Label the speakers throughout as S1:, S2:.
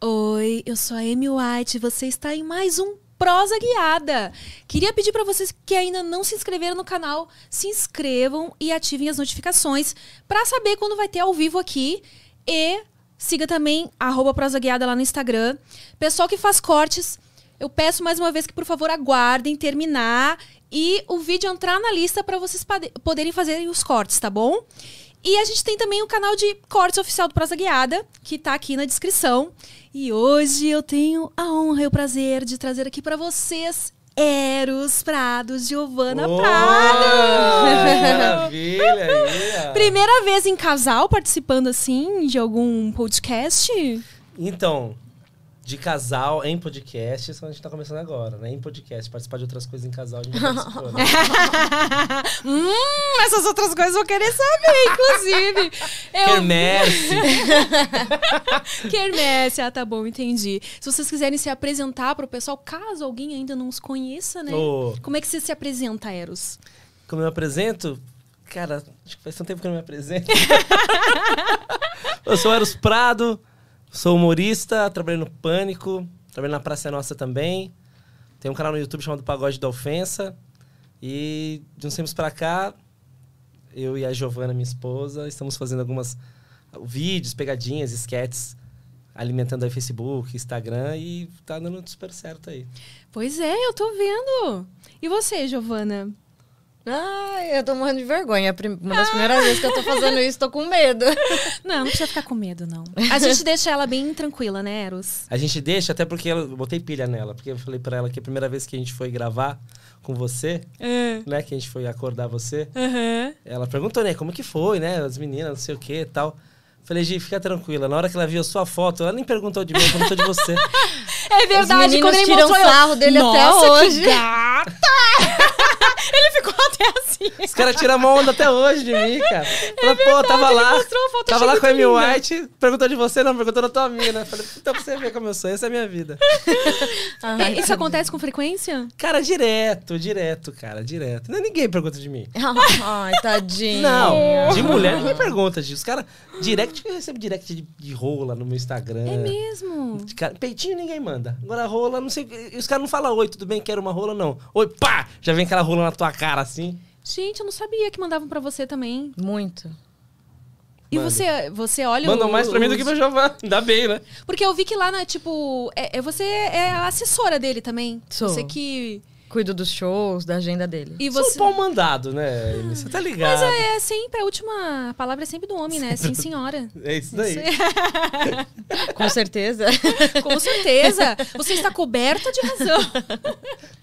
S1: Oi, eu sou a Amy White e você está em mais um Prosa Guiada. Queria pedir para vocês que ainda não se inscreveram no canal, se inscrevam e ativem as notificações para saber quando vai ter ao vivo aqui e siga também arroba Prosa Guiada lá no Instagram. Pessoal que faz cortes, eu peço mais uma vez que por favor aguardem terminar e o vídeo entrar na lista para vocês pade- poderem fazer os cortes, tá bom? E a gente tem também o canal de cortes oficial do Prosa Guiada, que tá aqui na descrição. E hoje eu tenho a honra e o prazer de trazer aqui para vocês Eros Prados, Giovana
S2: Ô,
S1: Prado.
S2: Maravilha! Ia.
S1: Primeira vez em casal participando assim de algum podcast?
S2: Então, de casal em podcast, isso a gente tá começando agora, né? Em podcast, participar de outras coisas em casal, a gente não participou, né?
S1: hum, essas outras coisas eu vou querer saber, inclusive. Eu...
S2: Quermesse.
S1: Quermesse, ah, tá bom, entendi. Se vocês quiserem se apresentar pro pessoal, caso alguém ainda não os conheça, né?
S2: Ô,
S1: Como é que você se apresenta, Eros?
S2: Como eu me apresento? Cara, acho que faz tanto tempo que eu não me apresento. eu sou o Eros Prado, sou humorista, trabalhei no Pânico, trabalhei na Praça é Nossa também. Tem um canal no YouTube chamado Pagode da Ofensa. E de uns tempos pra cá, eu e a Giovana, minha esposa, estamos fazendo algumas ah, vídeos, pegadinhas, esquetes, alimentando aí Facebook, Instagram e tá dando super certo aí.
S1: Pois é, eu tô vendo. E você, Giovana?
S3: Ah, eu tô morrendo de vergonha. É a prim- Uma das primeiras vezes que eu tô fazendo isso, tô com medo.
S1: Não, não precisa ficar com medo, não. A gente deixa ela bem tranquila, né, Eros?
S2: A gente deixa, até porque ela- eu botei pilha nela, porque eu falei pra ela que a primeira vez que a gente foi gravar com você, né, que a gente foi acordar você,
S1: Hum. Aham.
S2: ela perguntou, né, como que foi, né, as meninas, não sei o que e tal. Falei, Gi, fica tranquila, na hora que ela viu a sua foto, ela nem perguntou de mim, ela perguntou de você.
S1: É verdade,
S3: Os
S1: quando
S3: meninos
S1: ele
S3: tiram
S1: mostrou eu,
S3: sarro dele até
S1: Nossa,
S3: hoje."
S1: Que gata! ele ficou até assim.
S2: Os caras tiram a onda até hoje de mim, cara. Ela, pô, tava
S1: É ele
S2: lá,
S1: mostrou a foto,
S2: tava
S1: achei
S2: lá com a Amy
S1: muito linda.
S2: White, perguntou de você, não, perguntou da tua mina. Falei, então pra você ver como eu sou, essa é a minha vida.
S3: Ai,
S1: É, Isso acontece com frequência?
S2: Cara, direto, direto, cara, direto. Não, ninguém pergunta de mim.
S3: Ai, tadinho.
S2: Não, de mulher ninguém pergunta, Gi. Os caras, direct, eu recebo direct de, de rola no meu Instagram.
S1: É mesmo.
S2: De cara- peitinho ninguém manda. Agora rola, não sei. e Os caras não falam oi, tudo bem, quero uma rola, não. Oi, pá! Já vem aquela rola na tua cara assim.
S1: Gente, eu não sabia que mandavam pra você também.
S3: Muito.
S1: E
S2: Manda.
S1: você, você olha
S2: Mandam
S1: o-
S2: mais pra mim do
S1: os-
S2: que pra Giovanna. Ainda bem, né?
S1: Porque eu vi que lá na, tipo, é, é- você é a assessora dele também.
S3: Sou.
S1: Você que
S3: Cuido dos shows, da agenda dele.
S1: e
S2: Sou
S1: você
S2: um pau mandado, né? Amy? Você tá ligado?
S1: é sempre a última a palavra é sempre do homem, né? Sim, senhora.
S2: É isso daí.
S3: Com certeza.
S1: Com certeza. Você está coberta de razão.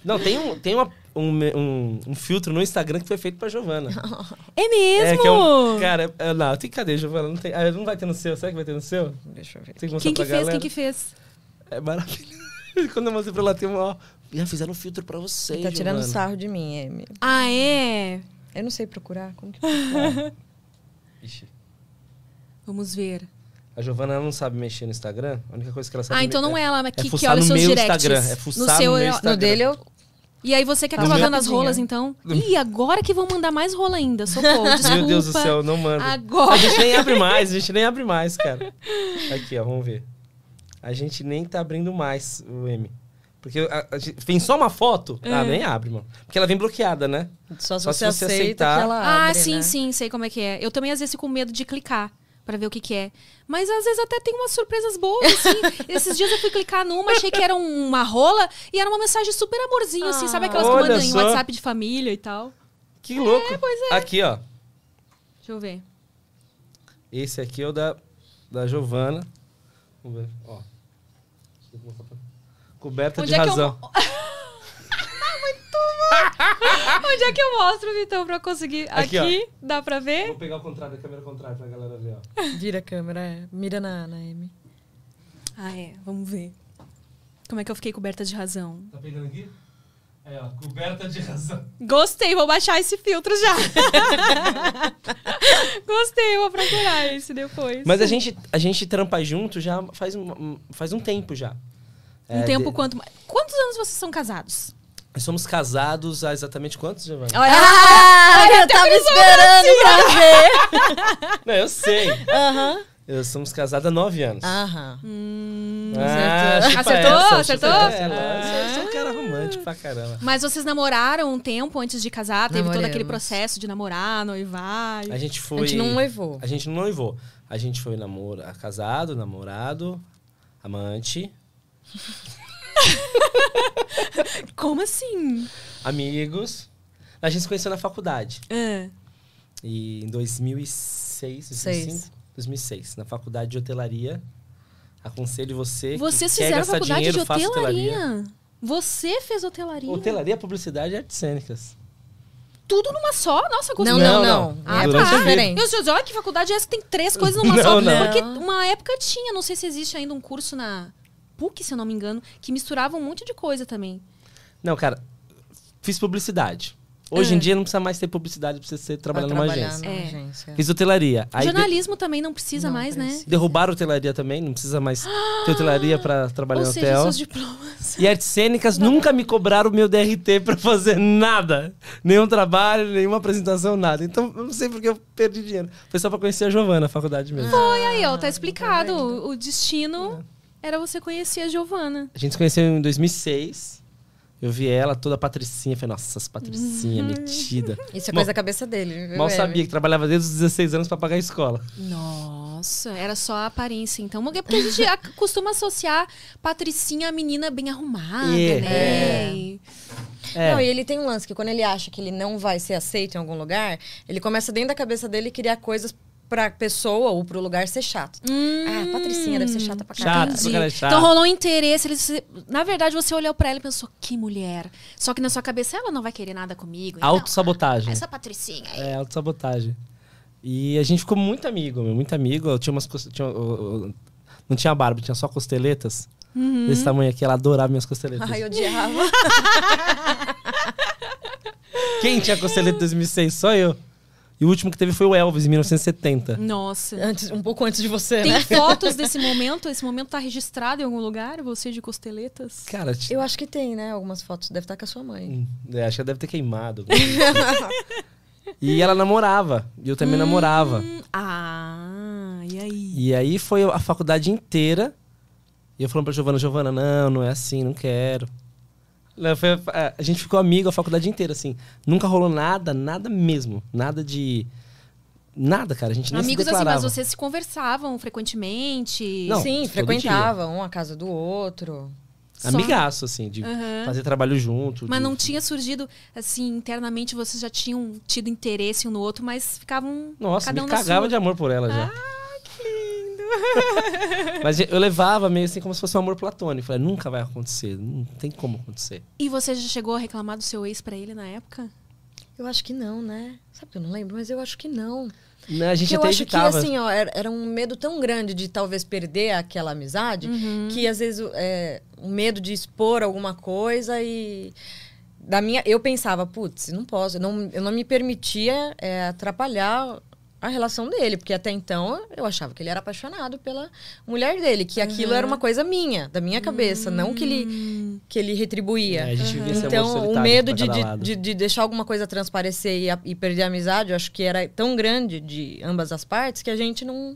S2: Não, tem, um, tem uma- um, me- um, um filtro no Instagram que foi feito pra Giovana.
S1: É mesmo.
S2: É, que é um. Cara, é, não, tem cadê, Giovana? Não, tem, ah, não vai ter no seu. Será que vai ter no seu?
S3: Deixa eu ver.
S2: Tem que mostrar
S1: Quem que
S2: pra
S1: fez?
S2: galera.
S1: Quem que fez?
S2: É maravilhoso. Quando eu mostrei pra ela, tem uma. ó, Já fizeram um filtro pra você.
S3: Tá tirando
S2: Giovana.
S3: sarro de mim, Amy.
S1: Ah, é.
S3: Eu não sei procurar. Como que procura?
S2: Ixi.
S1: Vamos ver.
S2: A Giovana ela não sabe mexer no Instagram. A única coisa que ela sabe
S1: Ah, então não é ela mas
S2: É
S1: que, que
S2: fuçar
S1: olha os
S2: no
S1: seus
S2: meu
S1: directs.
S2: Instagram, é fuçar
S1: no seu,
S2: no meu
S1: eu-
S2: Instagram.
S3: no dele eu...
S1: E aí você que
S2: No
S1: acaba
S2: meu-
S1: dando as rolas, então? Ih, agora que vão mandar mais rola ainda. Socorro, é. desculpa.
S2: Meu Deus do céu, não manda. A
S1: Agora.
S2: gente nem abre mais, a gente nem abre mais, cara. Aqui, ó, vamos ver. A gente nem tá abrindo mais o M. Porque a, a gente- vem só uma foto,
S1: É.
S2: ah, nem abre, mano. Porque ela vem bloqueada, né?
S3: Só se
S2: Só
S3: você,
S2: se você
S3: aceita
S2: aceitar.
S3: que ela
S1: Ah,
S3: abre,
S1: sim,
S3: né?
S1: sim, sei como é que é. Eu também às vezes fico com medo de clicar pra ver o que que é. Mas às vezes até tem umas surpresas boas, assim. Esses dias eu fui clicar numa, achei que era um- uma rola e era uma mensagem super amorzinho, assim, sabe aquelas que
S2: Olha
S1: mandam em
S2: só.
S1: WhatsApp de família e tal.
S2: Que
S1: É,
S2: louco. Aqui, ó.
S1: Deixa eu ver.
S2: Esse aqui é o da, da Giovana. Vamos ver, ó. Deixa eu
S1: é
S2: mostrar pra- Coberta
S1: Onde
S2: de
S1: é que eu
S2: razão.
S1: mo- Onde é que eu mostro, Vitão, pra eu conseguir?
S2: Aqui,
S1: Aqui,
S2: ó.
S1: dá pra ver?
S2: Vou pegar o contrário, a câmera contrária pra galera ver, ó.
S3: Vira a câmera, é. Mira na, na M.
S1: Ah, é. Vamos ver. Como é que eu fiquei coberta de razão?
S2: Tá pegando aqui? Aí, ó, coberta de razão.
S1: Gostei, vou baixar esse filtro já. Gostei, vou procurar esse depois.
S2: Mas a gente, a gente trampa junto já faz um, um- faz um tempo já.
S1: Um
S2: É,
S1: tempo
S2: de-
S1: quanto mais. Quantos anos vocês são casados?
S2: Nós somos casados há exatamente quantos, Giovanni?
S1: Olha,
S3: Ah, eu tava esperando pra ver.
S2: Não, eu sei.
S3: Aham.
S2: Eu somos casados há nove anos. Ah, tipo, é,
S3: Aham.
S1: Hum.
S2: acertou.
S1: Acertou? Acertou?
S2: Ela. Eu sou um cara romântico pra caramba.
S1: Mas vocês namoraram um tempo antes de casar? Teve todo aquele
S3: Namoramos.
S1: processo de namorar, noivar?
S2: A gente foi.
S3: A gente não noivou.
S2: A gente não noivou. A gente foi namoro, casado, namorado, amante,
S1: Como assim?
S2: amigos. A gente se conheceu na faculdade.
S1: Ah,
S2: E em 2006, 2005?
S3: Seis.
S2: 2006, na faculdade de hotelaria. Aconselho você
S1: vocês
S2: que quer
S1: fizeram
S2: gastar
S1: faculdade
S2: dinheiro,
S1: de
S2: faça
S1: hotelaria. Você fez hotelaria?
S2: Hotelaria, é publicidade e artes cênicas.
S1: Tudo numa só? Nossa, gostei.
S3: Não, não, não. É
S1: Ah,
S2: Durante
S1: tá.
S2: a vida.
S3: Diferente.
S1: Eu disse, olha que faculdade é essa que tem três coisas numa
S2: Não,
S1: só.
S2: não.
S1: Porque uma época tinha, não sei se existe ainda um curso na PUC, se eu não me engano, que misturava um monte de coisa também.
S2: Não, cara, fiz publicidade.
S1: Ah.
S2: Hoje em dia não precisa mais ter publicidade pra você ser- trabalhar numa agência.
S3: numa
S1: É.
S3: agência.
S2: Fiz hotelaria. Aí de-
S1: Jornalismo também não precisa
S3: Não
S1: mais, né?
S3: precisa.
S2: derrubaram hotelaria também, não precisa mais ter hotelaria pra trabalhar
S1: Ou
S2: no
S1: seja,
S2: hotel.
S1: seus diplomas.
S2: E artes cênicas nunca me cobraram o meu DRT pra fazer nada. Nenhum trabalho, nenhuma apresentação, nada. Então eu não sei porque eu perdi dinheiro. Foi só pra conhecer a Giovana, a faculdade mesmo.
S1: Foi aí, ó, tá
S2: Ah,
S1: explicado. O, o destino
S2: É.
S1: era você conhecer a Giovana.
S2: A gente se conheceu em 2006. Eu vi ela toda patricinha. Falei, nossa, essas patricinha metida.
S3: Isso é
S2: Mal-
S3: coisa da cabeça dele. viu,
S2: Mal
S3: Eve?
S2: sabia que trabalhava desde os 16 anos pra pagar a escola.
S1: Nossa, era só a aparência, então. É porque a gente ac- costuma associar Patricinha à menina bem arrumada,
S2: É.
S1: né?
S3: É.
S1: E-
S2: É.
S3: Não, e ele tem um lance que quando ele acha que ele não vai ser aceito em algum lugar, ele começa dentro da cabeça dele criar coisas pra pessoa ou pro lugar ser chato. Ah, a Patricinha deve ser chata pra
S2: Chata.
S3: caralho.
S2: Essa
S1: Entendi.
S2: cara é chata.
S1: Então rolou um interesse. Ele, se- na verdade, você olhou pra ela e pensou, que mulher. Só que na sua cabeça, ela não vai querer nada comigo. Então,
S2: Autossabotagem.
S1: essa patricinha aí.
S2: É, autossabotagem. E a gente ficou muito amigo, meu, muito amigo. Eu tinha umas cos- tinha, eu- eu- Não tinha barba, tinha só costeletas. Desse tamanho aqui, ela adorava minhas costeletas.
S3: Ai, eu odiava.
S2: Quem tinha costeleta em 2006? Só eu. E o último que teve foi o Elvis, em 1970.
S1: Nossa.
S3: Antes, um pouco antes de você,
S1: Tem
S3: né?
S1: fotos desse momento? Esse momento tá registrado em algum lugar? Você de costeletas?
S2: Cara, t-
S3: Eu acho que tem, né? Algumas fotos. Deve estar com a sua mãe.
S2: Hum, é, acho que ela deve ter queimado. alguma coisa assim. e ela namorava. E eu também namorava.
S1: Hum, ah, e aí?
S2: E aí foi a faculdade inteira. E eu falando pra Giovana, Giovana, não, não é assim, não quero. Não, foi- a- a gente ficou amigo a faculdade inteira, assim. Nunca rolou nada, nada mesmo. Nada de. Nada, cara. A gente nem
S1: Amigos
S2: se
S1: assim,
S2: declarava.
S1: mas vocês se conversavam frequentemente?
S2: Não,
S3: Sim,
S2: todo
S3: frequentava um a casa do outro.
S1: Só-
S2: Amigaço, assim, de
S1: Aham.
S2: fazer trabalho junto.
S1: Mas
S2: de-
S1: não tinha surgido, assim, internamente vocês já tinham tido interesse um no outro, mas ficavam
S2: Nossa,
S1: cada um
S2: me
S1: na
S2: cagava
S1: sua.
S2: de amor por ela já. Ah, que lindo! Mas eu levava meio assim como se fosse um amor platônico. Falei, nunca vai acontecer, não tem como acontecer.
S1: E você já chegou a reclamar do seu ex pra ele na época?
S3: Eu acho que não, né? Sabe que eu não lembro, mas eu acho que não.
S2: Né, A gente
S3: Porque eu
S2: até
S3: acho
S2: evitava.
S3: que, assim, ó, era, era um medo tão grande de talvez perder aquela amizade
S2: Uhum.
S3: que às vezes o- é, o medo de expor alguma coisa e. Da minha, eu pensava, putz, não posso, eu não, eu não me permitia é, atrapalhar a relação dele, porque até então eu achava que ele era apaixonado pela mulher dele, que aquilo era uma coisa minha, da minha cabeça, não que
S2: Hum.
S3: ele, que ele retribuía.
S2: É, a gente vivia esse amor
S3: Então, o
S2: solitário
S3: medo
S2: pra
S3: de,
S2: cada
S3: de,
S2: lado.
S3: de- de deixar alguma coisa transparecer e, a- e perder a amizade, eu acho que era tão grande de ambas as partes que a gente não.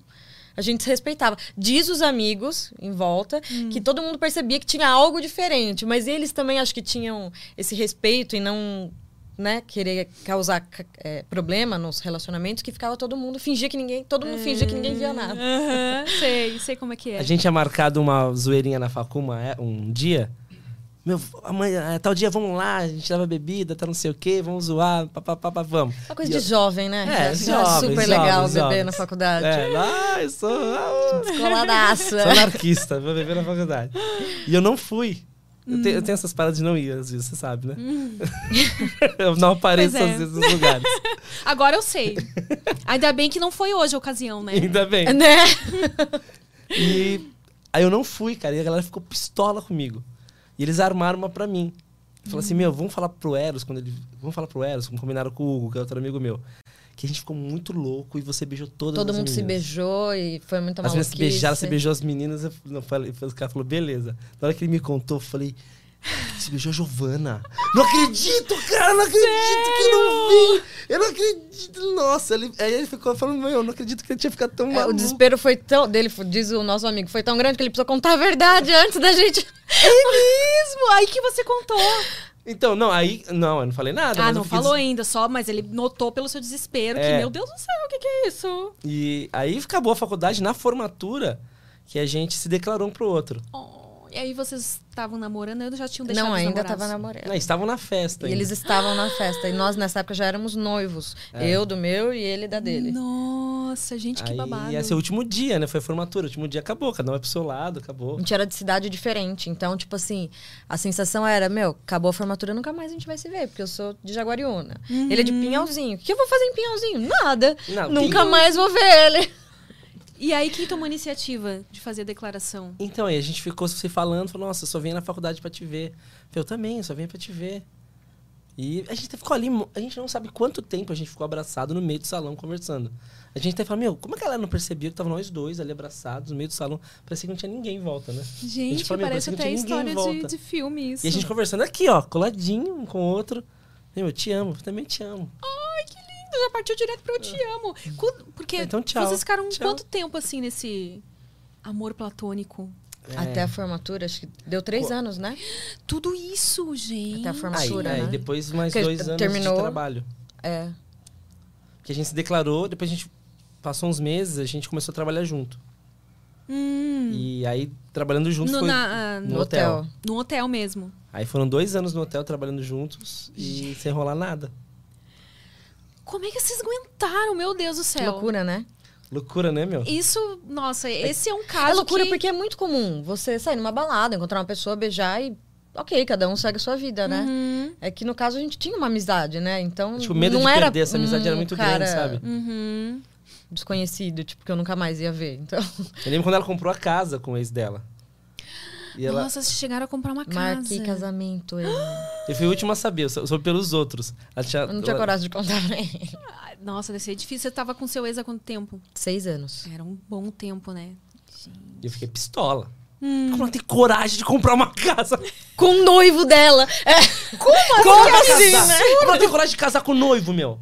S3: A gente se respeitava. Diz os amigos em volta que todo mundo percebia que tinha algo diferente, mas eles também acho que tinham esse respeito e não né, querer causar ca- é, problema nos relacionamentos que ficava todo mundo fingia que ninguém todo mundo fingia que ninguém via nada
S1: Aham, sei, sei como é que é.
S2: A gente tinha marcado uma zoeirinha na facu uma é- um dia. Meu, amanhã, é, tal dia vamos lá, a gente leva bebida, tá não sei o quê, vamos zoar, papapá, vamos.
S3: uma coisa
S2: E
S3: de jovem né
S2: É,
S3: Acho que
S2: jovens,
S3: super legal
S2: jovens,
S3: beber
S2: jovens.
S3: na
S2: eu,
S3: faculdade
S2: é, lá, eu sou, ah,
S3: coladaça Tá.
S2: sou anarquista, vou beber na faculdade. E eu não fui. Eu,
S3: Hum.
S2: te- eu tenho essas paradas de não ir, às vezes, você sabe, né? eu não apareço,
S1: Pois é.
S2: às vezes, nos lugares.
S1: Agora eu sei. Ainda bem que não foi hoje a ocasião, né?
S2: Ainda bem.
S3: Né?
S2: E aí eu não fui, cara. E a galera ficou pistola comigo. E eles armaram uma pra mim. Falou
S3: Hum.
S2: assim, meu, vamos falar pro Eros quando ele. Vamos falar pro Eros, como combinaram com o Hugo, que é outro amigo meu. Que a gente ficou muito louco e você beijou todas
S3: Todo
S2: as
S3: mundo se
S2: meninas."
S3: beijou e foi muito
S1: um
S2: As meninas se
S3: maluquice.
S2: beijaram, você
S1: é.
S2: beijou as meninas. Eu não falei, o cara falou, beleza. Na hora que ele me contou, eu falei, você beijou a Giovana. não acredito, cara, não acredito que eu não vi. Eu não acredito. Nossa, ele, aí ele ficou falando, meu, eu não acredito que ele tinha ficado tão
S3: É,
S2: maluco.
S3: o desespero foi tão. Dele, diz o nosso amigo, foi tão grande que ele precisou contar a verdade antes da gente.
S1: É mesmo! Aí que você contou.
S2: Então, não, aí, não, eu não falei nada.
S1: Ah,
S2: mas
S1: não
S2: eu fiquei
S1: falou ainda, só, mas ele notou pelo seu desespero que,
S2: É.
S1: meu Deus do céu, o que, que é isso?
S2: E aí acabou a faculdade na formatura que a gente se declarou um pro outro.
S1: Oh, e aí vocês estavam namorando, eu já tinha deixado
S3: Não,
S1: os
S3: ainda
S1: namorados.
S3: tava namorando.
S2: Né, estavam na festa.
S3: E
S2: ainda.
S3: eles estavam na festa. E nós, nessa época, já éramos noivos.
S2: É.
S3: Eu do meu e ele da dele.
S1: Nossa, gente, que babado.
S2: Aí ia ser o último dia, né? Foi a formatura. O último dia acabou, cada um vai pro seu lado, acabou.
S3: A gente era de cidade diferente. Então, tipo assim, a sensação era, meu, acabou a formatura, nunca mais a gente vai se ver, porque eu sou de Jaguariúna. Ele é
S1: Uhum.
S3: de Pinhalzinho. O que eu vou fazer em Pinhalzinho? Nada.
S2: Não,
S3: nunca
S2: Pinhal-
S3: mais vou ver ele.
S1: E aí, quem tomou a iniciativa de fazer a declaração?
S2: Então, aí a gente ficou se falando, falou, nossa, eu só vim na faculdade pra te ver. Eu também, eu só vim pra te ver. E a gente ficou ali, mo- a gente não sabe quanto tempo a gente ficou abraçado no meio do salão conversando. A gente até falou, meu, como é que a galera não percebia que estavam nós dois ali abraçados no meio do salão? Parecia que não tinha ninguém em volta, né?
S1: Gente,
S2: fala, meu,
S1: parece
S2: parece que
S1: até
S2: não tinha
S1: história
S2: ninguém em
S1: de,
S2: volta.
S1: de filme isso.
S2: E a gente conversando aqui, ó, coladinho um com o outro. Meu, eu te amo, eu também te amo.
S1: Ai, que lindo, já partiu direto pra eu te amo. Quando- Porque
S2: Então, tchau.
S1: vocês ficaram
S2: Tchau.
S1: quanto tempo, assim, nesse amor platônico?
S2: É.
S3: Até a formatura, acho que deu três anos, né?
S1: Tudo isso, gente.
S3: Até a
S2: Aí,
S3: formatura,
S2: aí
S3: né?
S2: depois mais
S3: Porque
S2: dois
S3: t-
S2: anos
S3: terminou.
S2: de trabalho.
S3: É.
S2: Que a gente se declarou, depois a gente passou uns meses, a gente começou a trabalhar junto.
S1: Hum,
S2: E aí, trabalhando junto
S1: no,
S2: foi
S1: na-
S2: no
S1: no-
S2: hotel.
S3: hotel.
S1: no hotel mesmo.
S2: Aí foram dois anos no hotel trabalhando juntos e sem rolar nada.
S1: Como é que vocês aguentaram, meu Deus do céu?
S3: Loucura, né?
S2: Loucura, né, meu?
S1: Isso, nossa, esse é um caso
S3: É loucura
S1: que...
S3: porque é muito comum você sair numa balada, encontrar uma pessoa, beijar e. Ok, cada um segue a sua vida, né?
S1: Uhum,
S3: É que no caso a gente tinha uma amizade, né? Então.
S2: Acho que o É, Tipo, medo
S3: não
S2: de
S3: era
S2: perder essa amizade
S3: um
S2: era muito
S3: cara
S2: grande, sabe?
S1: uhum.
S3: Desconhecido, tipo, que eu nunca mais ia ver. Então,
S2: Eu lembro quando ela comprou a casa com o ex dela. E ela,
S1: Nossa, vocês chegaram a comprar uma casa.
S3: marquei casamento. Eu
S2: eu fui o último a saber, eu sou- soube pelos outros. Ela tinha,
S3: eu não tinha
S2: ela-
S3: coragem de contar pra ele.
S1: Ai, Nossa, deve ser difícil. Você tava com seu ex há quanto tempo?
S3: Seis anos.
S1: Era um bom tempo, né? Gente.
S2: E eu fiquei pistola.
S3: Hum.
S2: Como ela tem coragem de comprar uma casa?
S3: Com o noivo dela! É. Como, assim,
S2: casar?
S3: né?
S2: Como ela tem coragem de casar com o noivo, meu?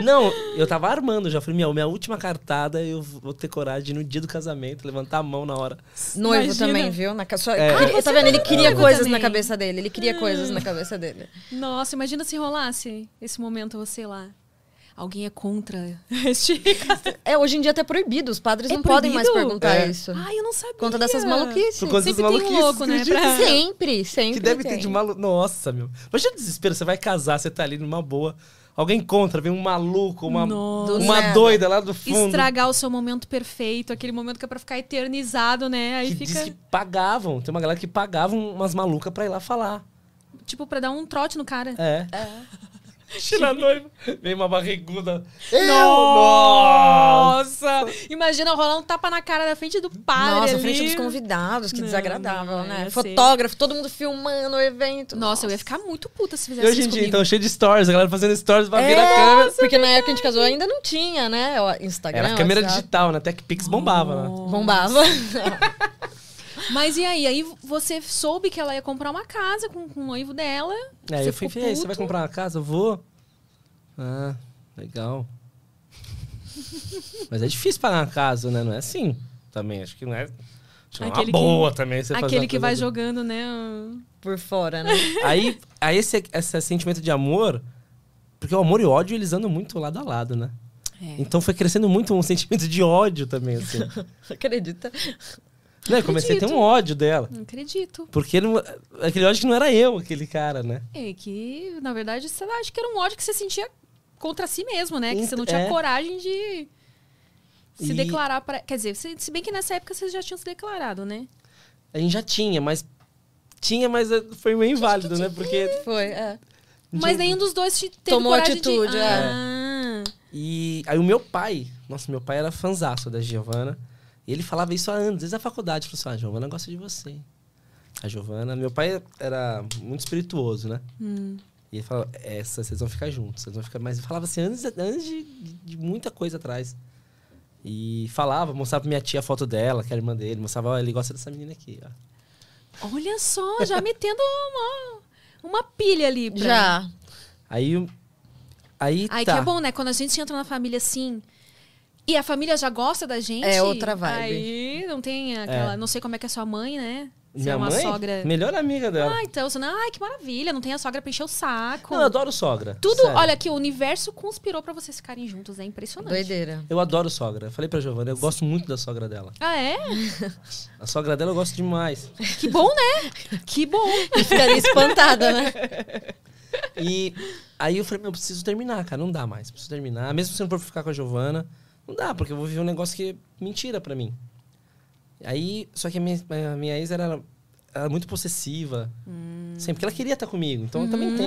S2: Não, eu tava armando já. Falei, meu, minha última cartada, eu vou ter coragem de ir no dia do casamento, levantar a mão na hora.
S3: Noivo
S1: Imagina.
S3: também, viu? Na ca... só...
S2: É.
S3: queria-
S1: Ah,
S3: tá
S1: você
S3: vendo? Ele
S1: era
S3: queria
S1: noivo
S3: coisas
S1: também. Hum.
S3: na cabeça dele. Ele queria coisas na cabeça dele.
S1: Nossa, imagina se rolasse esse momento, você lá. Alguém é contra este casamento.
S3: É, hoje em dia até é proibido. Os padres
S1: É
S3: não podem mais
S1: proibido? Ah,
S3: perguntar
S2: É.
S3: isso.
S1: Ai, eu não sabia.
S3: Por conta dessas maluquices.
S2: Por conta
S1: Sempre
S2: dessas
S1: tem um
S2: maluquices,
S1: louco, né,
S2: acredita?
S1: pra-
S3: Sempre, sempre.
S2: Que deve ter
S3: tem.
S2: de maluco. Nossa, meu. Imagina o desespero. Você vai casar, você tá ali numa boa. Alguém contra, vem um maluco, uma,
S1: Nossa.
S3: Do
S2: uma
S3: nada.
S2: doida lá do fundo.
S1: Estragar o seu momento perfeito, aquele momento que é pra ficar eternizado, né? Aí
S2: Que diz
S1: fica,
S2: que pagavam. Tem uma galera que pagava umas malucas pra ir lá falar.
S1: tipo, pra dar um trote no cara.
S2: É. Tira a noiva. Vem uma barriguda.
S1: Nossa! Imagina rolar um tapa na cara da frente do padre
S3: Nossa, à
S1: ali.
S3: frente dos convidados, que
S1: Não,
S3: desagradável,
S1: não,
S3: né?
S1: eu sei.
S3: Fotógrafo, todo mundo filmando o evento.
S1: Nossa, eu ia ficar muito puta se
S2: E
S1: fizesse
S2: hoje em
S1: isso
S2: dia,
S1: comigo.
S2: então, cheio de stories. A galera fazendo stories pra
S3: É,
S2: vir a câmera.
S3: porque na época que a gente casou ainda não tinha, né? O Instagram.
S2: Era a câmera
S3: WhatsApp,
S2: digital, né? TechPix bombava, né?
S3: Bombava.
S1: Mas e aí? Aí você soube que ela ia comprar uma casa com, com o noivo dela.
S2: Aí
S1: você
S2: É, eu fui,
S1: ficou
S2: "Ei, você vai
S1: puto.
S2: comprar uma casa? Eu vou. Ah, legal. Mas é difícil pagar uma casa, né? Não é assim também. Acho que não é. Acho que não é uma
S1: Aquele que-
S2: boa também. Você fazer
S1: Aquele
S2: uma
S1: que
S2: coisa
S1: vai
S2: do-
S1: jogando, né? um-
S3: Por fora, né?
S2: Aí, aí esse, esse sentimento de amor. Porque o amor e o ódio eles andam muito lado a lado, né?
S1: É.
S2: Então foi crescendo muito um sentimento de ódio também, assim.
S3: Acredita?
S2: Não, eu comecei a ter um ódio dela.
S1: Não acredito.
S2: Porque não- aquele ódio que não era eu, aquele cara, né?
S1: É que, na verdade, você acho que era um ódio que você sentia contra si mesmo, né? Que você não
S2: Ent-
S1: tinha
S2: é.
S1: coragem de se
S2: E-
S1: declarar para Quer dizer, se se bem que nessa época vocês já tinham se declarado, né?
S2: A gente já tinha, mas Tinha, mas eh, foi meio inválido, né? Porque.
S3: Foi, é.
S1: Mas nenhum dos dois te- teve
S3: Tomou
S1: coragem
S3: atitude,
S1: de...
S3: é.
S1: Ah,
S2: E aí o meu pai, nossa, meu pai era fanzaço da Giovana. E ele falava isso há anos, desde a faculdade. Ele falou assim, ah, a Giovana gosta de você. A Giovana, meu pai era muito espirituoso, né?
S1: Hum.
S2: E ele falava, essa, vocês vão ficar juntos, vocês vão ficar. Mas ele falava assim, anos, anos de, de muita coisa atrás. E falava, mostrava pra minha tia a foto dela, que era irmã dele, mostrava, ó, ele gosta dessa menina aqui, ó.
S1: Ah, Olha só, já metendo uma, uma pilha ali. Pra...
S3: Já.
S2: Aí. o- Aí,
S1: Aí
S2: tá.
S1: que é bom, né? Quando a gente entra na família assim e a família já gosta da gente.
S3: É outra vibe.
S1: Aí não tem aquela. Não sei como é que é sua mãe, né? Se
S2: Minha
S1: é uma
S2: mãe,
S1: sogra.
S2: melhor amiga dela.
S1: Ah, então, você não. Ai, que maravilha, não tem a sogra pra encher o saco.
S2: Não, eu adoro sogra.
S1: Tudo,
S2: sério.
S1: olha aqui, o universo conspirou pra vocês ficarem juntos, é impressionante.
S3: Doideira.
S2: Eu adoro sogra. Falei pra Giovana, eu gosto muito da sogra dela.
S1: Ah, é?
S2: A sogra dela eu gosto demais.
S1: Que bom, né? Que bom.
S3: Eu Ficaria espantada, né?
S2: E aí eu falei, meu, eu preciso terminar, cara. Não dá mais, preciso terminar. Mesmo se eu não for ficar com a Giovana, não dá, porque eu vou viver um negócio que é mentira pra mim. Aí, só que a minha, a minha ex era, era muito possessiva. Sempre, porque ela queria estar comigo. Então eu também entendo.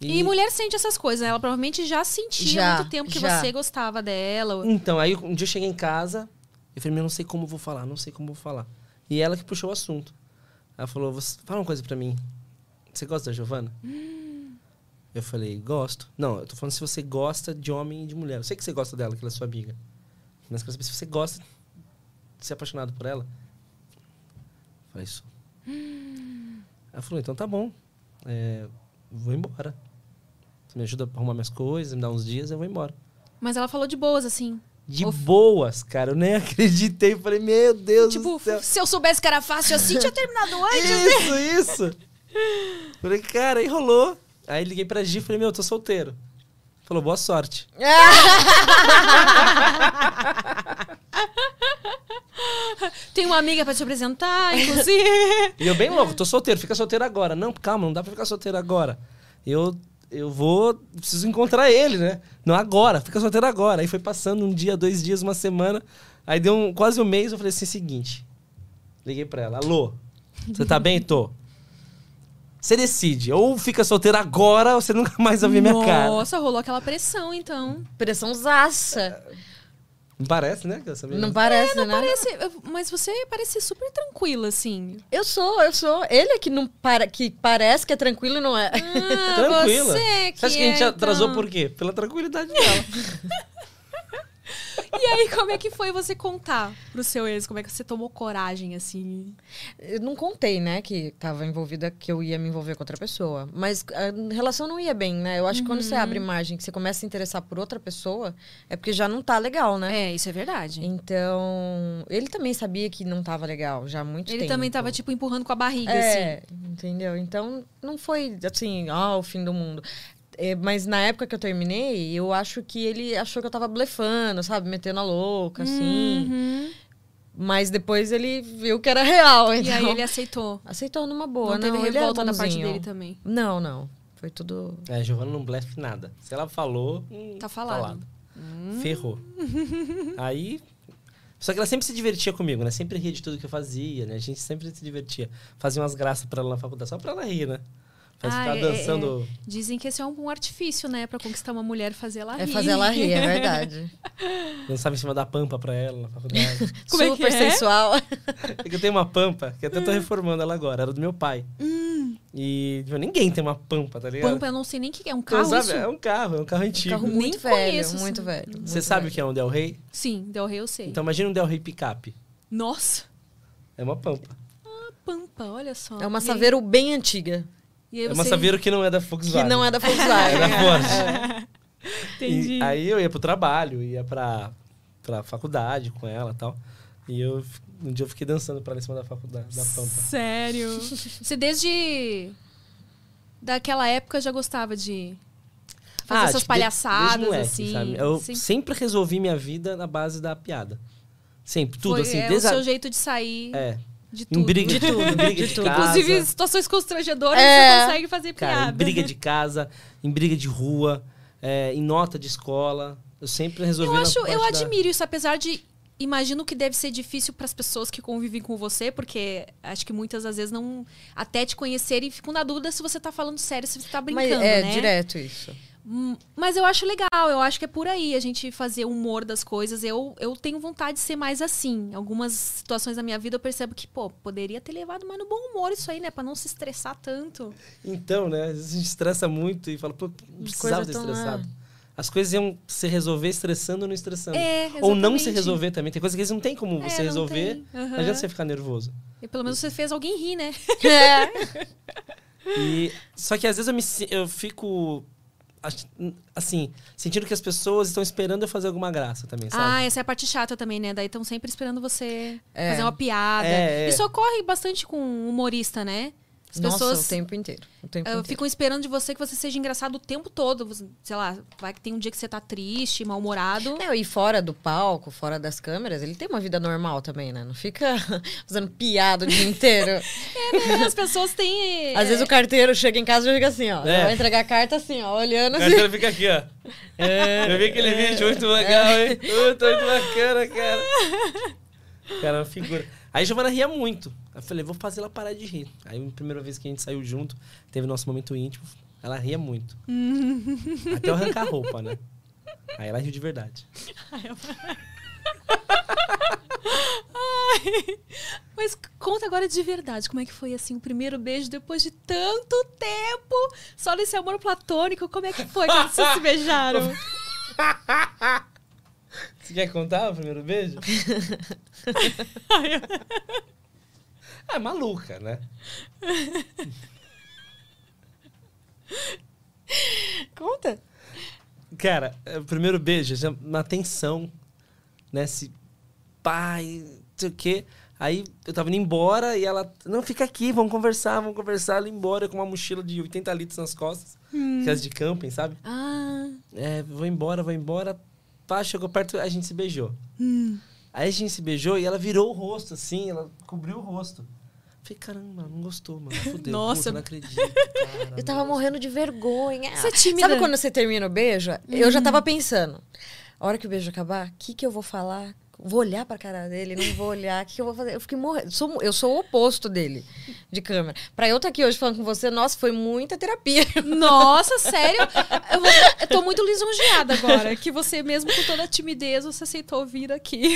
S1: E... mulher sente essas coisas, né? Ela provavelmente já sentia
S3: Já,
S1: há muito tempo que
S3: já.
S1: você gostava dela.
S2: Então, aí um dia eu cheguei em casa, eu falei, meu, não sei como eu vou falar, não sei como eu vou falar. E ela que puxou o assunto. Ela falou, você fala uma coisa pra mim. Você gosta da Giovana? Eu falei, gosto. Não, eu tô falando se você gosta de homem e de mulher. Eu sei que você gosta dela, que ela é sua amiga. Mas eu quero saber se você gosta de ser apaixonado por ela. Eu falei, isso. Ela falou, então tá bom. É, vou embora. Você me ajuda a arrumar minhas coisas, me dá uns dias, eu vou embora.
S1: Mas ela falou de boas, assim.
S2: De
S1: Of-
S2: boas, cara. Eu nem acreditei. Falei, meu Deus
S1: Tipo,
S2: do céu.
S1: se eu soubesse que era fácil assim, tinha terminado antes.
S2: Isso, isso. Falei, cara, aí rolou. Aí liguei pra Gi e falei, meu, eu tô solteiro. Falou, boa sorte.
S1: Tem uma amiga pra te apresentar, inclusive.
S2: E eu bem louco, tô solteiro, fica solteiro agora. Não, calma, não dá pra ficar solteiro agora. Eu, eu vou, preciso encontrar ele, né? Não agora, fica solteiro agora. Aí foi passando um dia, dois dias, uma semana. Aí deu um- quase um mês, eu falei assim, seguinte. Liguei pra ela, alô, você tá bem? Tô. Você decide, ou fica solteiro agora, ou você nunca mais vai ver minha cara.
S1: Nossa, rolou aquela pressão, então.
S3: Pressão zaça.
S2: É, Não parece, né? que essa menina-
S3: Não
S1: É,
S3: parece, né?
S1: Parece, mas você parece super tranquila, assim.
S3: Eu sou, eu sou. Ele é que não para, que parece que é tranquilo e não é.
S1: Ah,
S2: Tranquila.
S1: Você que
S2: acha que a gente
S1: é,
S2: atrasou
S1: então.
S2: por quê? Pela tranquilidade dela.
S1: E aí, como é que foi você contar pro seu ex? Como é que você tomou coragem, assim?
S3: Eu não contei, né, que tava envolvida, que eu ia me envolver com outra pessoa. Mas a relação não ia bem, né? Eu acho que quando você
S1: Uhum.
S3: abre margem, que você começa a se interessar por outra pessoa, é porque já não tá legal, né?
S1: É, isso é verdade.
S3: Então, ele também sabia que não tava legal já há muito
S1: Ele
S3: tempo.
S1: também tava, tipo, empurrando com a barriga, assim.
S3: É, entendeu? Então, não foi assim, ah, o fim do mundo. É, mas na época que eu terminei, eu acho que ele achou que eu tava blefando, sabe? Metendo a louca, assim.
S1: Uhum.
S3: Mas depois ele viu que era real,
S1: E
S3: então.
S1: aí ele aceitou.
S3: aceitou numa boa,
S1: não teve
S3: ele era
S1: revolta da parte
S3: bonzinho.
S1: dele também.
S3: Não, não. Foi tudo...
S2: É, a Giovana não blefe nada. Se ela falou. hum,
S1: Tá falado. Hum.
S2: Ferrou. Aí. Só que ela sempre se divertia comigo, né? Sempre ria de tudo que eu fazia, né? A gente sempre se divertia. Fazia umas graças pra ela na faculdade, só pra ela rir, né? Faz
S1: Ah,
S2: ficar
S1: é, é,
S2: dançando.
S1: é. Dizem que esse é um artifício, né? Pra conquistar uma mulher e fazer ela
S3: É
S1: rir.
S3: fazer ela rir, é verdade.
S1: é.
S2: Dançava em cima da pampa pra ela na faculdade.
S1: Como é que
S3: Super
S1: é?
S3: sensual.
S2: É que eu tenho uma pampa, que
S1: Hum.
S2: até tô reformando ela agora, era do meu pai. E tipo, ninguém tem uma pampa, tá ligado?
S1: Pampa, eu não sei nem o que é. Um
S2: Então,
S1: carro
S2: sabe,
S1: isso?
S2: É um carro, é um carro antigo.
S3: Carro muito
S1: Nem
S3: velho,
S1: conheço,
S3: muito
S1: assim.
S3: velho.
S2: Você sabe o que é um Del Rey?
S1: Sim, Del Rey eu sei.
S2: Então imagina um Del Rey picape.
S1: Nossa,
S2: É uma pampa.
S1: pampa, olha só.
S3: É uma
S1: E aí-
S3: saveiro bem antiga,
S1: e aí
S2: é uma
S1: você-
S2: Saveiro que não é da
S3: que
S2: Volkswagen.
S3: não é da Volkswagen.
S2: É da Porsche.
S1: Entendi.
S2: E aí eu ia pro trabalho, ia pra, pra faculdade com ela e tal. E eu, fi- um dia eu fiquei dançando pra ela em cima da faculdade, da pampa.
S1: Sério. Você desde daquela época já gostava de fazer
S2: Ah,
S1: essas
S2: tipo, de-
S1: palhaçadas,
S2: desde moleque,
S1: assim.
S2: sabe? Eu
S1: Sim.
S2: sempre... resolvi minha vida na base da piada. Sempre, tudo
S1: Foi,
S2: assim.
S1: é,
S2: desde
S1: o
S2: a-
S1: seu jeito de sair
S2: É,
S1: de tudo.
S2: em briga de tudo, em briga de, casa.
S1: Inclusive, situações constrangedoras,
S3: É.
S1: você consegue fazer
S2: Cara,
S1: piada.
S2: em briga de casa, em briga de rua, é, em nota de escola. Eu sempre resolvi
S1: Eu
S2: na
S1: acho, eu
S2: parte da-
S1: admiro isso, apesar de imagino que deve ser difícil para as pessoas que convivem com você, porque acho que muitas às vezes não até te conhecerem ficam na dúvida se você tá falando sério, se você tá
S3: Mas
S1: brincando,
S3: é
S1: né?
S3: direto isso.
S1: Hum, Mas eu acho legal, eu acho que é por aí a gente fazer o humor das coisas. Eu, eu tenho vontade de ser mais assim. Algumas situações da minha vida eu percebo que, pô, poderia ter levado mais no bom humor isso aí, né? Pra não se estressar tanto.
S2: Então, né? Às vezes a gente estressa muito e fala, pô, não precisava ter
S3: tão lá.
S2: estressado. As coisas iam se resolver estressando ou não estressando.
S1: É,
S2: ou não se
S1: exatamente.
S2: resolver também. Tem coisa que às vezes não tem como
S1: É,
S2: você
S1: não
S2: resolver.
S1: tem.
S2: Não
S1: Aham.
S2: adianta você ficar nervoso.
S1: E pelo menos você fez alguém rir, né?
S2: E, só que às vezes eu, me, si- eu fico, ach- assim, sentindo que as pessoas estão esperando eu fazer alguma graça também, sabe?
S1: Ah, essa é a parte chata também, né? Daí estão sempre esperando você fazer uma piada.
S2: É, é.
S1: Isso ocorre bastante com humorista, né? As
S3: Nossa,
S1: pessoas
S3: o tempo inteiro. O tempo
S1: eh,
S3: inteiro.
S1: ficam esperando de você que você seja engraçado o tempo todo. Você- Sei lá, vai que tem um dia que você tá triste, mal-humorado.
S3: Não, e fora do palco, fora das câmeras, ele tem uma vida normal também, né? Não fica fazendo piada o dia inteiro.
S1: É, As pessoas têm. eh,
S3: Às vezes o carteiro chega em casa e fica assim, ó.
S2: É.
S3: Vai entregar a carta assim, ó, olhando
S2: O
S3: assim.
S2: carteiro fica aqui, ó. eu vi aquele vídeo muito legal, hein? Muito, muito bacana, cara. Cara, é uma figura. Aí a Giovana ria muito. Aí eu falei, vou fazer ela parar de rir. Aí, a primeira vez que a gente saiu junto, teve nosso momento íntimo, ela ria muito. Até eu arrancar a roupa, né? Aí ela riu de verdade.
S1: Ai. Mas conta agora de verdade, como é que foi assim o primeiro beijo depois de tanto tempo? Só nesse amor platônico, como é que foi quando vocês se beijaram?
S2: Você quer contar o primeiro beijo? ah, é maluca, né?
S3: Conta.
S2: Cara, é, o primeiro beijo, já na tensão, né? Se pai, não sei o quê. Aí eu tava indo embora e ela, não, fica aqui, vamos conversar, vamos conversar. Ela ia embora com uma mochila de 80 litros nas costas, aquelas de camping, sabe?
S1: ah,
S2: É, vou embora, vou embora. Pá, chegou perto, a gente se beijou.
S1: Hum.
S2: Aí a gente se beijou e ela virou o rosto, assim, ela cobriu o rosto. Falei, caramba, não gostou, mano. Fudeu,
S1: Nossa.
S2: puta, não acredito.
S3: Eu tava morrendo de vergonha.
S1: Você é tímida.
S3: Sabe quando você Uhum. termina o beijo? Eu já tava pensando. A hora que o beijo acabar, o que, que eu vou falar? Vou olhar pra cara dele, não vou olhar. O que, que eu vou fazer? Eu fiquei morrendo. Sou- eu sou o oposto dele, de câmera. Pra eu estar aqui hoje falando com você, nossa, foi muita terapia.
S1: nossa, sério? Eu, vou- eu tô muito lisonjeada agora, que você mesmo com toda a timidez, você aceitou vir aqui.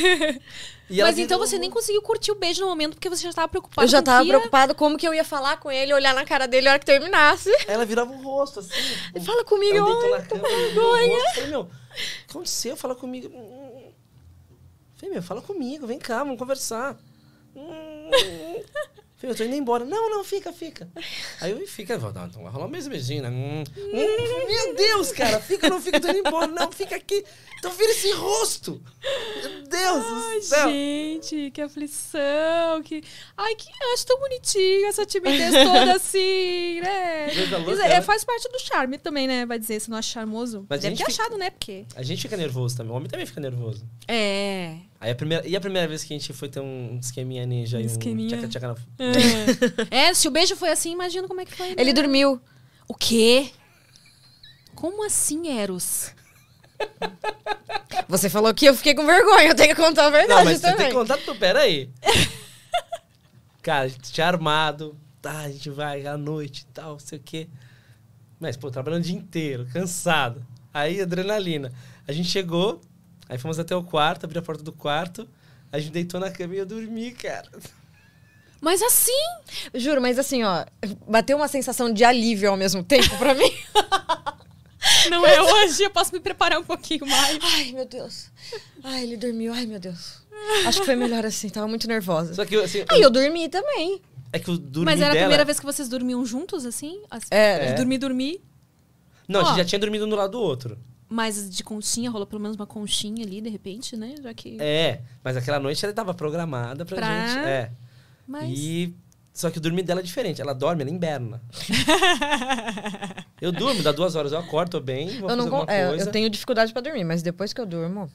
S2: E ela
S1: Mas então
S2: virou-
S1: você nem conseguiu curtir o beijo no momento, porque você já tava preocupada
S3: Eu já
S1: com o
S3: tava
S1: que ia-
S3: preocupada como que eu ia falar com ele, olhar na cara dele a hora que terminasse.
S2: Ela virava o rosto, assim. tipo,
S3: Fala comigo,
S2: ela deitou
S3: ai,
S2: na cama, ela virou o rosto. Eu Falei, meu, o que aconteceu? Fala comigo. Hum. Falei, meu, fala comigo, vem cá, vamos conversar. Hum. Falei, eu tô indo embora. Não, não, fica, fica. Aí eu fica, vou dar, então vai rolar mais um beijinho, né? Hum. Hum, Meu Deus, cara, fica, não fica, eu tô indo embora. Não, fica aqui. Então vira esse rosto. Meu Deus do céu.
S1: Gente, que aflição. Que... Ai, que acho tão bonitinho essa timidez toda assim, né?
S2: Coisa louca,
S1: Isso é,
S2: né?
S1: faz parte do charme também, né? Vai dizer, se não acha charmoso.
S2: Mas a
S1: Deve
S2: gente
S1: ter
S2: fica-
S1: achado, né? Porque.
S2: A gente fica nervoso também, o homem também fica nervoso.
S1: É.
S2: Aí a primeira, e a primeira vez que a gente foi ter um esqueminha ninja e um
S1: Esqueminha.
S2: tchaca-tchaca na
S1: É, se o beijo foi assim, imagina como é que foi. né?
S3: Ele dormiu.
S1: O quê? Como assim, Eros?
S3: Você falou que eu fiquei com vergonha, eu tenho que contar a verdade
S2: Não, mas você
S3: também.
S2: tem que contar tudo. Pera aí. Cara, a gente tinha armado. tá, a gente vai à noite e tal, não sei o quê. Mas, pô, trabalhando o dia inteiro, cansado. Aí, adrenalina. A gente chegou, aí fomos até o quarto, abri a porta do quarto, a gente deitou na cama e eu dormi, cara.
S1: Mas assim,
S3: Juro, mas assim, ó, bateu uma sensação de alívio ao mesmo tempo pra mim.
S1: não é hoje, eu posso me preparar um pouquinho mais.
S3: Ai, meu Deus. Ai, ele dormiu. Ai, meu Deus. Acho que foi melhor assim, tava muito nervosa.
S2: Só que, assim,
S3: Aí eu dormi também.
S2: é que o dormir
S1: Mas era a
S2: dela-
S1: primeira vez que vocês dormiam juntos, assim? Assim,
S3: É.
S1: de Dormir, dormir.
S2: Não, a
S1: Ó.
S2: gente já tinha dormido um do lado do outro.
S1: Mas de conchinha, rolou pelo menos uma conchinha ali, de repente, né? Já que...
S2: É, mas aquela noite ela tava programada pra,
S1: Pra-
S2: gente. É.
S1: Mas...
S2: E. Só que o dormir dela é diferente. Ela dorme, ela inverna. eu durmo, dá duas horas, eu acordo, tô bem, vou
S3: Eu, não
S2: fazer
S3: con-
S2: alguma
S3: é,
S2: coisa.
S3: eu tenho dificuldade pra dormir, mas depois que eu durmo,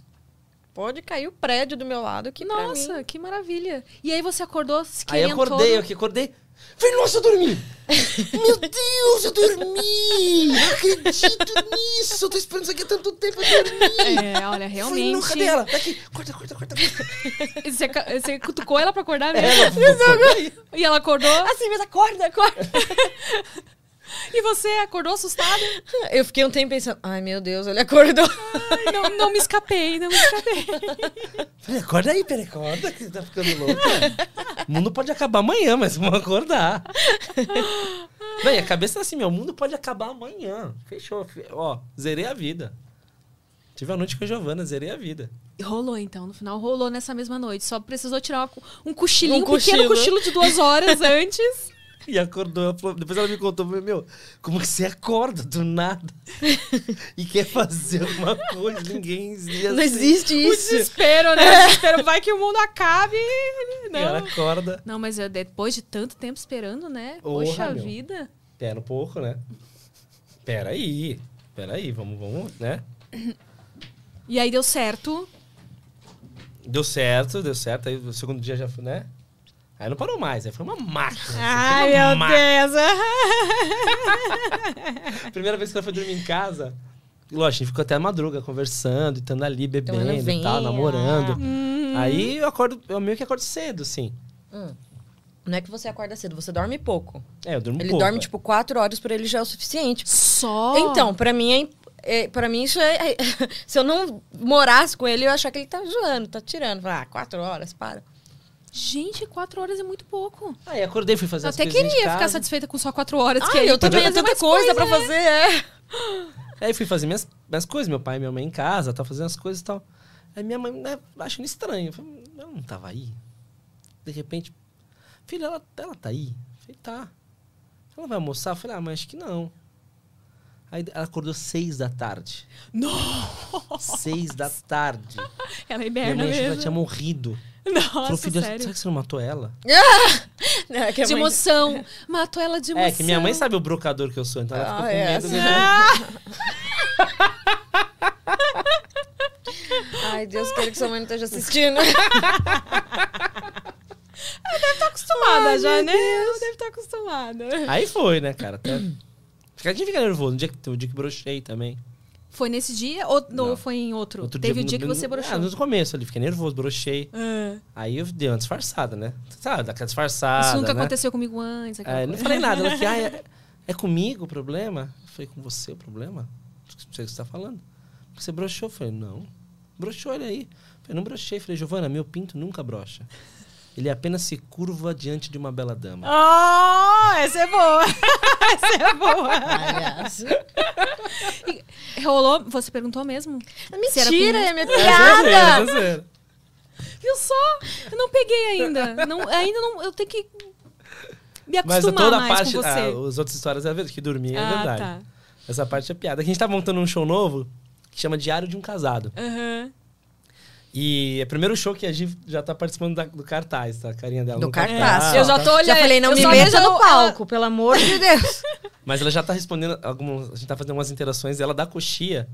S3: pode cair o prédio do meu lado que pra
S1: Nossa,
S3: mim-
S1: que maravilha. E aí você acordou se
S2: Aí eu
S1: querendo
S2: acordei, eu
S1: todo.
S2: que acordei. Falei, nossa, eu dormi! Meu Deus, eu dormi! Não acredito nisso! Eu tô esperando isso aqui há tanto tempo, eu dormi!
S1: É, olha,
S2: Falei, não,
S1: realmente.
S2: cadê ela? Tá aqui, corta, corta, corta. corta.
S1: Você, aca- você cutucou ela pra acordar mesmo?
S2: Ela,
S1: E ela acordou.
S3: Assim, mas acorda, acorda.
S1: E você acordou assustada?
S3: Eu fiquei um tempo pensando, ai meu Deus, ele acordou.
S1: Ai, não, não me escapei, não me escapei.
S2: Falei, acorda aí, peraí, acorda, que você tá ficando louca. o mundo pode acabar amanhã, mas vamos acordar. Bem, a cabeça tá assim, meu, o mundo pode acabar amanhã. Fechou, fe- ó, zerei a vida. Tive a noite com a Giovana, zerei a vida.
S1: E rolou então, no final rolou nessa mesma noite. Só precisou tirar uma- um cochilinho, um
S3: Um cochilo.
S1: pequeno cochilo de duas horas antes.
S2: E acordou, ela falou- depois ela me contou, falou, meu, como que você acorda do nada e quer fazer alguma coisa, ninguém... assim. ia
S3: Não
S2: ser-
S3: existe
S1: O
S3: isso.
S1: desespero, né? O desespero vai que o mundo acabe. Não,
S2: Ela acorda,
S1: não mas eu- depois de tanto tempo esperando, né?
S2: Porra,
S1: Poxa
S2: meu.
S1: vida.
S2: pera um pouco, né? Pera aí, pera aí, vamos, vamos, né?
S1: E aí deu certo.
S2: Deu certo, deu certo. Aí o segundo dia já foi, né? Aí não parou mais, aí foi uma máquina. assim,
S1: Ai,
S2: Foi uma
S1: meu
S2: máquina.
S1: Deus.
S2: Primeira vez que ela foi dormir em casa, e lógico, a gente ficou até a madruga conversando, e estando ali,
S3: ela
S2: bebendo e
S3: vem,
S2: tal,
S3: ah.
S2: namorando.
S1: Hum.
S2: Aí eu acordo, eu meio que acordo cedo, assim.
S3: Não é que você acorda cedo, você dorme pouco.
S2: É, eu durmo
S3: ele
S2: pouco.
S3: dorme
S2: é.
S3: tipo quatro horas pra ele já é o suficiente.
S1: Só.
S3: Então, pra mim é, imp- é para mim isso é, é- se eu não morasse com ele, eu ia achar que ele tá zoando, tá tirando. Falar, ah, quatro horas, para.
S1: Gente, quatro horas é muito pouco.
S2: Aí acordei, fui fazer
S1: Eu
S2: as
S1: até
S2: coisinhas de
S1: queria ficar
S2: casa.
S1: satisfeita com só quatro horas.
S3: Ah,
S1: que aí
S3: eu também
S1: podia
S3: tenho
S1: fazer
S3: tanta
S1: mais
S3: coisa pra
S1: né?
S3: fazer, é.
S2: Aí fui fazer minhas, minhas coisas, meu pai e minha mãe em casa, tava fazendo as coisas e tal. Aí minha mãe né, achando estranho. Eu falei, ela não tava aí. De repente, filha, ela, ela tá aí? Eu falei, tá. Ela vai almoçar? Eu falei, ah, mas acho que não. Aí ela acordou seis da tarde.
S1: Nossa!
S2: Seis da tarde.
S1: Ela é
S2: minha
S1: berna
S2: mãe achou que ela
S1: mesmo.
S2: tinha morrido.
S1: Nossa,
S2: Falou, filha,
S1: sério.
S2: será que você não matou ela?
S3: Não, é que a
S1: De
S3: mãe-
S1: emoção. Matou ela de emoção.
S2: É, que minha mãe sabe o brocador que eu sou, então ela ficou
S3: Ah,
S2: com
S3: é,
S2: medo.
S3: assim,
S2: né?
S3: Ai, Deus, quero que sua mãe não esteja assistindo.
S2: tá
S1: acostumada já, né? Deve estar acostumada.
S2: Aí foi, né, cara? Até... Fica- A gente fica nervoso. No dia que, no dia que brochei também.
S1: Foi nesse dia ou não,
S2: Não.
S1: foi em outro?
S2: Outro
S1: Teve
S2: dia,
S1: o dia que
S2: no-
S1: você
S2: no-
S1: broxou.
S2: Ah, no começo ali, fiquei nervoso, brochei.
S1: Ah,
S2: Aí eu dei uma disfarçada, né? Sabe, daquela disfarçada.
S1: isso nunca
S2: né?
S1: aconteceu comigo antes. aquela
S2: Aí eu não
S1: coisa.
S2: falei nada. Ela que, ah, é, é comigo o problema? Eu falei, com você o problema? Não sei o que você tá falando. Você brochou? Eu falei, não. Brochou, olha aí. Eu falei, não brochei. Eu falei, Giovana, meu pinto nunca brocha. Ele é apenas se curva diante de uma bela dama.
S1: Oh, essa é boa. essa é boa.
S3: Aliás.
S1: E rolou, você perguntou mesmo? Se era
S3: Mentira,
S1: com-
S3: é minha
S2: Era
S3: piada.
S2: zero.
S1: Viu só? Eu não peguei ainda. Não, ainda não. Eu tenho que me
S2: Mas
S1: acostumar
S2: toda a
S1: mais
S2: parte.
S1: com você.
S2: Ah, as outras histórias é verdade, que dormia é
S1: Ah,
S2: verdade.
S1: tá.
S2: Essa parte é piada. A gente tá montando um show novo que chama Diário de um Casado.
S1: Aham.
S2: E é o primeiro show que a Gi já tá participando da- do cartaz, tá? A carinha dela.
S3: Do
S2: no
S3: cartaz.
S1: Eu já
S2: tá?
S1: tô olhando.
S3: Já falei, não
S1: eu
S3: me
S1: só
S3: beija
S1: vejo
S3: no
S1: a-
S3: palco, pelo amor de Deus.
S2: Mas ela já tá respondendo. Algumas, a gente tá fazendo algumas interações dela da coxia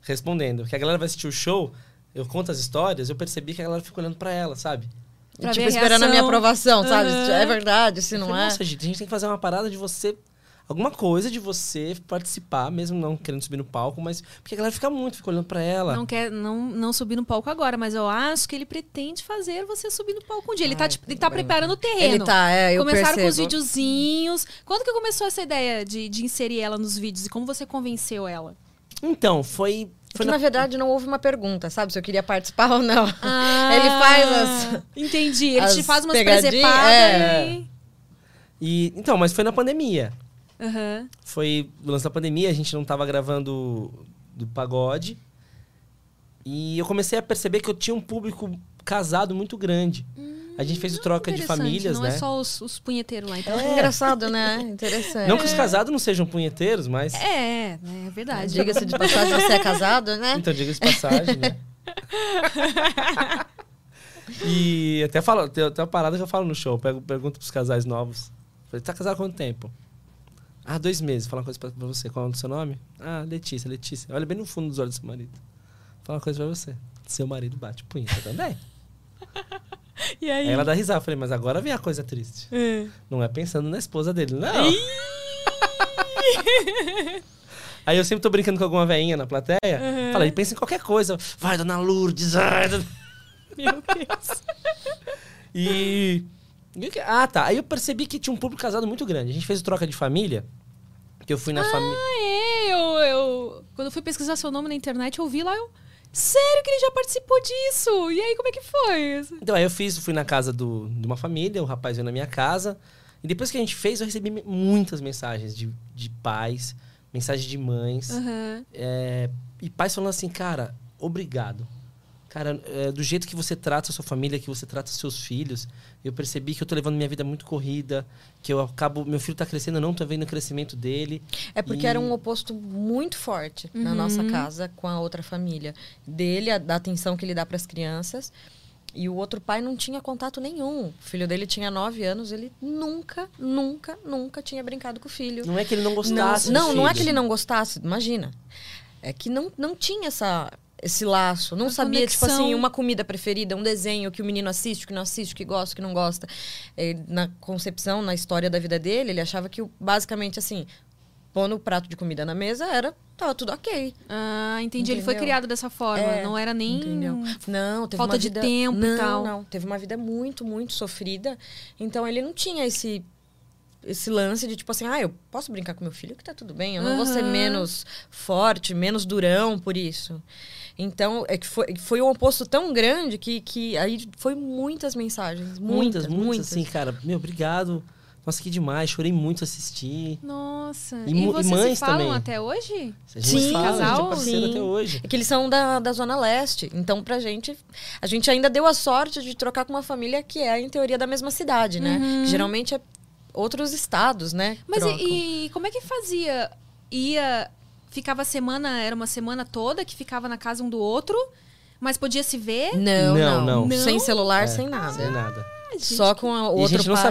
S2: respondendo. Porque a galera vai assistir o show, eu conto as histórias, eu percebi que a galera fica olhando pra ela, sabe?
S1: Pra
S3: tipo,
S1: ver a
S3: esperando a minha
S1: reação.
S3: aprovação, sabe?
S1: Aham.
S3: É verdade, se
S2: Eu
S3: não
S2: falei,
S3: é.
S2: Nossa, Gi, a gente tem que fazer uma parada de você alguma coisa de você participar, mesmo não querendo subir no palco, mas. Porque a galera fica muito, fica olhando pra ela.
S1: Não quer não, não subir no palco agora, mas eu acho que ele pretende fazer você subir no palco um dia. Ele tá, tipo, ele tá preparando o terreno.
S3: Ele tá, é, eu
S1: Começaram com os
S3: percebo.
S1: videozinhos. Quando que começou essa ideia de, de inserir ela nos vídeos e como você convenceu ela?
S2: Então, foi.
S3: Porque,
S2: foi
S3: na
S2: na...
S3: verdade, não houve uma pergunta, sabe? Se eu queria participar ou não.
S1: Ah,
S3: Ele faz as...
S1: Entendi. Ele te
S3: as
S1: faz umas
S3: pegadinhas,
S1: presepadas.
S3: é.
S1: e-
S2: E, então, mas foi na pandemia.
S1: Aham.
S2: Foi o lance da pandemia, a gente não tava gravando do pagode. E eu comecei a perceber que eu tinha um público casado muito grande. a gente fez o troca de
S1: Hum, Interessante,
S2: famílias,
S1: não
S2: né?
S1: é só os, os punheteiros lá, então.
S3: Engraçado, né? Interessante.
S2: Não que os casados não sejam punheteiros, mas.
S1: É, né, é verdade.
S3: Ah, Diga-se de passagem, você é casado, né?
S2: Então, diga-se de passagem, né? e até falo, tem até uma parada que eu falo no show. eu Pego, pergunto pros casais novos. Falei, tá casado há quanto tempo? Ah, dois meses. Fala uma coisa pra, pra você. Qual é o seu nome? Ah, Letícia, Letícia. Olha bem no fundo dos olhos do seu marido. Fala uma coisa pra você. Seu marido bate punheta também.
S1: E aí?
S2: Aí ela dá risada. Eu Falei, mas agora vem a coisa triste.
S1: É.
S2: Não é pensando na esposa dele, não. Aí eu sempre tô brincando com alguma veinha na plateia. Fala, ele pensa em qualquer coisa. Vai, dona Lourdes. ai, dona-
S1: Meu Deus.
S2: E. e o que- Ah, tá. Aí eu percebi que tinha um público casado muito grande. A gente fez o troca de família. Que eu fui na família.
S1: Ah, é, eu, eu- Quando eu fui pesquisar seu nome na internet, eu vi lá, eu... Sério que ele já participou disso? E aí, como é que foi?
S2: Então, aí eu fiz, fui na casa do, de uma família, o rapaz veio na minha casa. E depois que a gente fez, eu recebi me- muitas mensagens de, de pais, mensagens de mães.
S1: Aham.
S2: É, e pais falando assim, cara, obrigado. Cara, é, do jeito que você trata a sua família, que você trata os seus filhos, eu percebi que eu tô levando minha vida muito corrida, que eu acabo. Meu filho tá crescendo, eu não tô vendo o crescimento dele.
S3: É
S2: E-
S3: porque era um oposto muito forte na nossa casa com a outra família. Dele, a, da atenção que ele dá para as crianças. E o outro pai não tinha contato nenhum. O filho dele tinha nove anos, ele nunca, nunca, nunca tinha brincado com o filho.
S2: Não é que ele não gostasse. né?
S3: Não,
S2: do
S3: não é
S2: filho.
S3: que ele não gostasse, imagina. É que não, não tinha essa, esse laço. Não
S1: Uma
S3: sabia, tipo
S1: conexão.
S3: assim, uma comida preferida, um desenho que o menino assiste, que não assiste, que gosta, que não gosta. Ele, na concepção, na história da vida dele, ele achava que o- basicamente assim, pôr no prato de comida na mesa era. Tava tudo ok.
S1: Ah, entendi. Ele foi
S3: Entendeu?
S1: criado dessa forma.
S3: É,
S1: não era nem...
S3: Entendeu? Não, teve
S1: Hum. falta
S3: uma
S1: de
S3: vida...
S1: tempo e
S3: não,
S1: tal.
S3: Não, teve uma vida muito, muito sofrida. Então ele não tinha esse esse lance de tipo assim, ah, eu posso brincar com meu filho que tá tudo bem, eu não vou ser
S1: Aham.
S3: menos forte, menos durão por isso. Então, é que foi, foi um oposto tão grande que, que aí foi muitas mensagens,
S2: Muitas,
S3: muitas,
S2: muitas, assim, cara. Meu, obrigado. Nossa, que demais. Chorei muito assistir.
S1: Nossa.
S2: E
S1: E,
S2: mu- e
S1: vocês
S2: mães
S1: se falam
S2: também.
S1: até hoje?
S2: A gente
S3: Sim,
S2: fala, a gente
S1: casal,
S2: é parceiro
S3: sim.
S2: até hoje.
S3: É que eles são da, da Zona Leste. Então, pra gente, a gente ainda deu a sorte de trocar com uma família que é, em teoria, da mesma cidade, né? Que geralmente é outros estados, né? que
S1: Uhum. Mas
S3: trocam.
S1: e, e como é que fazia? Ia. Ficava a semana, era uma semana toda que ficava na casa um do outro, mas podia se ver?
S3: Não,
S2: Não,
S3: não,
S2: não.
S3: Sem celular,
S2: É,
S3: sem nada.
S2: Sem nada.
S3: Só com a
S2: E a
S3: outro
S2: gente não
S3: pai.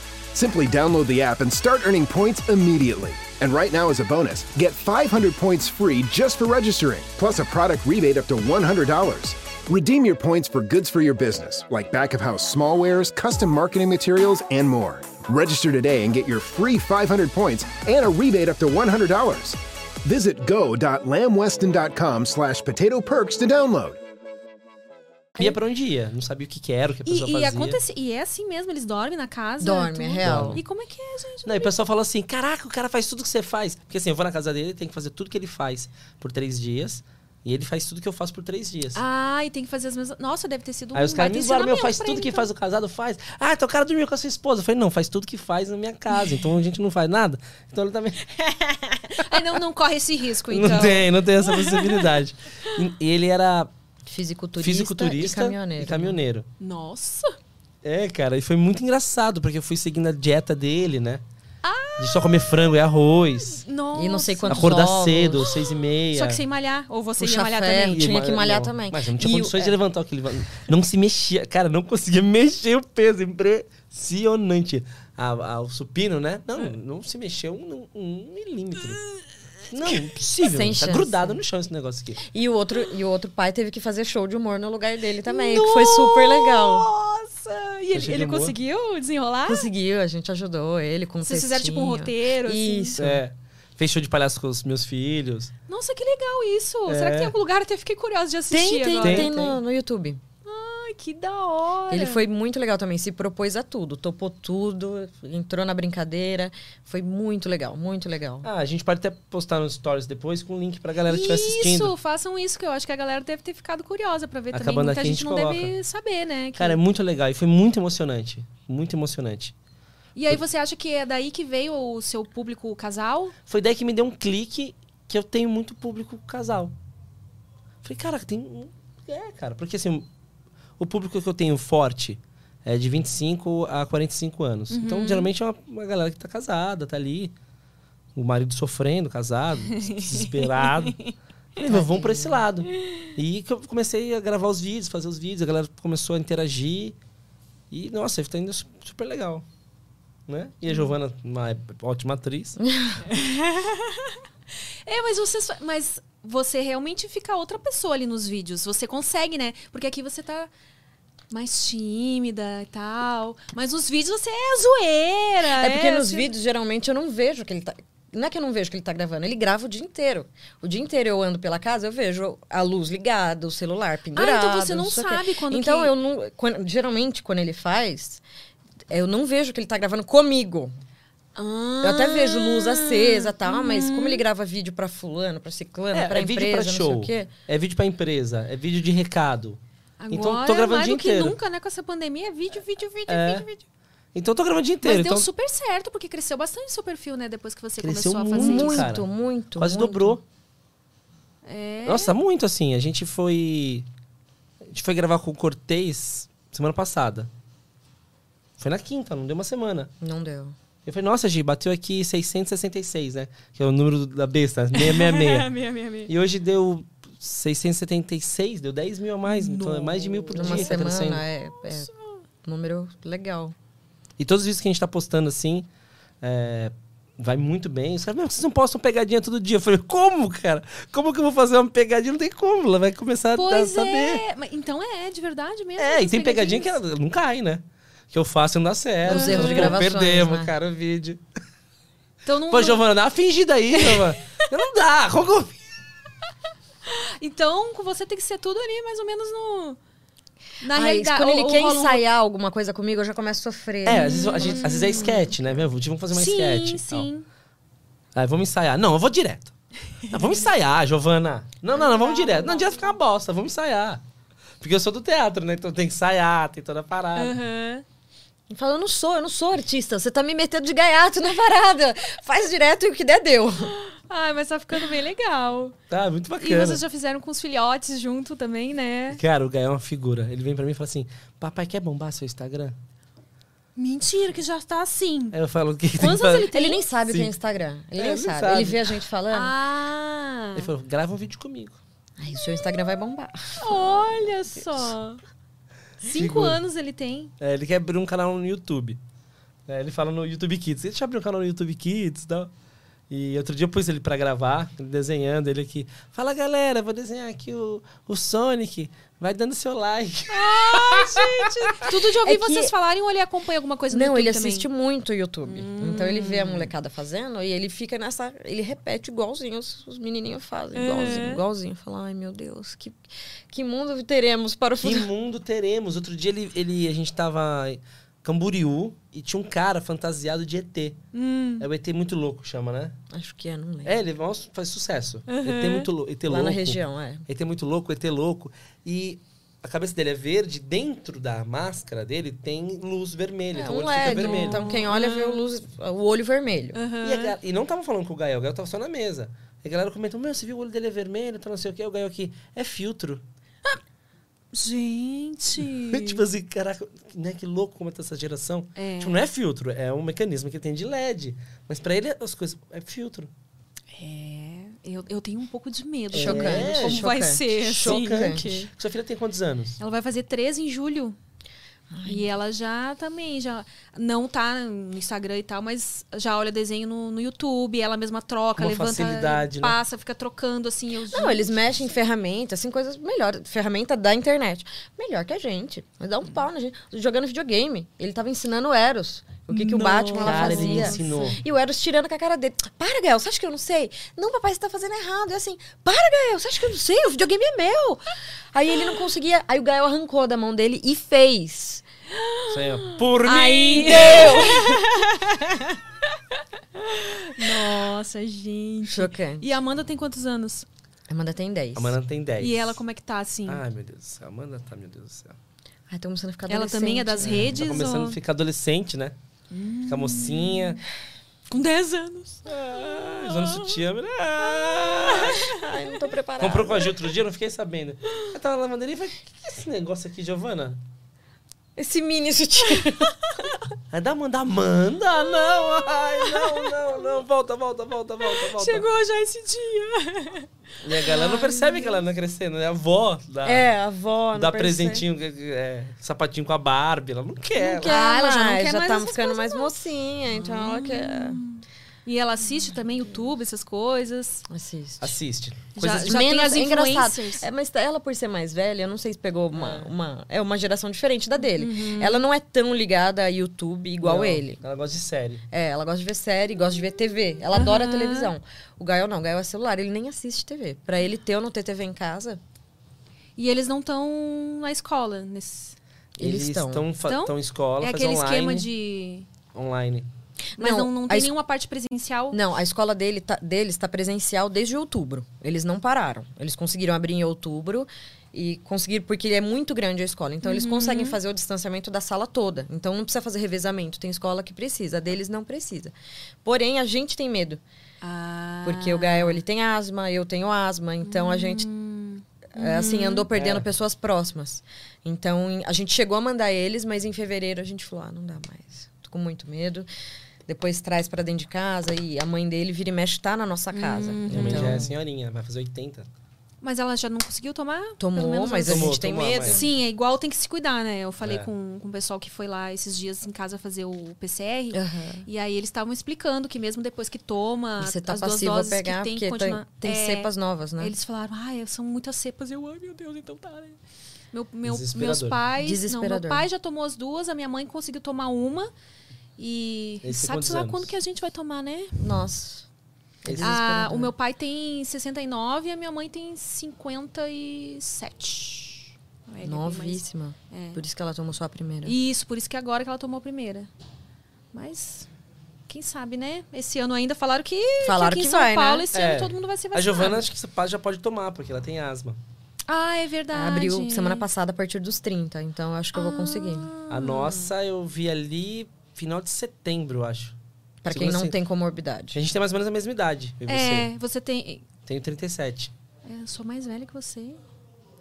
S4: Simply download the app and start earning points immediately. And right now, as a bonus, get 500 points free just for registering, plus a product rebate up to $100. Redeem your points for goods for your business, like back of house smallwares, custom marketing materials, and more. Register today and get your free 500 points and a rebate up to $100. Visit go.lamweston.com slash potato perks to download.
S2: Ia pra onde ia. Não sabia o que, que era, o que a pessoa
S1: E, e
S2: fazia.
S1: acontece, e é assim mesmo, eles dormem na casa?
S3: Dorme,
S1: tudo?
S3: é real.
S1: E como é que é, gente?
S2: Não, e o pessoal falou assim: caraca, o cara faz tudo que você faz. Porque assim, eu vou na casa dele, tem que fazer tudo que ele faz por três dias. E ele faz tudo que eu faço por três dias.
S1: Ah, e tem que fazer as mesmas. Nossa, deve ter sido um
S2: Aí os caras
S1: baita
S2: me zoaram, meu,
S1: ensinamento
S2: faz
S1: pra
S2: tudo
S1: ele,
S2: que
S1: então.
S2: faz o casado, faz. Ah, então o cara dormiu com a sua esposa. Eu falei, não, faz tudo que faz na minha casa. Então a gente não faz nada. Então ele também.
S1: Aí não, não corre esse risco, então.
S2: Não tem, não tem essa possibilidade. E ele era
S3: Fisiculturista,
S2: fisiculturista
S3: e caminhoneiro. né?
S2: E caminhoneiro.
S1: Nossa!
S2: É, cara, e foi muito engraçado, porque eu fui seguindo a dieta dele, né? Ah! A gente só comer frango e arroz.
S1: Nossa.
S3: E não sei quantos
S2: Acordar
S3: ovos.
S2: cedo, seis e meia.
S1: Só que sem malhar. Ou você
S3: Puxa
S1: ia malhar
S3: ferro.
S1: também.
S2: E
S3: tinha
S2: ma-
S3: que malhar
S2: não,
S3: também.
S2: Mas eu não tinha
S3: E o-
S2: condições
S3: é.
S2: de levantar aquele... Não se mexia. Cara, não conseguia mexer o peso. Impressionante. A, a- o supino, né?
S3: É.
S2: Não, não se mexeu um, um milímetro. Não, impossível.
S3: Sem
S2: tá
S3: chance.
S2: grudado no chão esse negócio aqui.
S3: E o outro, e o outro pai teve que fazer show de humor no lugar dele também, É, que foi super legal.
S1: Nossa! E ele,
S2: Achei
S1: ele
S2: de boa.
S1: conseguiu desenrolar?
S3: Conseguiu, a gente ajudou ele com um
S1: Vocês fizeram tipo um
S3: textinho.
S1: roteiro, assim?
S3: Isso.
S2: É. Fez show de palhaço com os meus filhos.
S1: Nossa, que legal isso! Será que
S2: É.
S1: tem algum lugar? Eu até fiquei curiosa de assistir
S3: Tem, tem,
S1: agora.
S3: tem,
S2: Tem,
S3: no,
S2: tem.
S3: no YouTube.
S1: Ai, que da hora!
S3: Ele foi muito legal também, se propôs a tudo, topou tudo, entrou na brincadeira. Foi muito legal, muito legal.
S2: Ah, a gente pode até postar nos stories depois com o link pra galera que estiver assistindo.
S1: Isso, façam isso, que eu acho que a galera deve ter ficado curiosa pra ver também.
S2: Acabando
S1: Muita
S2: aqui, a
S1: gente,
S2: gente
S1: não
S2: coloca.
S1: deve saber, né? que-
S2: Cara, é muito legal. E foi muito emocionante. Muito emocionante.
S1: E aí você acha que é daí que veio o seu público o casal?
S2: Foi daí que me deu um clique que eu tenho muito público casal. Falei, caraca, tem. um- É, cara, porque assim, o público que eu tenho forte é de 25 a 45 anos. Então, geralmente é uma, uma galera que tá casada, tá ali. O marido sofrendo, casado, desesperado. Falei, "Meu, vamos pra esse lado. E que eu comecei a gravar os vídeos, fazer os vídeos, a galera começou a interagir. E, nossa, tá indo su- super legal. Né? E a Giovana, uma é ótima atriz.
S1: É, mas você, só- mas você realmente fica outra pessoa ali nos vídeos. Você consegue, né? Porque aqui você tá mais tímida e tal. Mas nos vídeos você é zoeira.
S3: É porque nos
S1: assim-
S3: vídeos, geralmente, eu não vejo que ele tá. Não é que eu não vejo que ele tá gravando, ele grava o dia inteiro. O dia inteiro eu ando pela casa, eu vejo a luz ligada, o celular pendurado.
S1: Ah, você não
S3: sei o quê.
S1: sabe quando
S3: Então
S1: que-
S3: eu não. quando- geralmente, quando ele faz, eu não vejo que ele tá gravando comigo.
S1: Ah,
S3: Eu até vejo luz
S2: assim,
S3: acesa e tal, mas
S1: Uhum.
S3: como ele grava vídeo pra fulano, pra ciclano, pra
S2: É, vídeo pra
S3: empresa,
S2: show.
S3: não sei o quê.
S2: É vídeo pra empresa, é vídeo de recado.
S1: Agora, é
S2: então tô gravando o
S1: mais
S2: dia
S1: do que
S2: inteiro.
S1: nunca, né? Com essa pandemia, é vídeo, vídeo, vídeo,
S2: É.
S1: vídeo, vídeo.
S2: Então eu tô gravando o dia
S1: Mas
S2: inteiro.
S1: deu
S2: então
S1: super certo, porque cresceu bastante seu perfil, né? Depois que você
S2: Cresceu
S1: começou a fazer
S2: muito,
S3: muito,
S1: isso.
S2: cara.
S3: muito.
S2: quase
S3: muito.
S2: dobrou.
S1: É.
S2: Nossa, muito assim. A gente foi. A gente foi gravar com o Cortez semana passada. Foi na quinta, não deu uma semana.
S3: Não deu.
S2: Eu falei, nossa, Gi, bateu aqui 666, né? Que é o número do- da besta, 666.
S1: minha, minha, minha.
S2: e hoje deu 676, deu 10 mil a mais. Então é mais de mil por
S3: Numa
S2: dia. que tá crescendo.
S3: semana, é, é número legal.
S2: E todos os vídeos que a gente tá postando assim, é, vai muito bem. Os caras, meu, vocês não postam pegadinha todo dia. Eu falei, como, cara? Como que eu vou fazer uma pegadinha? Não tem como, ela vai começar a
S1: Pois
S2: saber.
S1: é. Mas, então é, de verdade mesmo.
S2: É, e
S1: essas
S2: tem pegadinha que ela
S1: pegadinhas.
S2: não cai, né? Que eu faço e não dá certo.
S3: Os erros de
S2: Pô,
S3: gravações,
S2: Perdemos,
S3: né?
S2: cara, o vídeo.
S1: Então, não,
S2: Pô,
S1: não-
S2: Giovana, dá uma fingida aí, Giovana. não dá, como que eu fingo?
S1: então, com você tem que ser tudo ali, mais ou menos no. Na
S3: Ai,
S1: realidade.
S3: Quando ele
S1: ou- ou
S3: quer
S1: rola um-
S3: ensaiar alguma coisa comigo, eu já começo a sofrer.
S2: É, às vezes, a gente- às vezes é esquete, né? Meu, vamos fazer uma
S1: Sim,
S2: esquete. tal.
S1: sim.
S2: Aí vamos ensaiar. Não, eu vou direto. Não, vamos ensaiar, Giovana. Não, não, não, vamos direto. Não adianta ficar uma bosta, vamos ensaiar. Porque eu sou do teatro, né? Então tem que ensaiar, tem toda a
S1: então.
S2: parada.
S1: Aham.
S3: Ele fala, eu não sou, eu não sou artista. Você tá me metendo de gaiato na parada. Faz direto e o que der, deu.
S1: Ai, mas tá ficando bem legal.
S2: Tá, muito
S1: E
S2: bacana.
S1: vocês já fizeram com os filhotes junto também, né?
S2: Cara, o Gael é uma figura. Ele vem pra mim e fala assim: Papai, quer bombar seu Instagram?
S1: Mentira, que já tá assim.
S2: Aí eu falo: O que, que tem que
S1: Quantos anos
S2: fazer?
S1: ele tem?
S3: Ele nem sabe o que é
S2: Sim.
S3: Instagram. Ele
S2: É,
S3: nem
S2: ele
S3: sabe.
S2: sabe.
S3: Ele vê a gente falando.
S1: Ah!
S2: Ele falou: Grava um vídeo comigo.
S3: Ai, o seu Instagram vai bombar.
S1: Olha só! Cinco
S2: Figura.
S1: anos ele tem.
S2: É, ele quer abrir um canal no YouTube. É, ele fala no YouTube Kids. Deixa eu abrir um canal no YouTube Kids e tal. E outro dia eu pus ele pra gravar, ele desenhando, ele aqui. Fala galera, vou desenhar aqui o, o Sonic. Vai dando seu like.
S1: Tudo de ouvir
S3: É que-
S1: vocês falarem ou ele acompanha alguma coisa no
S3: Não,
S1: YouTube
S3: ele
S1: também?
S3: assiste muito o YouTube.
S2: Hum.
S3: Então ele vê a molecada fazendo e ele fica nessa. Ele repete igualzinho os, os menininhos fazem.
S2: É.
S3: Igualzinho, igualzinho. Fala, ai meu Deus, que, que mundo teremos para o
S2: Que
S3: futuro?
S2: mundo teremos? Outro dia ele, ele- a gente tava em Camboriú e tinha um cara fantasiado de ET.
S3: Hum.
S2: É o ET muito louco, chama, né?
S3: Acho que é, não lembro.
S2: É, ele faz faz sucesso. ET muito lou- ET
S3: Lá
S2: louco.
S3: na região, é.
S2: ET muito louco, ET louco. E a cabeça dele é verde, dentro da máscara dele tem luz vermelha.
S3: É
S2: então
S3: um
S2: ele
S3: LED,
S2: fica vermelho.
S3: Então né? quem olha vê o, luz- o olho vermelho.
S2: E, a gal- e não tava falando com o Gael, o Gael tava só na mesa. tá, E a galera comentou, meu, você viu o olho dele é vermelho, então não sei o quê. O Gael aqui, é filtro.
S1: Gente.
S2: tipo assim, caraca, né, que louco como é essa geração.
S1: É.
S2: Tipo, não é filtro, é um mecanismo que tem de LED. Mas pra ele as coisas é filtro.
S1: É, eu, eu tenho um pouco de medo.
S3: Chocante,
S1: né? Como
S3: É, chocante,
S1: vai ser? assim,
S3: É, chocante.
S1: que-
S2: Sua filha tem quantos anos?
S1: Ela vai fazer 13 em julho. E ela já também, já não tá no Instagram e tal, mas já olha desenho no, no YouTube, ela mesma troca,
S2: Uma
S1: levanta,
S2: facilidade, né?
S1: passa, fica trocando assim. Eu,
S3: Não, eles mexem em ferramenta, assim, coisas melhores. Ferramenta da internet. Melhor que a gente. Mas dá um pau na gente. Jogando videogame. Ele tava ensinando o Eros. O que, que o Batman lá
S2: Cara, ele
S3: fazia.
S2: ensinou.
S3: E o Eros tirando com a cara dele. Para, Gael, você acha que eu não sei? Não, papai, você tá fazendo errado. E assim, para, Gael, você acha que eu não sei? O videogame é meu. Aí ele não conseguia. Aí o Gael arrancou da mão dele e fez.
S2: Isso aí, ó. Por
S1: Aí
S2: mim!
S1: Nossa, gente.
S3: Chocante.
S1: E a Amanda tem quantos anos?
S3: A Amanda tem 10.
S2: A Amanda tem 10.
S1: E ela como é que tá assim?
S2: Ai, meu Deus do céu. Amanda tá, meu Deus do céu.
S3: Ai, tô começando a ficar
S1: ela também é das
S3: adolescente, né?
S1: redes?
S2: Tá começando
S1: ou-
S2: a ficar adolescente, né? Fica mocinha.
S1: Com 10 anos.
S2: Ah, usando sutiã. Ah.
S3: Ai, não tô preparada.
S2: Comprou com a Gil outro dia, eu não fiquei sabendo. Eu tava na lavanderia e falei, o que é esse negócio aqui, Giovana?
S3: Esse mini sutiã.
S2: Aí dá Amanda, Amanda, não, ai, não, não, não, volta, volta, volta, volta, volta.
S1: Chegou já esse dia.
S2: E a galera não percebe que ela não é crescendo, né? A avó dá,
S3: É, a avó. não
S2: dá
S3: percebe.
S2: presentinho, é, sapatinho com a Barbie, ela não quer.
S3: Quer
S1: Ah, ela
S3: mais,
S1: já não
S3: já,
S1: quer mais
S3: tá
S1: essas
S3: ficando
S1: coisas, Hum.
S3: mais mocinha, então ela quer.
S1: E ela assiste também YouTube, essas coisas.
S3: Assiste.
S2: Assiste.
S1: Já-
S2: Coisas
S1: já tem as
S3: é engraçado.
S1: influencers.
S3: É, mas ela, por ser mais velha, eu não sei se pegou uma. uma é uma geração diferente da dele.
S1: Uhum.
S3: Ela não é tão ligada a YouTube igual
S2: Não,
S3: ele.
S2: Ela gosta de série.
S3: É, ela gosta de ver série, gosta de ver TV. Ela adora televisão. O Gael não, o Gael é celular, ele nem assiste TV. Pra ele ter ou não ter TV em casa,
S1: E eles não estão na escola. Nesse...
S3: eles, estão.
S2: fa-
S1: Estão?
S2: estão em escola,
S1: é
S2: fazem
S1: aquele
S2: online.
S1: esquema de.
S2: Online.
S1: Mas não,
S3: Não,
S1: não
S3: a
S1: tem
S3: es-
S1: nenhuma parte presencial.
S3: Não, a escola dele tá, deles está presencial desde outubro. Eles não pararam. Eles conseguiram abrir em outubro e conseguir porque é muito grande a escola. Então eles conseguem fazer o distanciamento da sala toda. Então não precisa fazer revezamento. Tem escola que precisa, a deles não precisa. Porém a gente tem medo
S1: Ah.
S3: porque o Gael ele tem asma, eu tenho asma. Então a gente
S1: Hum.
S3: é, assim
S2: Hum.
S3: andou perdendo pessoas próximas. Então em- a gente chegou a mandar eles, mas em fevereiro a gente falou ah, não dá mais. Tô com muito medo. Depois traz pra dentro de casa e a mãe dele vira e mexe tá na nossa casa.
S1: Hum,
S2: Minha mãe
S3: Então,
S2: já é senhorinha, vai fazer 80.
S1: Mas ela já não conseguiu tomar?
S3: Tomou,
S1: Pelo menos
S3: mas
S1: a
S3: a
S1: vacina?
S2: Tomou,
S3: gente tem
S2: tomou,
S3: medo.
S2: mas-
S1: Sim, é igual tem que se cuidar, né? Eu falei
S2: É.
S1: com, com o pessoal que foi lá esses dias em casa fazer o PCR.
S3: Aham.
S1: E aí eles estavam explicando que mesmo depois que toma,
S3: Você tá
S1: as duas
S3: passivo a
S1: doses
S3: pegar
S1: que tem que
S3: porque tem,
S1: continuar.
S3: tem
S1: É,
S3: cepas novas, né?
S1: Eles falaram, ai, são muitas cepas. Eu, ai, meu Deus, então tá, né? Meu, meu-
S2: Desesperador.
S1: meus pais. Não, meu
S3: Desesperador.
S1: pai já tomou as duas, a minha mãe conseguiu tomar uma. E
S2: Eles têm
S1: sabe
S2: é quantos
S1: sei lá
S2: anos?
S1: quando que a gente vai tomar, né?
S3: Nossa. É
S1: Ah,
S3: desesperador.
S1: o meu pai tem 69 e a minha mãe tem 57. Ela é bem mais-
S3: novíssima.
S1: É.
S3: Por isso que ela tomou só a primeira.
S1: Isso, por isso que agora que ela tomou a primeira. Mas, quem sabe, né? Esse ano ainda falaram que,
S3: Falaram
S1: que aqui
S3: que
S1: em São
S3: vai, né?
S1: Paulo esse
S2: É.
S1: ano todo mundo vai ser
S2: A
S1: vacinado.
S2: Giovana, acho que você pode- já pode tomar, porque ela tem asma.
S1: Ah, é verdade.
S3: Abriu semana passada a partir dos 30, então eu acho que eu vou conseguir.
S2: A
S1: Ah.
S2: nossa eu vi ali final de setembro, eu acho.
S3: Pra
S2: Segunda
S3: quem não
S2: se-
S3: tem
S2: A
S3: comorbidade.
S2: gente tem mais ou menos a mesma idade, eu e você.
S1: É, você tem...
S2: Tenho 37.
S1: é, Eu sou mais velha que você.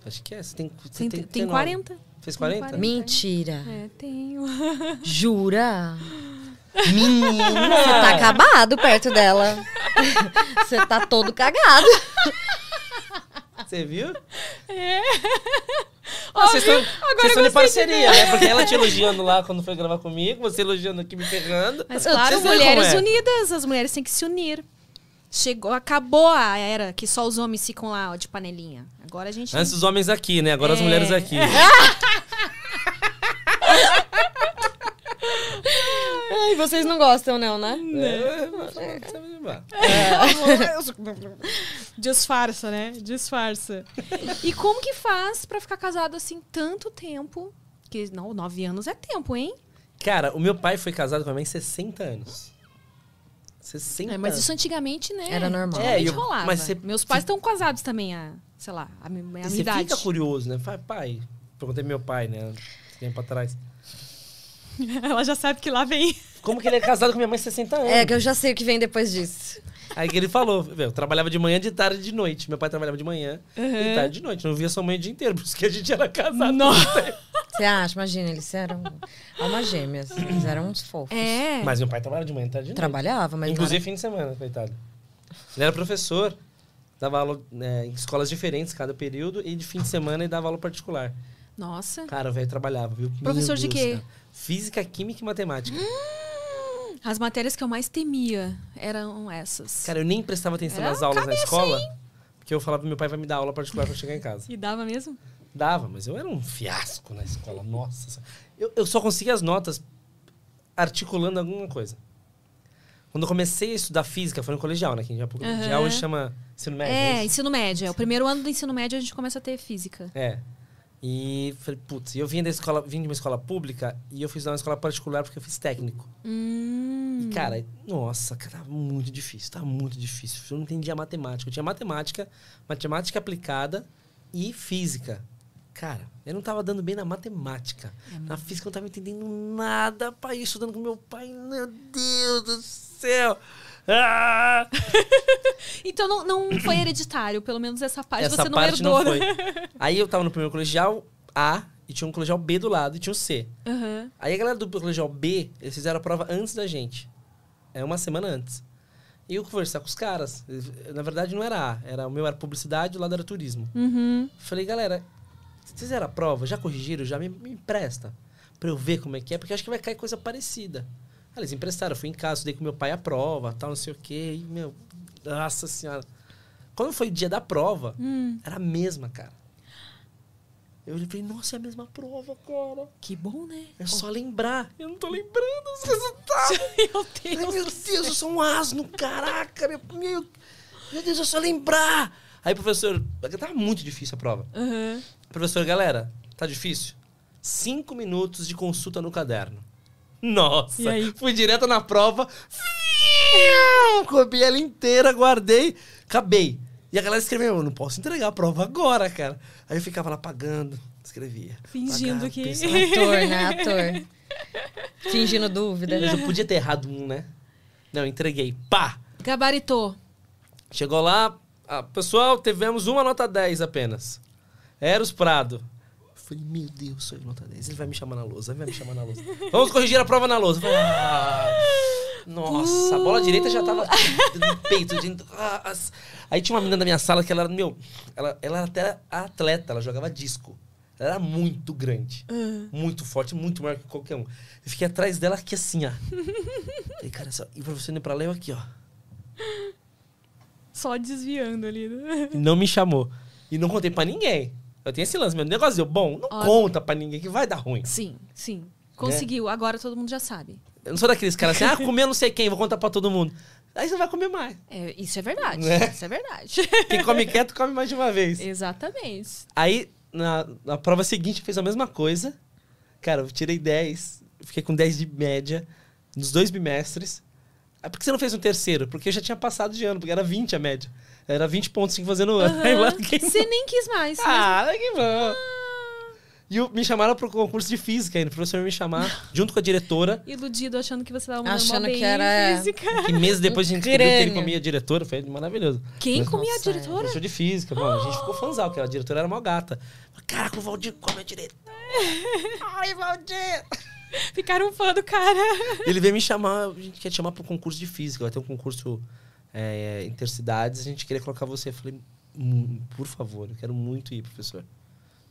S2: Acho que é. Você tem, você
S1: Tem,
S2: tem,
S1: tem, 40.
S2: Fez
S1: Tem
S2: 40?
S1: 40.
S3: Mentira!
S1: É, tenho.
S3: Jura? Menina! Você tá acabado perto dela. Você tá todo cagado.
S2: Você viu?
S1: É.
S2: Ah,
S1: Ó,
S2: vocês
S1: viu?
S2: estão
S1: Agora
S2: vocês
S1: eu
S2: estão de
S1: gostei de
S2: parceria, né? Porque ela te elogiando lá quando foi gravar comigo, você elogiando aqui, me pegando.
S1: Mas
S2: Vocês
S1: claro,
S2: viram como
S1: mulheres
S2: é.
S1: unidas, as mulheres têm que se unir. Chegou, acabou a era que só os homens ficam lá, ó, de panelinha. Agora a gente.
S2: Antes os homens aqui, né? Agora as
S1: É.
S2: mulheres aqui.
S3: E vocês não gostam, não, né?
S1: É.
S2: É.
S1: Disfarça, né? Disfarça. e como que faz pra ficar casado assim tanto tempo? Que não, nove anos é tempo, hein?
S2: Cara, o meu pai foi casado com a minha mãe em 60 anos. 60
S1: É, mas
S2: anos.
S1: isso antigamente, né?
S3: Era normal.
S1: É,
S2: É, e eu-
S1: rolava.
S2: mas cê-
S1: Meus pais estão casados também, a, sei lá, a, mi- é a minha
S2: E você
S1: idade.
S2: fica curioso, né? Fala, pai, perguntei pro meu pai, né? Tempo atrás.
S1: Ela já sabe que lá vem.
S2: Como que ele é casado com minha mãe há 60 anos?
S3: É que eu já sei o que vem depois disso.
S2: Aí que ele falou, "Meu, eu trabalhava de manhã, de tarde e de noite. Meu pai trabalhava de manhã, de tarde e de noite. Não via sua mãe o dia inteiro, por isso que a gente era casado.
S3: Você acha? Imagina, eles eram almas gêmeas. Eles eram uns fofos.
S1: É.
S2: Mas meu pai trabalhava de manhã, de tarde e de noite.
S3: Trabalhava, mas... não
S2: Inclusive
S3: era-
S2: fim de semana, coitado. Ele era professor, dava aula né, em escolas diferentes cada período e de fim de semana ele dava aula particular.
S1: Nossa.
S2: Cara, o velho trabalhava, viu? Meu
S1: Professor de
S2: Deus,
S1: quê?
S2: cara. Física, química e matemática.
S1: As matérias que eu mais temia eram essas.
S2: Hum. Cara, eu nem prestava atenção
S1: Era
S2: nas aulas na
S1: É? cabeça,
S2: escola, porque eu falava pro meu pai vai me dar aula particular pra eu chegar em casa.
S1: E dava mesmo?
S2: Dava, mas eu era um fiasco na escola. Nossa. Eu, eu só conseguia as notas articulando alguma coisa. Quando eu comecei a estudar física, foi no colegial, né? Que já, já hoje chama ensino médio.
S1: É,
S2: isso?
S1: ensino médio. É o primeiro ano do ensino médio a gente começa a ter física.
S2: É. E falei, putz, eu vim da escola, vim de uma escola pública e eu fiz uma escola particular porque eu fiz técnico. E, cara, nossa, cara, tava muito difícil, tava muito difícil. Eu não entendia matemática. Eu tinha matemática, matemática aplicada e física. Cara, eu não tava dando bem na matemática. na física eu não tava entendendo nada. Pai, eu estudando com meu pai, meu Deus do céu. Ah!
S1: Então não, não foi hereditário, pelo menos essa parte
S2: Essa
S1: você não
S2: parte
S1: herdou,
S2: não foi.
S1: né?
S2: Aí eu tava no primeiro colegial A e tinha um colegial B do lado e tinha o C.
S1: Aham.
S2: Aí a galera do colegial B, eles fizeram a prova antes da gente. É uma semana antes. E eu conversar com os caras. eles- Na verdade, não era A. Era, o meu era publicidade, o lado era turismo.
S1: Uhum.
S2: Falei, galera, vocês fizeram a prova? Já corrigiram? Já me, me empresta. Pra eu ver como é que é, porque eu acho que vai cair coisa parecida. Aí eles emprestaram. Eu fui em casa, estudei com meu pai a prova, tal, não sei o quê. E, meu, nossa senhora. Quando foi o dia da prova, era a mesma, cara. Eu olhei e falei, nossa, é a mesma prova, cara.
S1: Que bom, né?
S2: É só lembrar. Eu não tô lembrando os resultados.
S1: Meu
S2: Ai,
S1: Deus.
S2: meu Deus, eu sou um asno, caraca. Meu, meu, meu Deus, é só lembrar. Aí, professor, é tava muito difícil a prova.
S1: Aham.
S2: Professor, galera, tá difícil? Cinco minutos de consulta no caderno. Nossa,
S1: E aí?
S2: fui direto na prova. Copiei ela inteira, guardei, acabei. E a galera escreveu, eu não posso entregar a prova agora, cara. Aí eu ficava lá pagando, escrevia.
S1: Fingindo
S2: pagava,
S1: que-
S2: pensava,
S3: Ator, né? Ator. Fingindo dúvida. né?
S2: Mas eu podia ter errado um, né? Não, entreguei. Pá!
S1: Gabaritou.
S2: Chegou lá, ah, pessoal, tivemos uma nota 10 apenas. Eros Prado. Eu Falei, meu Deus, sou eu nota 10. Ele vai me chamar na lousa, ele vai me chamar na lousa. Vamos corrigir a prova na lousa. Eu Falei, ah, nossa, a bola direita já tava no peito. de- ah, as- Aí tinha uma menina da minha sala que ela era, meu, ela, ela era até atleta, ela jogava disco. Ela era muito grande, muito forte, muito maior que qualquer um. Eu fiquei atrás dela aqui assim, ó. Falei, cara, só, e o professor indo pra lá, eu aqui, ó.
S1: Só desviando ali. né?
S2: E não me chamou. E não contei pra ninguém. Eu tenho esse lance, meu negócio bom, não
S1: Olha.
S2: conta pra ninguém que vai dar ruim.
S1: Sim, sim.
S2: É.
S1: Conseguiu. Agora todo mundo já sabe.
S2: Eu não sou daqueles caras assim, ah, comer não sei quem, vou contar pra todo mundo. Aí você vai comer mais.
S1: É, isso é verdade.
S2: Né?
S1: Isso é verdade.
S2: Quem come quieto, come mais de uma vez.
S1: Exatamente.
S2: Aí, na, na prova seguinte, fez a mesma coisa. Cara, eu tirei 10, fiquei com 10 de média nos dois bimestres. Ah, por que você não fez um terceiro? Porque eu já tinha passado de ano, porque era 20 a média. Era 20 pontos que fazendo ano. Aí lá, quem
S1: Você nem quis mais.
S2: Ah, que bom. E o- me chamaram pro concurso de física ainda. O professor ia me chamar, junto com a diretora.
S1: mas Iludido achando que você tava mandando
S3: Achando
S1: mó bem
S3: que era-
S2: é.
S1: em física.
S2: Que meses depois a gente descobriu que ele
S3: Crânio.
S2: comia a diretora. Foi maravilhoso.
S1: Quem
S2: Mas- é,
S1: comia
S3: Nossa,
S1: a diretora?
S2: Professor de física, mano. A gente ficou fanzal, porque a diretora era mó gata. Caraca, o Valdir come a diretora. Ai, Valdir!
S1: Ficaram um fã do cara.
S2: Ele veio me chamar, a gente quer te chamar pro concurso de física. Vai ter um concurso é, intercidades, a gente queria colocar você. Eu falei, "Mu- por favor, eu quero muito ir, professor.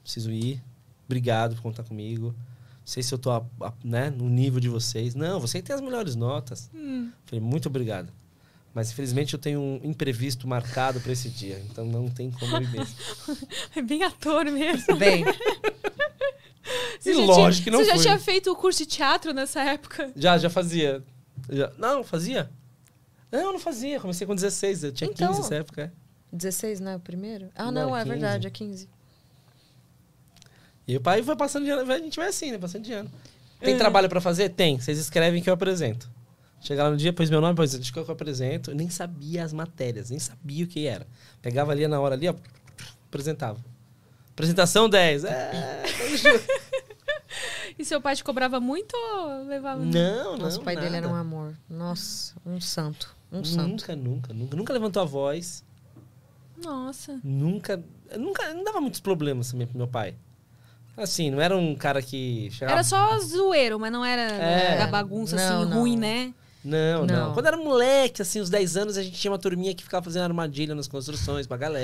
S2: Preciso ir. Obrigado por contar comigo. Não sei se eu tô a- a- né, no nível de vocês. Não, você que tem as melhores notas. Falei, muito obrigado. Mas infelizmente eu tenho um imprevisto marcado para esse dia, então não tem como eu ir mesmo.
S1: É bem ator mesmo.
S3: Bem,
S2: E
S1: já
S2: lógico
S1: tinha-
S2: que não
S1: Você já
S2: foi.
S1: tinha feito o curso de teatro nessa época?
S2: Já, já fazia. Já- Não, fazia? Não, não fazia. Comecei com 16, eu tinha
S3: Então.
S2: 15 nessa época. é.
S3: 16, não é o primeiro? Ah,
S2: Não,
S3: não,
S2: é
S3: é
S2: 15.
S3: verdade, é 15.
S2: E o pai foi passando de ano. A gente vai assim, né? Passando de ano. Tem
S3: É.
S2: trabalho pra fazer? Tem. Vocês escrevem que eu apresento. Chega lá no dia, pôs meu nome, pôs que eu apresento. Eu nem sabia as matérias, nem sabia o que era. Pegava ali na hora ali, ó, apresentava. Apresentação 10. É, tamo junto.
S1: E seu pai te cobrava muito ou levava?
S2: não, não.
S3: Nossa, o pai dele
S2: nada.
S3: era um amor. Nossa, um santo. Um santo.
S2: Nunca, nunca, nunca. Nunca levantou a voz.
S1: Nossa.
S2: Nunca. Nunca. Não dava muitos problemas também pro meu pai. Assim, não era um cara que chegava.
S1: Era só zoeiro, mas não era
S2: É.
S1: da bagunça
S3: Não,
S1: assim,
S3: não.
S1: ruim, né?
S2: Não, não,
S3: Não.
S2: Quando era moleque, assim, uns 10 anos, a gente tinha uma turminha que ficava fazendo armadilha nas construções pra galera.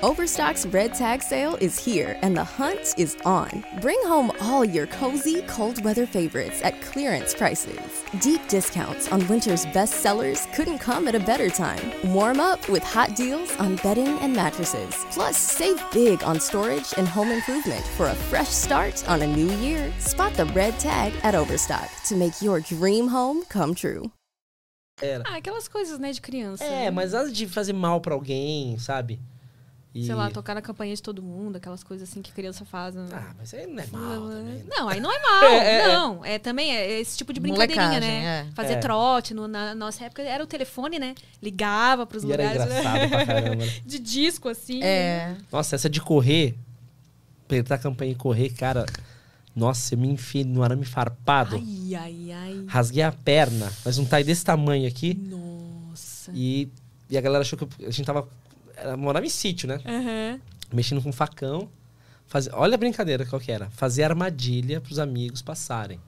S5: Overstock's red tag sale is here and the hunt is on. Bring home all your cozy cold weather favorites at clearance prices. Deep discounts on winter's best sellers couldn't come at a better time. Warm up with hot deals on bedding and mattresses. Plus, save big on storage and home improvement for a fresh start on a new year. Spot the red tag at Overstock to make your dream home come true.
S1: Ah, aquelas coisas, né, de criança.
S2: É, mas nada de fazer mal pra alguém, sabe? E-
S1: Sei lá, tocar na campainha de todo mundo, aquelas coisas assim que criança faz. né?
S2: Ah, mas aí não é mal também. né?
S1: Não, aí não é mal.
S2: É, é,
S1: não, é também é esse tipo de brincadeirinha,
S3: Molecagem,
S1: né?
S3: é.
S1: Fazer
S2: É.
S1: trote. no- na nossa época era o telefone, né? Ligava pros
S2: E era
S1: lugares. né?
S2: engraçado pra caramba, né?
S1: De disco, assim.
S3: É.
S2: Nossa, essa de correr, apertar a campanha e correr, cara. Nossa, eu me enfiei no arame farpado.
S1: Ai, ai, ai.
S2: Rasguei a perna, mas um tie desse tamanho aqui.
S1: Nossa.
S2: E, e a galera achou que eu- a gente tava. Era, morava em sítio, né?
S1: Aham.
S2: Mexendo com facão. Faz, olha a brincadeira qual que era. Fazer armadilha pros amigos passarem.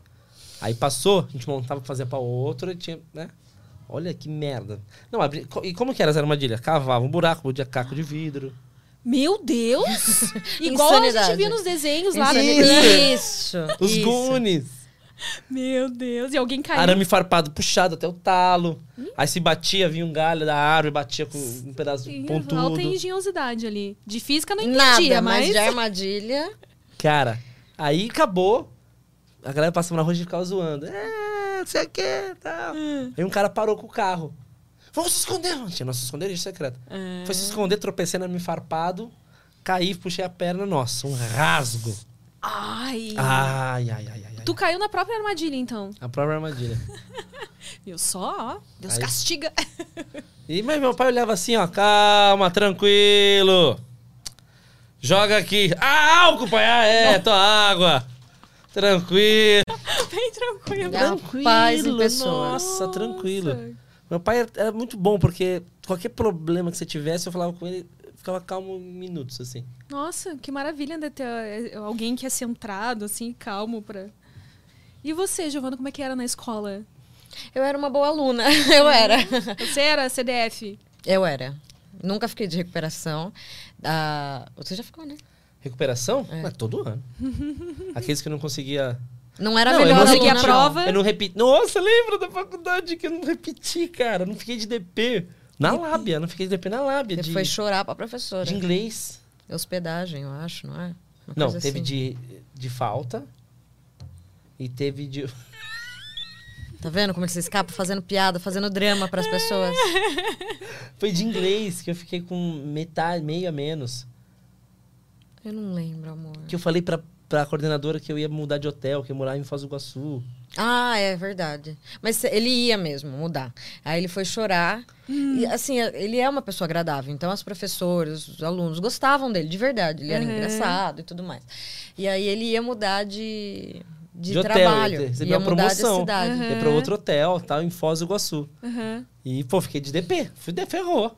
S2: Aí passou, a gente montava pra fazer pra outro e tinha, né? Olha que merda. Não, a brin- co- e como que era as armadilhas? Cavava um buraco, podia caco de vidro.
S1: Meu Deus! Igual a gente
S3: Insanidade.
S1: via nos desenhos lá. né?
S3: Isso.
S2: Os
S3: isso.
S2: gunes.
S1: Meu Deus, e alguém caiu.
S2: Arame farpado puxado até o talo. Aí se batia, vinha um galho da árvore, batia com um pedaço
S1: Sim,
S2: pontudo.
S1: Alta engenhosidade ali. De física eu não entendia,
S3: Nada, mas
S1: mas...
S3: de armadilha.
S2: Cara, aí acabou. A galera passava na rua e a gente ficava zoando. É, não sei o que tal. Aí um cara parou com o carro. Vamos se esconder! mano. Tinha nosso esconderijo secreto. Foi se esconder, tropecei no me farpado. Caí, puxei a perna. Nossa, um rasgo.
S1: Ai.
S2: Ah. Ai, ai, ai, ai. ai.
S1: Tu caiu na própria armadilha, então.
S2: A própria armadilha.
S1: Eu só, ó. Deus
S2: Aí-
S1: castiga.
S2: E mas meu pai olhava assim, ó, calma, tranquilo. Joga aqui. Ah, álcool, pai. Ah, é, tua água. Tranquilo.
S1: Bem tranquilo.
S3: Dá
S2: Tranquilo,
S3: paz em pessoa.
S2: Nossa, tranquilo.
S1: Nossa.
S2: Meu pai era- era muito bom, porque qualquer problema que você tivesse, eu falava com ele, eu ficava calmo em minutos, assim.
S1: Nossa, que maravilha ainda ter eh, alguém que é centrado, assim, calmo pra... E você, Giovana, como é que era na escola?
S3: Eu era uma boa aluna. Eu era.
S1: Você era CDF?
S3: Eu era. Nunca fiquei de recuperação. Ah, você já ficou, né?
S2: Recuperação?
S3: É.
S2: Mas todo ano. Aqueles que eu não conseguia.
S3: Não era
S2: não,
S3: melhor
S2: eu não
S1: consegui
S3: aluna,
S1: a
S3: não.
S1: prova.
S2: Eu não repeti. Nossa, lembra da faculdade que eu não repeti, cara. Eu não fiquei de DP. Na lábia, eu não fiquei de DP na lábia.
S3: Você
S2: De,
S3: foi chorar pra professora.
S2: de inglês.
S3: Hospedagem, eu acho, não é? Uma
S2: Não,
S3: coisa
S2: teve
S3: assim.
S2: de, de falta. E teve de.
S3: Tá vendo como ele se escapa fazendo piada, fazendo drama pras
S2: É.
S3: pessoas?
S2: Foi de inglês que eu fiquei com metade, meio a menos.
S3: Eu não lembro, amor.
S2: Que eu falei pra, pra coordenadora que eu ia mudar de hotel, que eu morava em Foz do Iguaçu.
S3: Ah, é verdade. Mas cê- ele ia mesmo mudar. Aí ele foi chorar.
S2: Hum.
S3: E, assim, a- ele é uma pessoa agradável. Então, as professoras, os alunos gostavam dele, de verdade. Ele era engraçado e tudo mais. E aí ele ia mudar de, de,
S2: hotel,
S3: trabalho.
S2: ia receber
S3: ia
S2: uma
S3: mudar de
S2: promoção.
S3: cidade.
S2: Ia pra outro hotel, tal, em Foz do Iguaçu. E, pô, fiquei de DP. Fui de ferrou.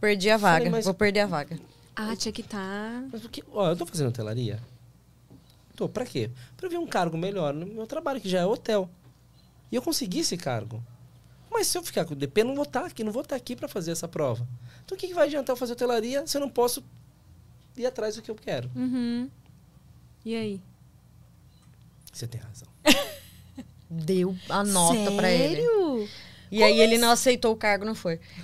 S3: Perdi a vaga.
S2: Falei, mas-
S3: Vou perder a vaga.
S1: Ah, tinha que tá...
S2: Mas o que... Ó, eu tô fazendo hotelaria. Tô, pra quê? Pra ver um cargo melhor no meu trabalho, que já é hotel. E eu consegui esse cargo. Mas se eu ficar com o DP, eu não vou estar aqui, não vou estar aqui pra fazer essa prova. Então o que, que vai adiantar eu fazer hotelaria se eu não posso ir atrás do que eu quero?
S1: Uhum. E aí?
S2: Você tem razão.
S3: Deu a nota pra ele.
S1: Sério?
S3: E aí ele não aceitou o cargo, não foi.
S2: Tá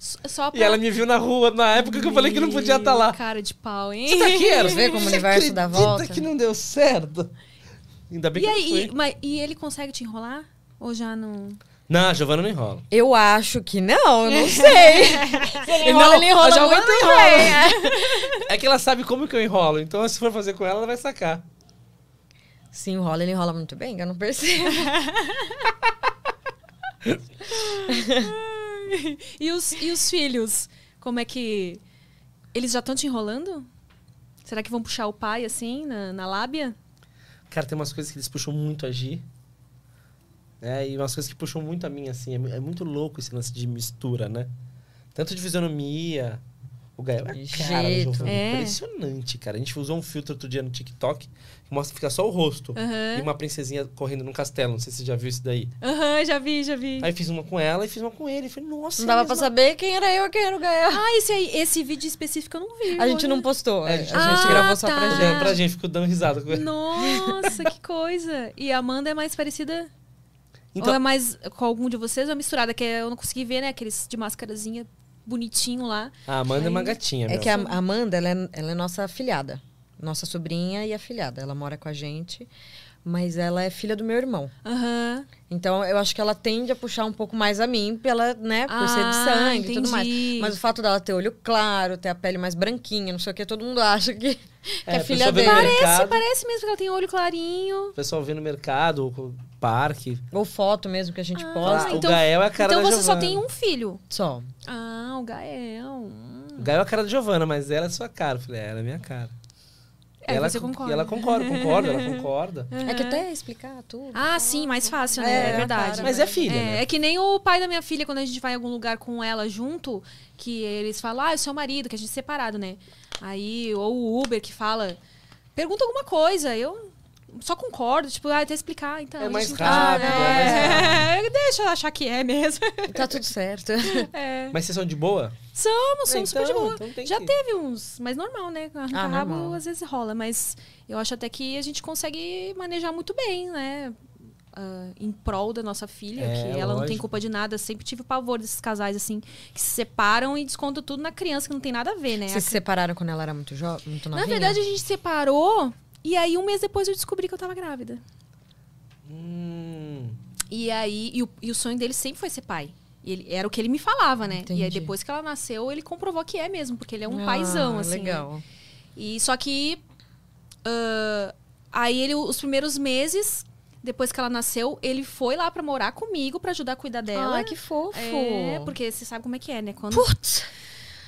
S1: S- Só pra...
S2: E ela me viu na rua na época que eu falei que não podia estar lá.
S1: Cara de pau, hein?
S2: Você tá aqui, Eros?
S3: Vê como o
S2: Você
S3: universo dá
S2: acredita
S3: volta?
S2: que não deu certo? Ainda bem
S1: E
S2: que eu
S1: aí,
S2: não fui.
S1: e- mas, e ele consegue te enrolar? Ou já não.
S2: Não, a Giovana não enrola.
S3: Eu acho que não, eu não sei. Se ele enrola, ele enrola
S1: a Giovana
S3: muito
S1: enrola.
S3: bem. é.
S2: É que ela sabe como que eu enrolo, então se for fazer com ela, ela vai sacar.
S3: Se enrola, ele enrola muito bem, eu não percebo.
S1: E os, e os filhos? Como é que. Eles já estão te enrolando? Será que vão puxar o pai assim, na, na lábia?
S2: Cara, tem umas coisas que eles puxam muito a Gi. Né? E umas coisas que puxam muito a mim, assim. É, mu- é muito louco esse lance de mistura, né? Tanto de fisionomia. O Gael é
S3: De
S2: cara, do
S3: jeito.
S2: Giovanni,
S1: É.
S2: impressionante, cara. A gente usou um filtro outro dia no TikTok que mostra que fica só o rosto.
S1: Aham.
S2: E uma princesinha correndo num castelo. Não sei se você já viu isso daí.
S1: Aham, já vi, já vi.
S2: Aí fiz uma com ela e fiz uma com ele. Falei, nossa,
S3: Não
S2: é
S3: dava
S2: a
S3: pra
S2: mesma
S3: saber quem era eu e quem era o Gael.
S1: Ah, esse aí, esse vídeo específico eu não vi.
S3: A gente
S1: olha.
S3: não postou,
S2: É,
S3: a
S2: a
S3: gente
S2: gente
S1: Ah,
S3: gravou só
S1: tá.
S3: pra
S2: coisa.
S3: gente.
S2: Pra gente, fico dando risada. com ele.
S1: Nossa, que coisa. E a Amanda é mais parecida?
S2: Então-
S1: Ou é mais com algum de vocês? Ou é misturada? Que eu não consegui ver, né? Aqueles de mascarazinha bonitinho lá.
S2: A Amanda é uma gatinha,
S3: É
S2: meu.
S3: que a a Amanda, ela é, ela é nossa afilhada. Nossa sobrinha e afilhada. Ela mora com a gente, mas ela é filha do meu irmão.
S1: Aham.
S3: Então eu acho que ela tende a puxar um pouco mais a mim pela, né, por ser de
S1: Ah,
S3: sangue e tudo mais.
S1: entendi.
S3: Mas o fato dela ter olho claro, ter a pele mais branquinha, não sei o que, todo mundo acha que que é,
S2: a pessoa
S3: filha
S2: vê no
S3: dele.
S1: Parece,
S2: mercado,
S1: parece mesmo que ela tem olho clarinho.
S2: O pessoal vê no mercado, ou com- parque.
S3: Ou foto mesmo que a gente
S2: Ah,
S3: posta.
S2: o Gael é a cara
S1: Então
S2: da
S1: você só
S2: Giovana.
S1: tem um filho.
S3: Só.
S1: Ah, o Gael. Hum.
S2: O Gael é a cara da Giovana, mas ela é sua cara. Eu falei, ela é minha cara.
S1: É,
S2: e ela,
S1: você
S2: con-
S1: concorda.
S2: E ela concorda, concorda, ela concorda.
S3: É que até explicar tudo.
S1: Ah, sim, mais fácil, né?
S3: É,
S1: É, verdade.
S3: cara,
S2: Mas é filha,
S1: É,
S2: né?
S1: é que nem o pai da minha filha, quando a gente vai em algum lugar com ela junto, que eles falam, ah, é seu marido, que a gente é separado, né? Aí, ou o Uber que fala, pergunta alguma coisa, eu só concordo, tipo, ah, até explicar, então.
S2: É
S1: a
S2: mais
S1: gente não-
S2: rápido, é mais rápido.
S1: É, deixa eu achar que é mesmo.
S3: Tá tudo certo.
S1: É.
S2: Mas vocês são de boa?
S1: Somos, somos
S2: Então,
S1: super de boa.
S2: então tem
S1: Já
S2: que-
S1: teve uns, mas normal, né?
S3: Ah,
S1: Arranca-rabo
S3: normal.
S1: às vezes rola, mas eu acho até que a gente consegue manejar muito bem, né? Ah, em prol da nossa filha,
S2: É,
S1: que ela não tem
S2: lógico.
S1: culpa de nada. Sempre tive pavor desses casais, assim, que se separam e descontam tudo na criança, que não tem nada a ver, né?
S3: Vocês se separaram quando ela era muito jovem, muito
S1: Na
S3: novinha?
S1: verdade, a gente separou e aí um mês depois eu descobri que eu tava grávida.
S2: Hum.
S1: E aí, e o, e o sonho dele sempre foi ser pai. E ele, era o que ele me falava, né? E aí,
S3: Entendi.
S1: depois que ela nasceu, ele comprovou que é mesmo, porque ele é um
S3: Ah,
S1: paizão, assim. né?
S3: Legal.
S1: E só que ah, aí ele os primeiros meses depois que ela nasceu, ele foi lá pra morar comigo pra ajudar a cuidar dela.
S3: Ai, que fofo.
S1: É, porque você sabe como é que é, né? Quando
S3: Putz!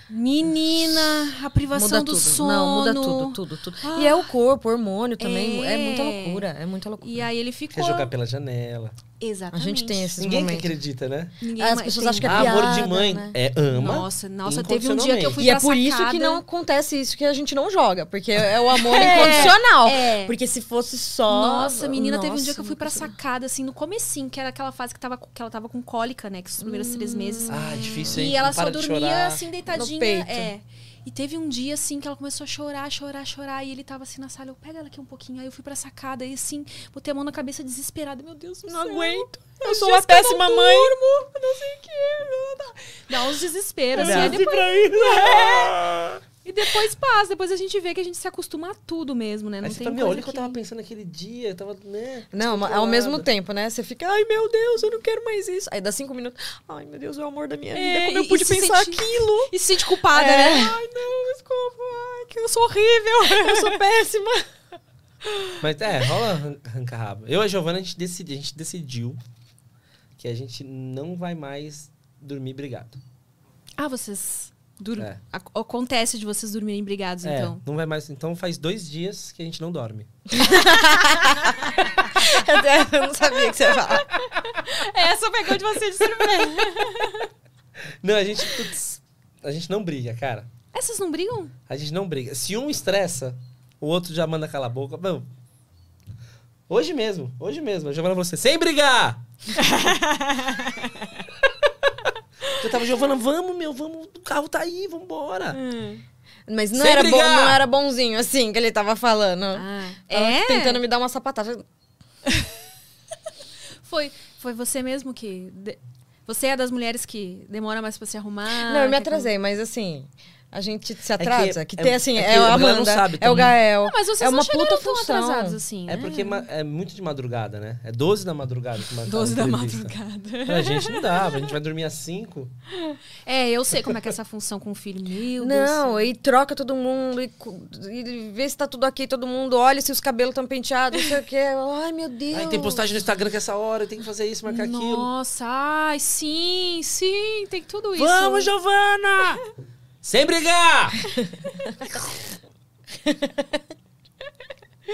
S1: menina, a privação
S3: Muda
S1: do
S3: tudo.
S1: sono.
S3: Não, muda tudo, tudo, tudo. E é o corpo, o hormônio também. É,
S1: É.
S3: muita loucura. É muita loucura.
S1: E aí ele
S2: Quer
S1: ficou
S2: jogar pela janela.
S1: Exatamente.
S3: A gente tem esses
S2: Ninguém que
S3: momentos.
S2: acredita, né?
S1: Ninguém
S3: As
S1: mais-
S3: pessoas
S1: tem-
S3: acham que é
S2: ah, amor de
S3: piada,
S2: mãe.
S3: né?
S2: É, ama.
S1: Nossa, nossa, teve um dia que eu fui
S3: E é
S1: pra
S3: por isso que
S1: sacada.
S3: não acontece isso que a gente não joga, porque é o amor incondicional.
S1: é.
S3: Porque se fosse só.
S1: Nossa, menina, teve um dia que eu fui pra
S3: nossa.
S1: sacada, assim, no comecinho, que era aquela fase que, tava, com- que ela tava com cólica, né? Que os primeiros três meses.
S2: Ah, difícil, hein?
S1: E ela
S2: Não
S1: só
S2: para de
S1: dormia
S2: chorar.
S1: assim, deitadinha.
S3: No peito.
S1: É. E teve um dia, assim, que ela começou a chorar, chorar, chorar. E ele tava assim na sala, eu pego ela aqui um pouquinho. Aí eu fui pra sacada e assim, botei a mão na cabeça desesperada. Meu Deus, do
S3: Não
S1: céu.
S3: aguento. Eu
S1: Os
S3: sou uma
S1: dias que eu
S3: péssima
S1: não
S3: mãe.
S1: durmo, eu não sei o que. não dá. Dá uns desesperos, assim. aí depois-
S2: né?
S1: e depois passa, depois a gente vê que a gente se acostuma a tudo mesmo, né? Não
S2: Aí você
S1: tem
S2: fala, meu,
S1: coisa
S2: olha tá o que eu tava pensando naquele dia. Eu tava, né?
S3: Não, mas ao mesmo tempo, né? Você fica, ai meu Deus, eu não quero mais isso. Aí dá cinco minutos, ai meu Deus, é o amor da minha vida,
S1: É,
S3: como
S1: e-
S3: eu pude
S1: e se
S3: pensar
S1: sentir-
S3: aquilo?
S1: E se sente culpada,
S3: É.
S1: né? Ai, não, desculpa. Ai, que eu sou horrível.
S3: Eu sou péssima.
S2: Mas é, rola arran- arranca-rabo. Eu e a Giovana, a gente, decidi, a gente decidiu que a gente não vai mais dormir brigado.
S1: ah, vocês... Dur...
S2: É.
S1: ac- Acontece de vocês dormirem brigados,
S2: É,
S1: então.
S2: não vai mais. Então faz dois dias que a gente não dorme.
S3: eu não sabia que você ia falar.
S1: É, Essa pegou de você de surpresa.
S2: Não, a gente. putz, a gente não briga, cara.
S1: Essas não brigam?
S2: A gente não briga. Se um estressa, o outro já manda calar a boca. Meu, hoje mesmo, hoje mesmo. A Giovana falou assim, sem brigar! Eu tava, Giovana, vamos, meu, vamos. O carro tá aí, vambora.
S3: Mas não
S2: Sem
S3: era, bom,
S2: brigar.
S3: não era bonzinho assim que ele tava falando. Tava
S1: é?
S3: Tentando me dar uma sapatada.
S1: Foi, foi você mesmo que... de- Você é das mulheres que demora mais pra se arrumar?
S3: não, eu me
S1: que-
S3: atrasei, mas assim. A gente se atrasa.
S2: é-
S3: que, tem, assim,
S2: é
S3: é,
S2: que a
S3: a
S2: galera não
S3: Amanda,
S2: sabe
S3: é o
S2: também.
S3: Gael.
S1: Não, Ah, mas vocês
S3: é uma
S1: não chegaram
S3: puta
S1: tão
S3: função.
S1: atrasados assim.
S2: É porque ma- é muito de madrugada, né? É 12 da madrugada que marcaram
S1: 12 da
S2: entrevista.
S1: madrugada.
S2: Pra gente não dá, a gente vai dormir às 5.
S1: É, eu sei como é que é essa função com o filho. Meu Deus.
S3: Não, e troca todo mundo, e, cu- e vê se tá tudo ok, todo mundo olha se os cabelos estão penteados, não sei o quê. Ai, meu Deus.
S2: Aí tem postagem no Instagram que é essa hora, tem que fazer isso, marcar aquilo.
S1: Nossa, ai, sim, sim, tem tudo isso.
S2: Vamos, Giovana! Sem brigar!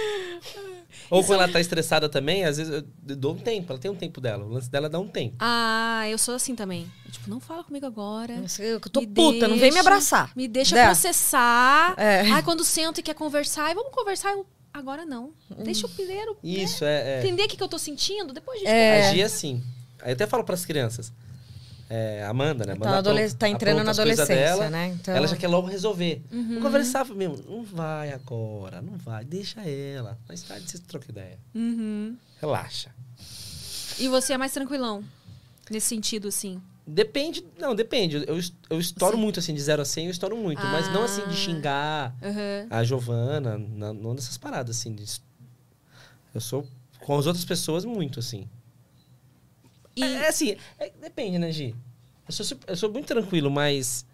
S2: Ou quando ela tá estressada também, às vezes eu dou um tempo, ela tem um tempo dela. O lance dela é dar um tempo.
S1: Ah, eu sou assim também. Eu, tipo, não fala comigo agora.
S3: Nossa, Eu tô
S1: Me
S3: puta, não vem me
S1: deixa-
S3: abraçar.
S1: Me deixa
S3: Né?
S1: processar.
S3: É.
S1: Ai, quando sento e quer conversar, ai, vamos conversar. Eu, agora não. Deixa o primeiro né,
S2: Isso, é. é.
S1: entender o que, que eu tô sentindo, depois de
S3: É.
S2: Agir assim. Aí eu até falo pras crianças. É, Amanda, né? Amanda
S3: Tá na
S2: apronta-
S3: adolesc- tá entrando
S2: apronta
S3: na
S2: as coisas
S3: adolescência,
S2: dela,
S3: né? Então- Uhum.
S2: Ela já quer logo resolver. Vou conversar, mesmo. Não vai agora, não vai. Deixa ela. Mais tarde você troca ideia.
S3: Uhum.
S2: Relaxa.
S1: E você é mais tranquilão. Nesse sentido, assim.
S2: Depende, não, depende. Eu, es- eu estouro muito, assim, de 0 a 100, eu estouro muito. Mas não,
S3: Ah.
S2: assim, de xingar
S3: Uhum.
S1: Aham.
S2: a Giovana, na- não dessas paradas, assim. de es- eu sou com as outras pessoas muito, assim.
S1: E-
S2: É, é assim, é- depende, né, Gi? Eu sou, sup- eu sou muito tranquilo, mas...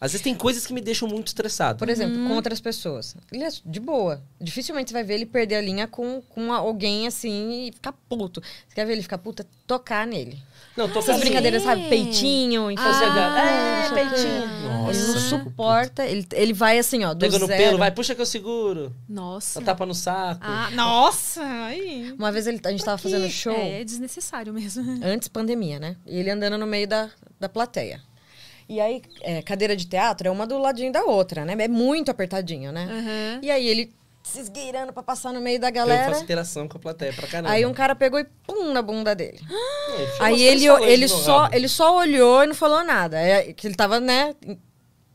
S2: Às vezes tem coisas que me deixam muito estressado.
S3: Por exemplo,
S1: Uhum.
S3: com outras pessoas. Ele é de boa. Dificilmente você vai ver ele perder a linha com, com alguém assim e ficar puto. Você quer ver ele ficar puta? Tocar nele.
S2: não, tô
S3: Essas
S1: sim.
S3: brincadeiras, sabe? Peitinho, em fazer.
S1: Ah,
S3: é, peitinho.
S2: Nossa,
S3: ele não
S2: fico puto.
S3: suporta. Ele, ele vai assim, ó. Do
S2: Pega no
S3: zero.
S2: pelo, vai, puxa que eu seguro.
S1: Nossa.
S2: Dá tapa no saco.
S1: Ah, nossa! Ai.
S3: Uma vez ele, a gente tava fazendo show.
S1: É, é desnecessário mesmo.
S3: antes pandemia, né? E ele andando no meio da, da plateia. E aí, é, cadeira de teatro é uma do ladinho da outra, né? É muito apertadinho, né?
S1: Aham.
S3: E aí ele se esgueirando pra passar no meio da
S2: Eu
S3: galera.
S2: faço interação com a plateia pra caramba.
S3: Aí um cara pegou e pum na bunda dele.
S2: É, enfia umas
S3: aí
S2: três
S3: ele,
S2: falanges
S3: ele,
S2: no
S3: só,
S2: rabo.
S3: ele só olhou e não falou nada. É, que ele tava, né, em-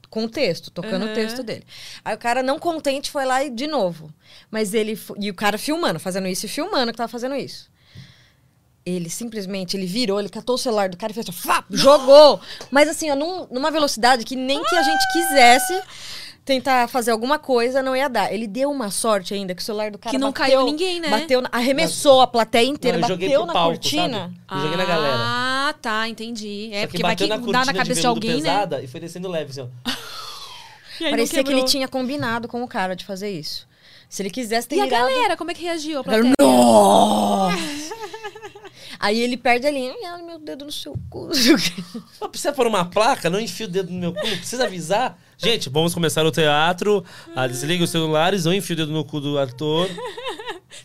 S3: com o texto, tocando o texto dele. Aí o cara, não contente, foi lá e de novo. Mas ele. fo- E o cara filmando, fazendo isso e filmando que tava fazendo isso. Ele simplesmente, ele virou, ele catou o celular do cara e fez assim, fá, jogou. Mas assim, ó, num- numa velocidade que nem que a gente quisesse tentar fazer alguma coisa, não ia dar. Ele deu uma sorte ainda, que o celular do cara
S1: Que não
S3: bateu-
S1: caiu ninguém, né?
S3: Bateu, na- arremessou a plateia inteira,
S2: Não, eu joguei
S3: bateu
S2: pro
S3: na
S2: palco,
S3: cortina.
S2: sabe? Eu joguei na galera.
S1: Ah, tá, entendi. É,
S2: Só
S1: porque vai que dá na cabeça de,
S2: veludo
S1: alguém, né?
S2: pesada e foi descendo leve, assim, ó.
S3: Parecia que ele tinha combinado com o cara de fazer isso. Se ele quisesse ter
S1: E a
S3: irado-
S1: galera, como é que reagiu? A
S3: Cara,
S1: plateia?
S3: Aí ele perde a linha. Ai, ai, meu dedo no seu cu.
S2: Pô, precisa pôr uma placa, não enfia o dedo no meu cu, precisa avisar. Gente, vamos começar o teatro. Ah, desliga os celulares, não enfia o dedo no cu do
S1: Tá
S2: ator.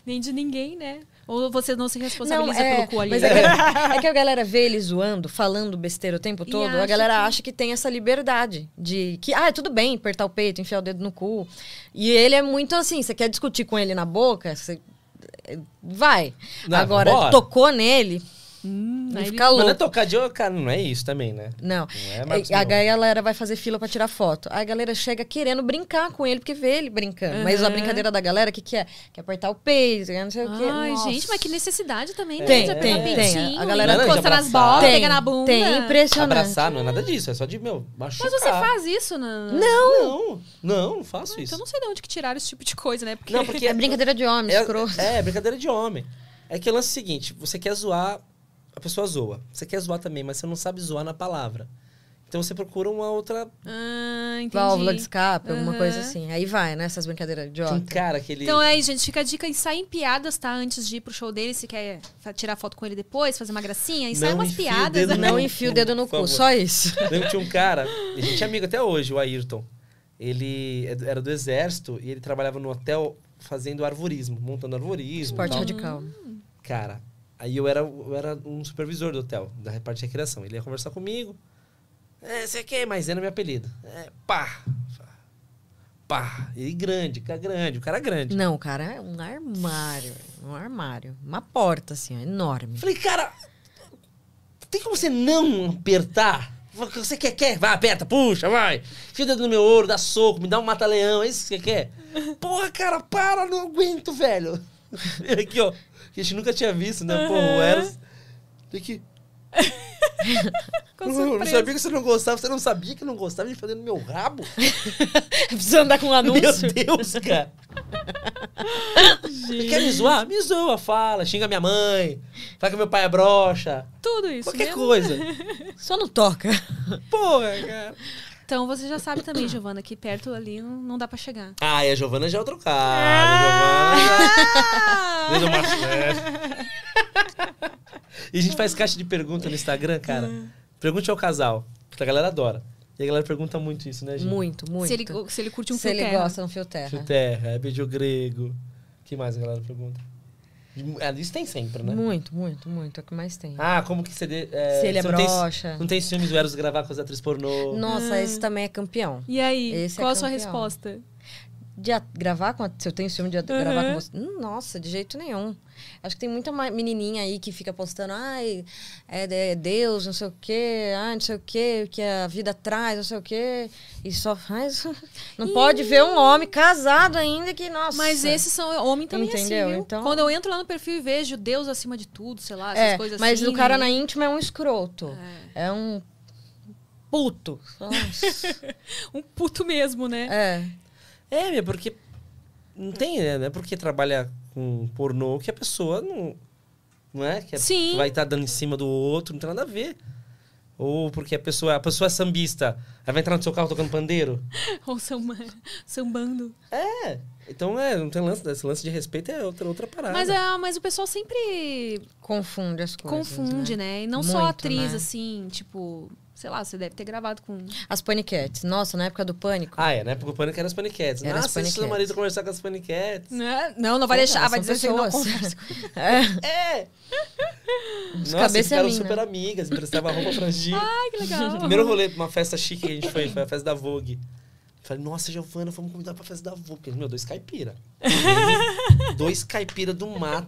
S1: Nem de ninguém, né? Ou você não se
S3: Não,
S1: responsabiliza
S3: é,
S1: pelo cu ali. né?
S3: mas é, que, é que a galera vê ele zoando, falando besteira o tempo todo.
S1: acha
S3: a galera
S1: que-
S3: acha que tem essa liberdade de que, ah, tudo bem apertar o peito, enfiar o dedo no cu. E ele é muito assim, você quer discutir com ele na boca, você... eh, Vai.
S2: Não,
S3: Agora,
S2: vambora.
S3: tocou nele,
S1: Hum,
S3: e
S1: aí
S3: fica
S2: Mas
S3: louco.
S2: não é tocar de... Cara, não é isso também, né?
S3: Não.
S2: Não é Marcos
S3: É, a
S2: Mion.
S3: galera vai fazer fila pra tirar foto. Aí A galera chega querendo brincar com ele, porque vê ele brincando. Mas a brincadeira da galera, o que, que é? Quer apertar o peito, quer não sei o quê.
S1: ele- Ai,
S3: Nossa.
S1: gente, mas que necessidade também, né?
S3: Tem,
S1: De
S3: tem,
S1: apertar
S3: tem.
S1: peitinho,
S3: A galera
S2: não, de
S1: encosta nas
S2: abraçar.
S1: bolas,
S3: Tem,
S1: pega na bunda.
S3: Tem, impressionante.
S2: Abraçar não é nada disso, é só de, meu, machucar.
S1: Mas você faz isso, né? na...
S2: Não, não, não faço
S1: Então
S2: isso.
S1: não sei de onde que tiraram esse tipo de coisa, né? Porque...
S2: Não, porque...
S3: É brincadeira de homem, escroto.
S2: É, é, brincadeira de homem. É que o lance é o seguinte, você quer zoar, a pessoa zoa. Você quer zoar também, mas você não sabe zoar na palavra. Então você procura uma outra...
S1: Ah, entendi.
S3: Válvula de escape, alguma
S1: Aham.
S3: coisa assim. Aí vai, né? Essas brincadeiras
S2: Tinha um
S3: idiota.
S2: cara que ele...
S1: Então é aí, gente, fica a dica, ensaia em piadas, tá? Antes de ir pro show dele, se quer fa- tirar foto com ele depois, fazer uma gracinha, ensaia
S2: Não
S1: umas
S2: enfia o
S1: piadas.
S2: dedo
S1: né?
S3: Não enfia o dedo no
S2: Por favor.
S3: cu, só isso.
S2: Lembro que tinha um cara, a gente é amigo até hoje, o Ayrton. Ele é do- era do exército e ele trabalhava no hotel fazendo arvorismo, montando arvorismo.
S3: Esporte
S2: tal.
S3: radical.
S2: Cara, aí eu era, eu era um supervisor do hotel, da parte de recreação. Ele ia conversar comigo. É, você quer, mas era meu apelido. É, pá. Pá. E grande, cara grande, o cara grande.
S3: Não, cara, é um armário. Um armário. Uma porta, assim, ó, enorme.
S2: Falei, cara, tem como você não apertar? Você quer, quer? Vai, aperta, puxa, vai. Fio o dedo no meu ouro, dá soco, me dá um mata-leão, é isso que você quer? Porra, cara, para, não aguento, velho. É Aqui, ó, que a gente nunca tinha visto, né? Porra, o Eros. Tem que...
S1: Com
S2: Não, não
S1: surpresa.
S2: sabia que você não gostava. Você não sabia que não gostava de fazer no meu rabo?
S3: Precisa andar com um
S2: Meu
S3: anúncio.
S2: Deus, cara. Você quer me zoar? Me zoa, fala. Xinga minha mãe. Fala que meu pai é broxa.
S1: Tudo isso.
S2: Qualquer
S1: mesmo?
S2: coisa.
S3: Só não toca.
S2: Porra, cara.
S1: Então você já sabe também, Giovana, que perto ali não, não dá pra chegar.
S2: Ah, e a Giovana já é outro cara. Giovana.
S1: Ah!
S2: Desde o Marcelo. E a gente faz caixa de pergunta no Instagram, cara. Pergunte ao casal, porque a galera adora. E a galera pergunta muito isso, né, gente?
S3: Muito, muito.
S1: se, ele, se ele curte um
S3: Se
S1: fio
S3: ele
S1: terra.
S3: gosta de um fio terra.
S2: Fio terra, é beijo grego. O que mais a galera pergunta? Ah, Isso tem sempre, né?
S3: Muito, muito, muito. É o que mais tem.
S2: Ah, como que você... de- é,
S3: Se ele é
S2: você não tem-
S3: broxa.
S2: Não tem ciúmes do Eros gravar com as atrizes pornô.
S3: Nossa, esse também é campeão.
S1: E aí,
S3: Esse é
S1: qual a sua
S3: campeão.
S1: resposta?
S3: De a- gravar com a, Se eu tenho ciúme de a- gravar com você. Hum, Nossa, de jeito nenhum. Acho que tem muita ma- menininha aí que fica postando, ai, é, de- é Deus, não sei o quê, ai, não sei o quê, o que a vida traz, não sei o quê. E só faz. Não pode ver um homem casado ainda que, nossa.
S1: Mas esses são homem também é
S3: Entendeu?
S1: assim, viu?
S3: Então-
S1: Quando eu entro lá no perfil e vejo Deus acima de tudo, sei lá, essas
S3: É,
S1: coisas
S3: mas
S1: assim.
S3: o cara na íntima é um escroto. É, um puto. Nossa.
S1: Um puto mesmo, né?
S3: é.
S2: É, meu, porque... Não tem, né? Não é porque trabalha com pornô que a pessoa não... Não é? Que a-
S1: Sim.
S2: vai estar dando em cima do outro, não tem nada a ver. Ou porque a pessoa, a pessoa é sambista, ela vai entrar no seu carro tocando pandeiro.
S1: Ou samba, sambando.
S2: É. Então, é, não tem lance. Esse lance de respeito é outra, outra parada.
S1: Mas, ah, mas o pessoal sempre
S3: Confunde as coisas.
S1: confunde, né? E não só
S3: Muito,
S1: atriz,
S3: né?
S1: assim, tipo, sei lá, você deve ter gravado com.
S3: As paniquetes. Nossa, na época do pânico.
S2: Ah, é, né? Porque o pânico era as paniquetes.
S3: Era as
S2: Nossa, deixa seu
S3: paniquetes.
S2: marido conversar com as paniquetes.
S1: Né? Não, não vai deixar,
S3: São
S1: vai dizer assim, não
S3: pessoas.
S1: conversa com-
S2: É! Nossa,
S3: cabeça
S2: ficaram
S3: é minha. Ah,
S2: super amigas, emprestava roupa pra Gi.
S1: Ai, que legal.
S2: Primeiro rolê pra uma festa chique que a gente foi, foi a festa da Vogue. Falei, nossa, Giovana, vamos convidar pra festa da Vogue. Porque, meu, dois caipira. dois caipira do mato.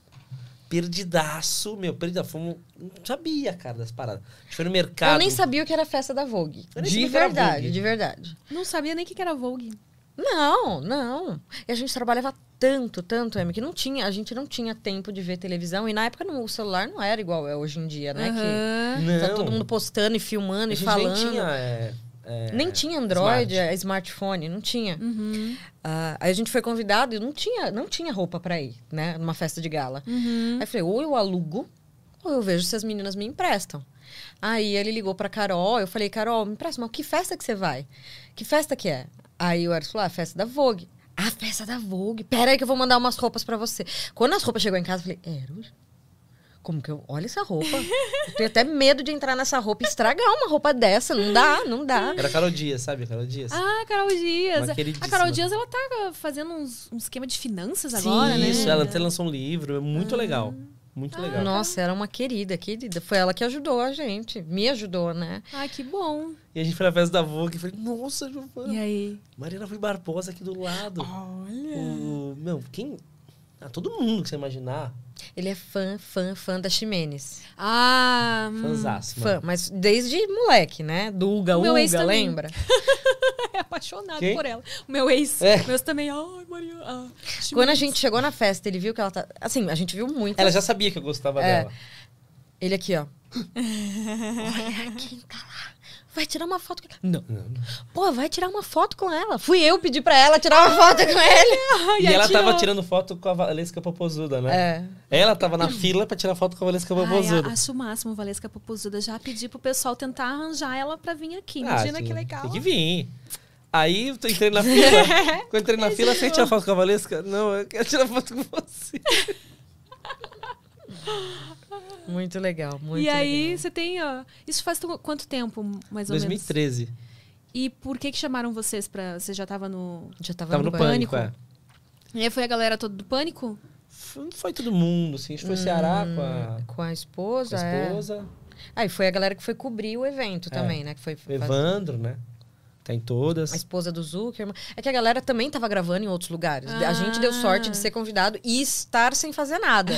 S2: Perdidaço, meu, perdida. Fomos. Não sabia, cara, das paradas. A gente foi no mercado.
S3: Eu nem sabia o que era a festa da Vogue.
S2: Tá, Eu nem
S3: De
S2: sabia que era
S3: verdade,
S2: Vogue.
S3: de verdade.
S1: Não sabia nem o que que era Vogue.
S3: Não, não. E a gente trabalhava tanto, tanto, Amy, que não tinha, a gente não tinha tempo de ver televisão. E na época não- o celular não era igual é hoje em dia, né?
S1: Aham.
S3: Que tá
S2: Não.
S3: todo mundo postando e filmando
S2: A
S3: e
S2: gente
S3: falando.
S2: nem tinha. é, é,
S3: Nem tinha Android,
S2: smart.
S3: é, smartphone, não tinha. Ah, aí a gente foi convidado e não tinha, não tinha roupa pra ir, né? Numa festa de gala. Aí eu falei, ou eu alugo, ou eu vejo se as meninas me emprestam. Aí ele ligou pra Carol, eu falei, Carol, me empresta, mas que festa que você vai? Que festa que é? Aí o Eros falou, ah, festa da Vogue. Ah, festa da Vogue. Pera aí que eu vou mandar umas roupas pra você. Quando as roupas chegou em casa, eu falei, Eros, como que eu. Olha essa roupa. Eu tenho até medo de entrar nessa roupa e estragar uma roupa dessa. Não dá, não dá.
S2: Era Carol Dias, sabe? Carol Dias.
S1: Ah, Carol Dias.
S2: Uma
S1: A
S2: queridíssima.
S1: Carol Dias, ela tá fazendo uns, um esquema de finanças
S2: Sim,
S1: agora, né?
S2: isso. Ela até lançou um livro, é muito legal. Muito legal.
S3: Ah. Nossa, era uma querida, querida. Foi ela que ajudou a gente. Me ajudou, né?
S1: Ai, que bom.
S2: E a gente foi na festa da Vogue e falei, nossa, Giovana.
S1: E aí?
S2: Mariana Rui Barbosa aqui do lado. Olha. O, meu, quem. Ah, todo mundo que você imaginar.
S3: Ele é fã, fã, fã da Ximenes.
S1: Ah, hum,
S2: Fanzaço. mano.
S3: Fã, mas desde moleque, né? Do Uga
S1: Meu ex
S3: Uga,
S1: também.
S3: lembra?
S1: é apaixonado
S2: Quem?
S1: por ela. O meu ex.
S2: É.
S1: O meu ex também. Ai, Maria. ah,
S3: Quando a gente chegou na festa, ele viu que ela tá. Assim, a gente viu muito.
S2: Ela já sabia que eu gostava
S3: É.
S2: dela.
S3: Ele aqui, ó. Olha quem tá lá. Vai tirar uma foto com ela. Não. Pô, vai tirar uma foto com ela. Fui eu pedir pra ela tirar uma foto com ele.
S1: Ai,
S2: E
S1: ai,
S2: ela
S1: tirou.
S2: tava tirando foto com a Valesca Popozuda, né?
S3: É.
S2: Ela tava na fila pra tirar foto com a Valesca
S1: Ai, ah,
S2: Popozuda.
S1: a- acho o máximo, Valesca Popozuda. Já pedi pro pessoal tentar arranjar ela pra vir aqui.
S2: Ah,
S1: Imagina
S2: sim.
S1: que legal.
S2: Tem que vir. Aí eu tô- entrei na fila. Quando eu entrei na fila, você tira foto com a Valesca? Não, eu quero tirar foto com você.
S3: Muito legal, muito
S1: e
S2: né,
S1: aí
S3: legal.
S1: você tem. ó, isso faz tu- quanto tempo, mais ou menos?
S2: 2013.
S1: E por que que chamaram vocês pra. Você já tava no.
S3: Já tava,
S2: Tava no
S3: no banho.
S2: pânico,
S1: Pânico.
S2: é.
S1: E aí foi a galera toda do pânico?
S2: Foi- Não foi todo mundo, assim. A gente foi Ceará com a,
S3: Com a
S2: é. com
S3: esposa,
S2: a
S3: Hum, é.
S2: esposa.
S3: Aí foi a galera que foi cobrir o evento
S2: É.
S3: também, né? Que foi
S2: O Evandro, né? Tá em todas.
S3: a esposa do Zuckerman. É que a galera também tava gravando em outros lugares. A gente deu sorte
S2: Ah.
S3: de ser convidado e estar sem fazer nada.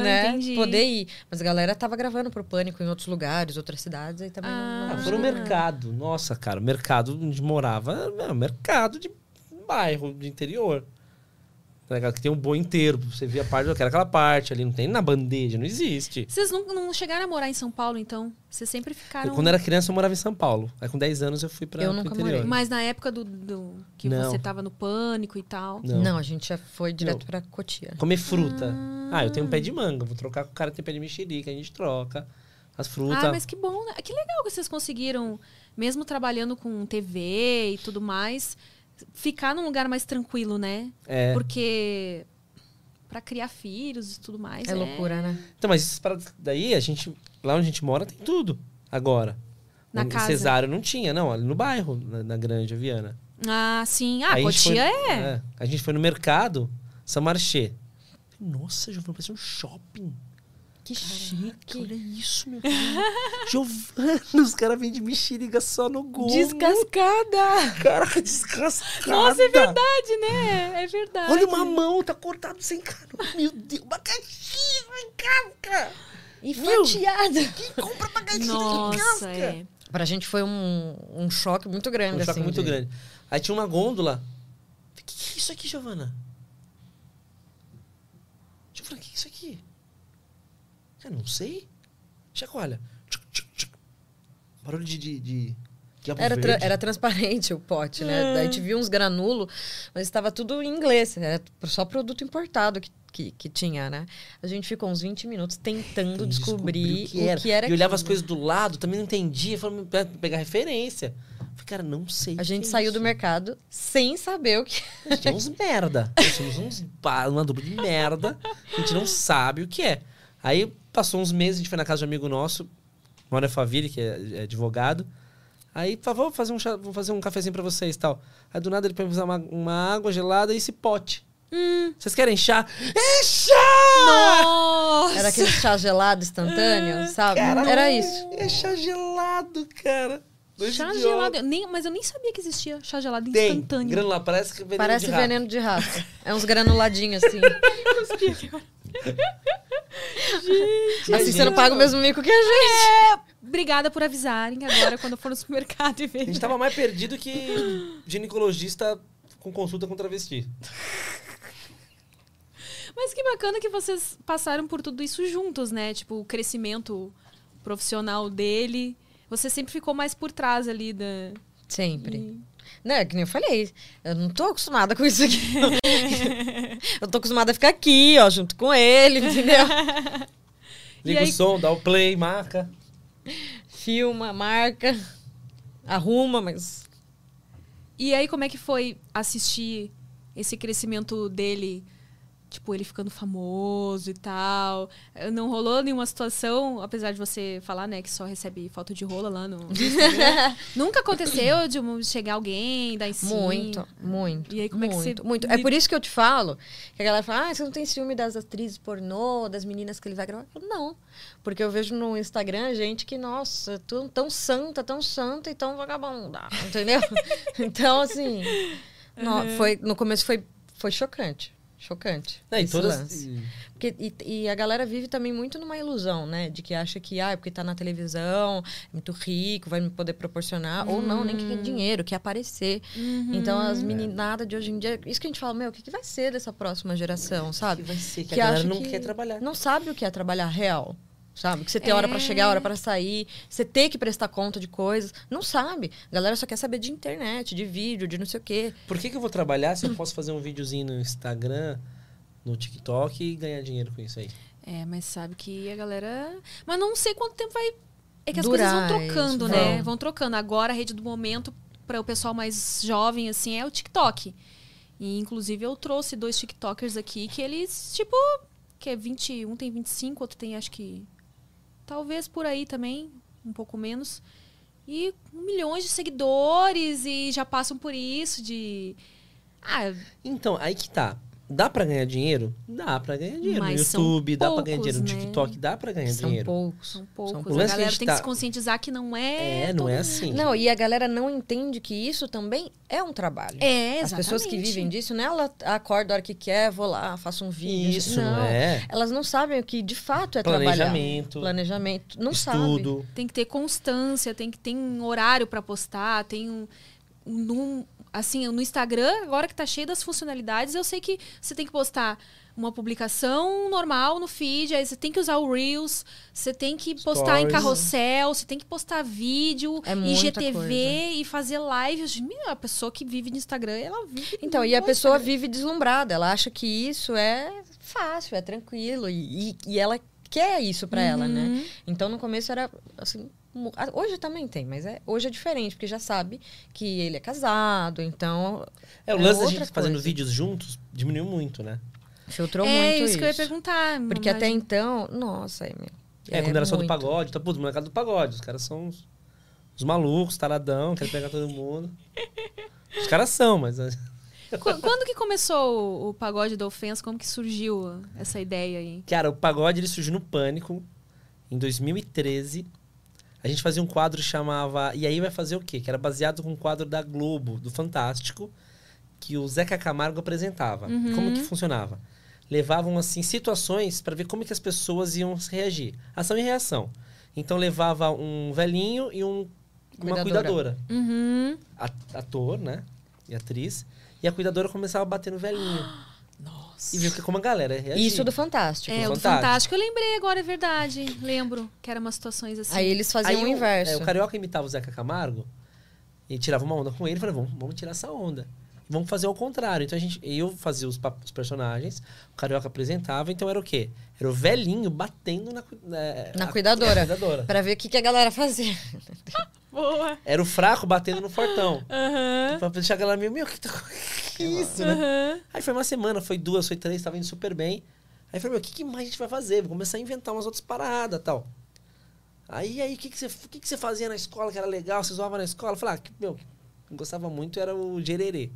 S3: né?
S1: entendi.
S3: Poder ir. Mas a galera tava gravando pro Pânico em outros lugares, outras cidades, aí também não-
S2: Ah,
S3: não...
S2: foi no mercado. Nossa, cara, o mercado onde morava era um mercado de bairro, de interior. Tá ligado? Que tem um boi inteiro. Você via a parte, eu quero aquela parte ali. Não tem na bandeja, não existe.
S1: Vocês não, não chegaram a morar em São Paulo, então? Vocês sempre ficaram.
S2: Eu, quando era criança, eu morava em São Paulo. Aí com 10 anos eu fui pra,
S3: Eu
S2: pro
S3: nunca
S2: interior.
S3: morei.
S1: Mas na época do, do- que
S2: Não.
S1: você tava no pânico e tal.
S2: Não.
S3: Não, a gente já foi direto
S2: Não.
S3: pra Cotia.
S2: Comer fruta. Ah, eu tenho um pé de manga. Vou trocar com o cara que tem pé de mexerica. A gente troca as frutas.
S1: Ah, mas que bom, né? Que legal que vocês conseguiram, mesmo trabalhando com TV e tudo mais, ficar num lugar mais tranquilo, né?
S2: É.
S1: Porque pra criar filhos e tudo mais.
S3: É loucura, né?
S2: Então, mas essas paradas daí, a gente. Lá onde a gente mora tem tudo. Agora.
S1: Na
S2: O
S1: casa.
S2: Cesário não tinha, não. Ali no bairro, na, na Grande Viana.
S1: Ah, sim. Ah,
S2: Aí a gente
S1: Cotia
S2: foi-
S1: é.
S2: A gente foi no mercado, São Marché. Nossa, Giovana, parece um shopping.
S3: Que
S2: Que olha
S3: chique.
S2: isso, meu Deus. Giovana, os caras vendem mexeriga só no gol.
S3: Descascada!
S2: Caraca, descascada.
S1: Nossa, é verdade, né? É verdade.
S2: Olha o mamão, tá cortado sem cara. Meu Deus, abacaxi sem casca.
S3: E fatiada!
S2: Compra abacaxi sem
S1: Nossa,
S2: casca.
S1: é.
S3: Pra gente foi um, um choque muito grande,
S2: Um choque
S3: assim,
S2: muito
S3: de-
S2: grande. Aí tinha uma gôndola. O que, que é isso aqui, Giovana? Giovana, o que, que é isso aqui? Eu não sei. Chacoalha. Tchuc, tchuc, tchuc. Barulho de. de, de, de álcool
S3: Era, tra-
S2: verde. É.
S3: era transparente o pote, né? Daí A gente viu uns granulos, mas estava tudo em inglês. né? Era só produto importado que, que, que tinha, né? A gente ficou uns 20 minutos tentando
S2: Tentando
S3: descobrir, o que
S2: E
S3: era.
S2: eu olhava as
S3: aquilo.
S2: coisas
S3: né?
S2: do lado, também não entendia. Falei, pra pegar referência. Falei, cara, não sei.
S3: A
S2: o
S3: gente
S2: que é
S3: saiu
S2: isso.
S3: do mercado sem saber o que.
S2: A gente é uns merda. Nós somos uns ba- uma dupla de merda. A gente não sabe o que é. Aí passou uns meses, a gente foi na casa de um amigo nosso, Mora Faville, que é, é advogado. Aí, por favor, vou fazer um, chá- vou fazer um cafezinho pra vocês e tal. Aí do nada ele põe uma, uma água gelada e esse pote. Vocês querem chá? É chá!
S1: Nossa!
S3: Era aquele chá gelado instantâneo, sabe? Era isso.
S2: É chá gelado, cara. Dois
S1: Chá
S2: idiotas.
S1: gelado. Eu nem, mas eu nem sabia que existia chá gelado
S2: Tem.
S1: instantâneo.
S2: Granulado, parece que veneno
S3: Parece
S2: de rato.
S3: veneno de rato. É uns granuladinhos, assim. assim, você não paga o mesmo mico que a
S2: É.
S3: gente.
S1: Obrigada por avisarem agora quando eu for no supermercado e ver.
S2: A gente tá tava mais perdido que ginecologista com consulta com travesti.
S1: Mas que bacana que vocês passaram por tudo isso juntos, né? Tipo, o crescimento profissional dele. Você sempre ficou mais por trás ali da.
S3: Sempre. Não, é que nem eu falei. Eu não tô acostumada com isso aqui. não. eu tô acostumada a ficar aqui, ó, junto com ele, entendeu?
S1: E
S2: Liga
S1: aí-
S2: o som, dá o play, marca.
S3: Filma, marca, arruma, mas.
S1: E aí, como é que foi assistir esse crescimento dele? Tipo, ele ficando famoso e tal. Eh, Não rolou nenhuma situação, apesar de você falar, né, que só recebe foto de rola lá no. no Instagram. Nunca aconteceu de um- chegar alguém, dar em cima.
S3: Muito, muito.
S1: E aí, como é que
S3: muito,
S1: você
S3: Muito. É
S1: lida?
S3: por isso que eu te falo que a galera fala: ah, você não tem ciúme das atrizes pornô, das meninas que ele vai gravar? Eu falo, não. Porque eu vejo no Instagram gente que, nossa, tão, tão santa, tão santa e tão vagabunda, entendeu? então, assim. no- foi, no começo foi, foi chocante. Chocante.
S2: Não, É, e
S3: esse
S2: todas-
S3: lance.
S2: e-
S3: Porque, e, e a galera vive também muito numa ilusão, né? De que acha que, ah, é porque tá na televisão, é muito rico, vai me poder proporcionar. Ou não, nem que quer dinheiro, quer aparecer. Então, as
S2: É.
S3: meninadas de hoje em dia... Isso que a gente fala, meu, o que, que vai ser dessa próxima geração, sabe?
S2: vai ser? Que a galera
S3: acha
S2: não quer trabalhar.
S3: Não sabe o que é trabalhar real, sabe? Que você tem hora pra chegar, hora pra sair, você tem que prestar conta de coisas. Não sabe. A galera só quer saber de internet, de vídeo, de não sei o quê.
S2: Por que, que eu vou trabalhar se eu posso fazer um videozinho no Instagram, no TikTok e ganhar dinheiro com isso aí?
S1: É, mas sabe que a galera. Mas não sei quanto tempo vai. É que as
S3: Durar
S1: coisas vão trocando,
S3: isso,
S1: né?
S3: vão.
S1: Vão trocando. Agora a rede do momento para o pessoal mais jovem, assim, é o TikTok. E, inclusive, eu trouxe dois TikTokers aqui que eles, tipo, que é 20, um tem 25, outro tem acho que. Talvez por aí também, um pouco menos. E um milhões de seguidores e já passam por isso de. Ah,
S2: Então, aí que tá. Dá pra ganhar dinheiro? Dá pra ganhar dinheiro.
S1: Mas
S2: no
S1: são
S2: YouTube, dá pra ganhar
S1: poucos,
S2: dinheiro. No
S1: né?
S2: TikTok, dá pra ganhar
S3: São
S2: dinheiro.
S3: poucos.
S1: são
S3: São
S1: poucos.
S3: poucos.
S1: A
S2: lance que a
S1: galera
S2: gente
S1: tem
S2: tá-
S1: que se conscientizar que não é.
S2: É, não é
S1: todo-
S2: assim.
S3: Não, e a galera não entende que isso também é um trabalho.
S1: É,
S3: As
S1: exatamente.
S3: pessoas que vivem disso, né? Ela acorda a hora que quer, vou lá, faço um vídeo.
S2: Isso, não, é?
S3: Elas não sabem o que de fato é
S2: Planejamento.
S3: trabalhar. Planejamento. Não sabem.
S2: Estudo.
S1: Tem que ter constância, tem que ter um horário para postar, tem um, um- num- assim, no Instagram, agora que tá cheio das funcionalidades, eu sei que você tem que postar uma publicação normal no feed, aí você tem que usar o Reels, você tem que postar em
S2: Stories.
S1: carrossel, você tem que postar vídeo,
S3: É muita
S1: IGTV
S3: coisa.
S1: e fazer lives. Meu, a pessoa que vive de Instagram, ela vive.
S3: Então,
S1: no
S3: e a pessoa
S1: Instagram.
S3: vive deslumbrada. Ela acha que isso é fácil, é tranquilo. E, e, e ela quer isso pra ela,
S2: Uhum.
S3: né? Então, no começo era assim. mu- ah, Hoje também tem, mas é, hoje é diferente, porque já sabe que ele é casado, então.
S2: É, o lance da
S3: outra
S2: gente fazendo
S3: coisa.
S2: vídeos juntos diminuiu muito, né?
S3: Filtrou
S1: é
S3: muito.
S1: isso, que eu ia perguntar.
S3: Porque
S1: mas-
S3: até então, nossa, Amy.
S2: É, quando era só do
S3: muito.
S2: pagode. Então, putz, molecada do pagode. Os caras são os, malucos, taradão, querem pegar todo mundo. Os caras são, mas... né?
S1: Qu- Quando que começou o- o pagode da ofensa? Como que surgiu essa ideia aí?
S2: Cara, o pagode ele surgiu no Pânico, em 2013. A gente fazia um quadro que chamava E aí vai fazer o quê? Que era baseado com um quadro da Globo, do Fantástico, que o Zeca Camargo apresentava.
S3: Uhum.
S2: Como que funcionava? Levavam, assim, situações para ver como que as pessoas iam reagir. Ação e reação. Então levava um velhinho e um- uma
S3: Cuidadora. Uhum.
S2: cuidadora. A- Ator, né? E atriz. E a cuidadora começava a bater no velhinho. Nossa. E viu que como a galera reagia.
S3: Isso do Fantástico.
S1: é, o do
S2: Fantástico.
S1: Fantástico. Eu lembrei agora, é verdade. Lembro que eram umas situações assim.
S3: Aí eles faziam
S2: Aí
S3: o inverso.
S2: é, o Carioca imitava o Zeca Camargo e tirava uma onda com ele e falava, vamos, vamos tirar essa onda. Vamos fazer ao contrário. Então a gente, eu fazia os, pap- os personagens, o Carioca apresentava, então era o quê? Era o velhinho batendo na, cu- né,
S3: Na
S2: a- na
S3: cuidadora.
S2: cuidadora.
S3: Pra ver o que, que a galera fazia.
S1: Boa.
S2: Era o fraco batendo no fortão.
S1: Aham.
S2: Pra deixar ela meio, meu, que, tá- que isso, né?
S1: Aham.
S2: Aí foi uma semana, foi duas, foi três, tava indo super bem. Aí eu falei, meu, o que, que mais a gente vai fazer? Vou começar a inventar umas outras paradas tal. Aí, aí, o que, que, você, o que, que você fazia na escola que era legal? Você zoava na escola? Eu falei, ah, que, meu, que eu gostava muito era o gererê.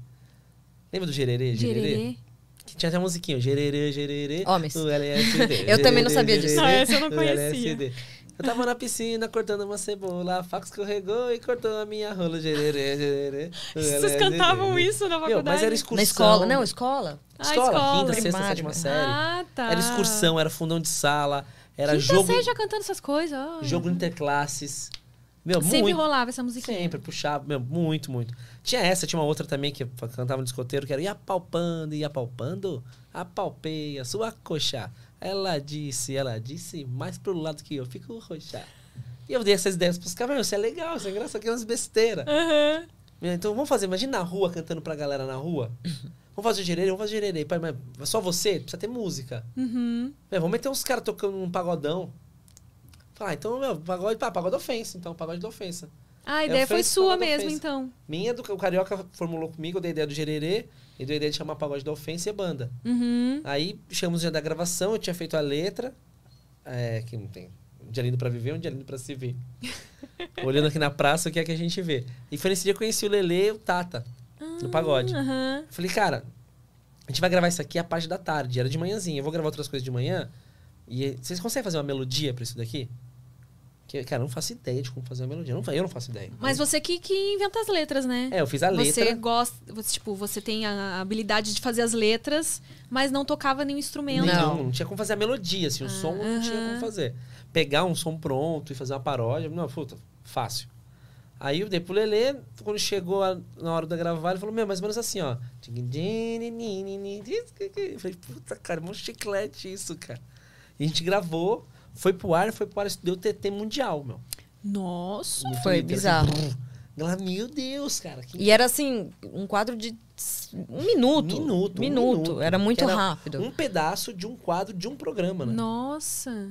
S2: Lembra do gererê?
S1: Gererê.
S2: Que tinha até a musiquinha, o gererê, gererê.
S3: Homens.
S2: o LSD,
S3: Eu também
S2: gererê,
S3: não sabia disso.
S2: gererê,
S1: Não, essa eu não
S2: o
S1: conhecia.
S2: LSD. Eu tava na piscina cortando uma cebola, a faca escorregou e cortou a minha rola, gererê, gererê. o
S1: Vocês
S2: LSD.
S1: cantavam isso na
S2: Meu, mas
S1: faculdade?
S2: era
S1: Na
S2: excursão.
S3: Na escola. Não, escola.
S1: Ah,
S2: Escola,
S1: escola.
S2: quinta, sexta,
S3: Primário,
S2: sétima
S3: né?
S2: série.
S1: Ah, tá.
S2: Era excursão, era fundão de sala, era
S1: Quinta
S2: jogo,
S1: série já cantando essas coisas. ó.
S2: jogo interclasses. Meu,
S1: Sempre
S2: muito.
S1: rolava essa musiquinha.
S2: Sempre, puxava, meu, muito, muito. Tinha essa, tinha uma outra também que eu cantava no discoteiro, que era ia palpando, ia palpando, apalpei a sua coxa. Ela disse, ela disse, mais pro lado que eu fico roxa. E eu dei essas ideias pros caras, meu, isso é legal, isso é engraçado, que é umas besteiras.
S1: Aham.
S2: Então vamos fazer, imagina na rua cantando pra galera na rua. Vamos fazer gererê, vamos fazer gererê. Pai, mas é só você? Precisa ter música.
S1: Uhum.
S2: Meu, vamos meter uns caras tocando um pagodão. Falar, ah, então, meu, pagode, pá, pagode ofensa, então, pagode da ofensa.
S1: Ah, a
S2: É,
S1: ideia foi
S2: ofensa,
S1: sua
S2: pagode
S1: mesmo,
S2: ofensa.
S1: então.
S2: Minha, é do, o Carioca formulou comigo, eu dei a ideia do gererê, e deu a ideia de chamar pagode da ofensa e banda.
S1: Uhum.
S2: Aí chegamos no dia da gravação, eu tinha feito a letra. É, que não tem. Um dia lindo pra viver, um dia lindo pra se ver. Olhando aqui na praça, o que é que a gente vê? E foi nesse dia que eu conheci o Lele e o Tata,
S1: Ah.
S2: no pagode.
S1: Aham.
S2: Eu Falei, cara, a gente vai gravar isso aqui a parte da tarde, era de manhãzinha. Eu vou gravar outras coisas de manhã. E vocês conseguem fazer uma melodia pra isso daqui? Que, cara, eu não faço ideia de como fazer uma melodia. Eu não fa- eu não faço ideia.
S1: Mas você que, que inventa as letras, né?
S2: É, eu fiz a
S1: Você
S2: letra.
S1: gosta, você, tipo, você tem a habilidade de fazer as letras, mas não tocava nenhum instrumento.
S2: Nenhum,
S3: Não. Ah,
S2: não. tinha como fazer a melodia, assim, o som não tinha como fazer. Pegar um som pronto e fazer uma paródia, não, puta, fácil. Aí eu dei pro Lelê, quando chegou a- na hora da gravar, ele falou, meu, mais ou menos assim, ó. Eu falei, puta, cara, é mó chiclete isso, cara. E a gente gravou, foi pro ar, foi pro ar, isso deu TT mundial, meu.
S1: Nossa!
S2: No
S3: Foi
S2: Twitter,
S3: bizarro.
S2: assim, brum. Ela, meu Deus, cara. Que
S3: E era assim, um quadro de s- um minuto.
S2: minuto, um
S3: Minuto. Era muito
S2: Que
S3: rápido.
S2: Um pedaço de um quadro de um programa, né?
S1: Nossa!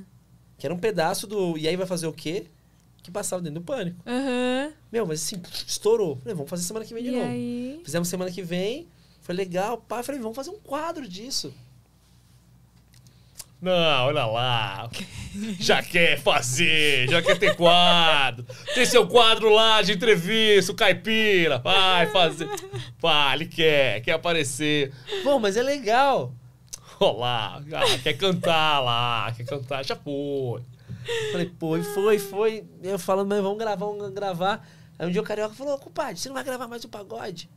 S2: Que era um pedaço do. E aí vai fazer o quê? que passava dentro do pânico.
S1: Aham.
S2: Meu, mas assim, estourou. Falei, vamos fazer semana que vem de
S1: E
S2: novo.
S1: aí?
S2: Fizemos semana que vem, foi legal, pá. Falei, vamos fazer um quadro disso.
S6: Não, olha lá. Já quer fazer, já quer ter quadro. Tem seu quadro lá de entrevista, o caipira. Vai fazer. Vai, ele quer, quer aparecer.
S2: Pô, mas é legal.
S6: Olá, ah, quer cantar lá, quer cantar, já foi.
S2: Falei, pô, e foi, foi. Eu falando, mas vamos gravar, vamos gravar. Aí um dia o carioca falou, ô, compadre, você não vai gravar mais o pagode?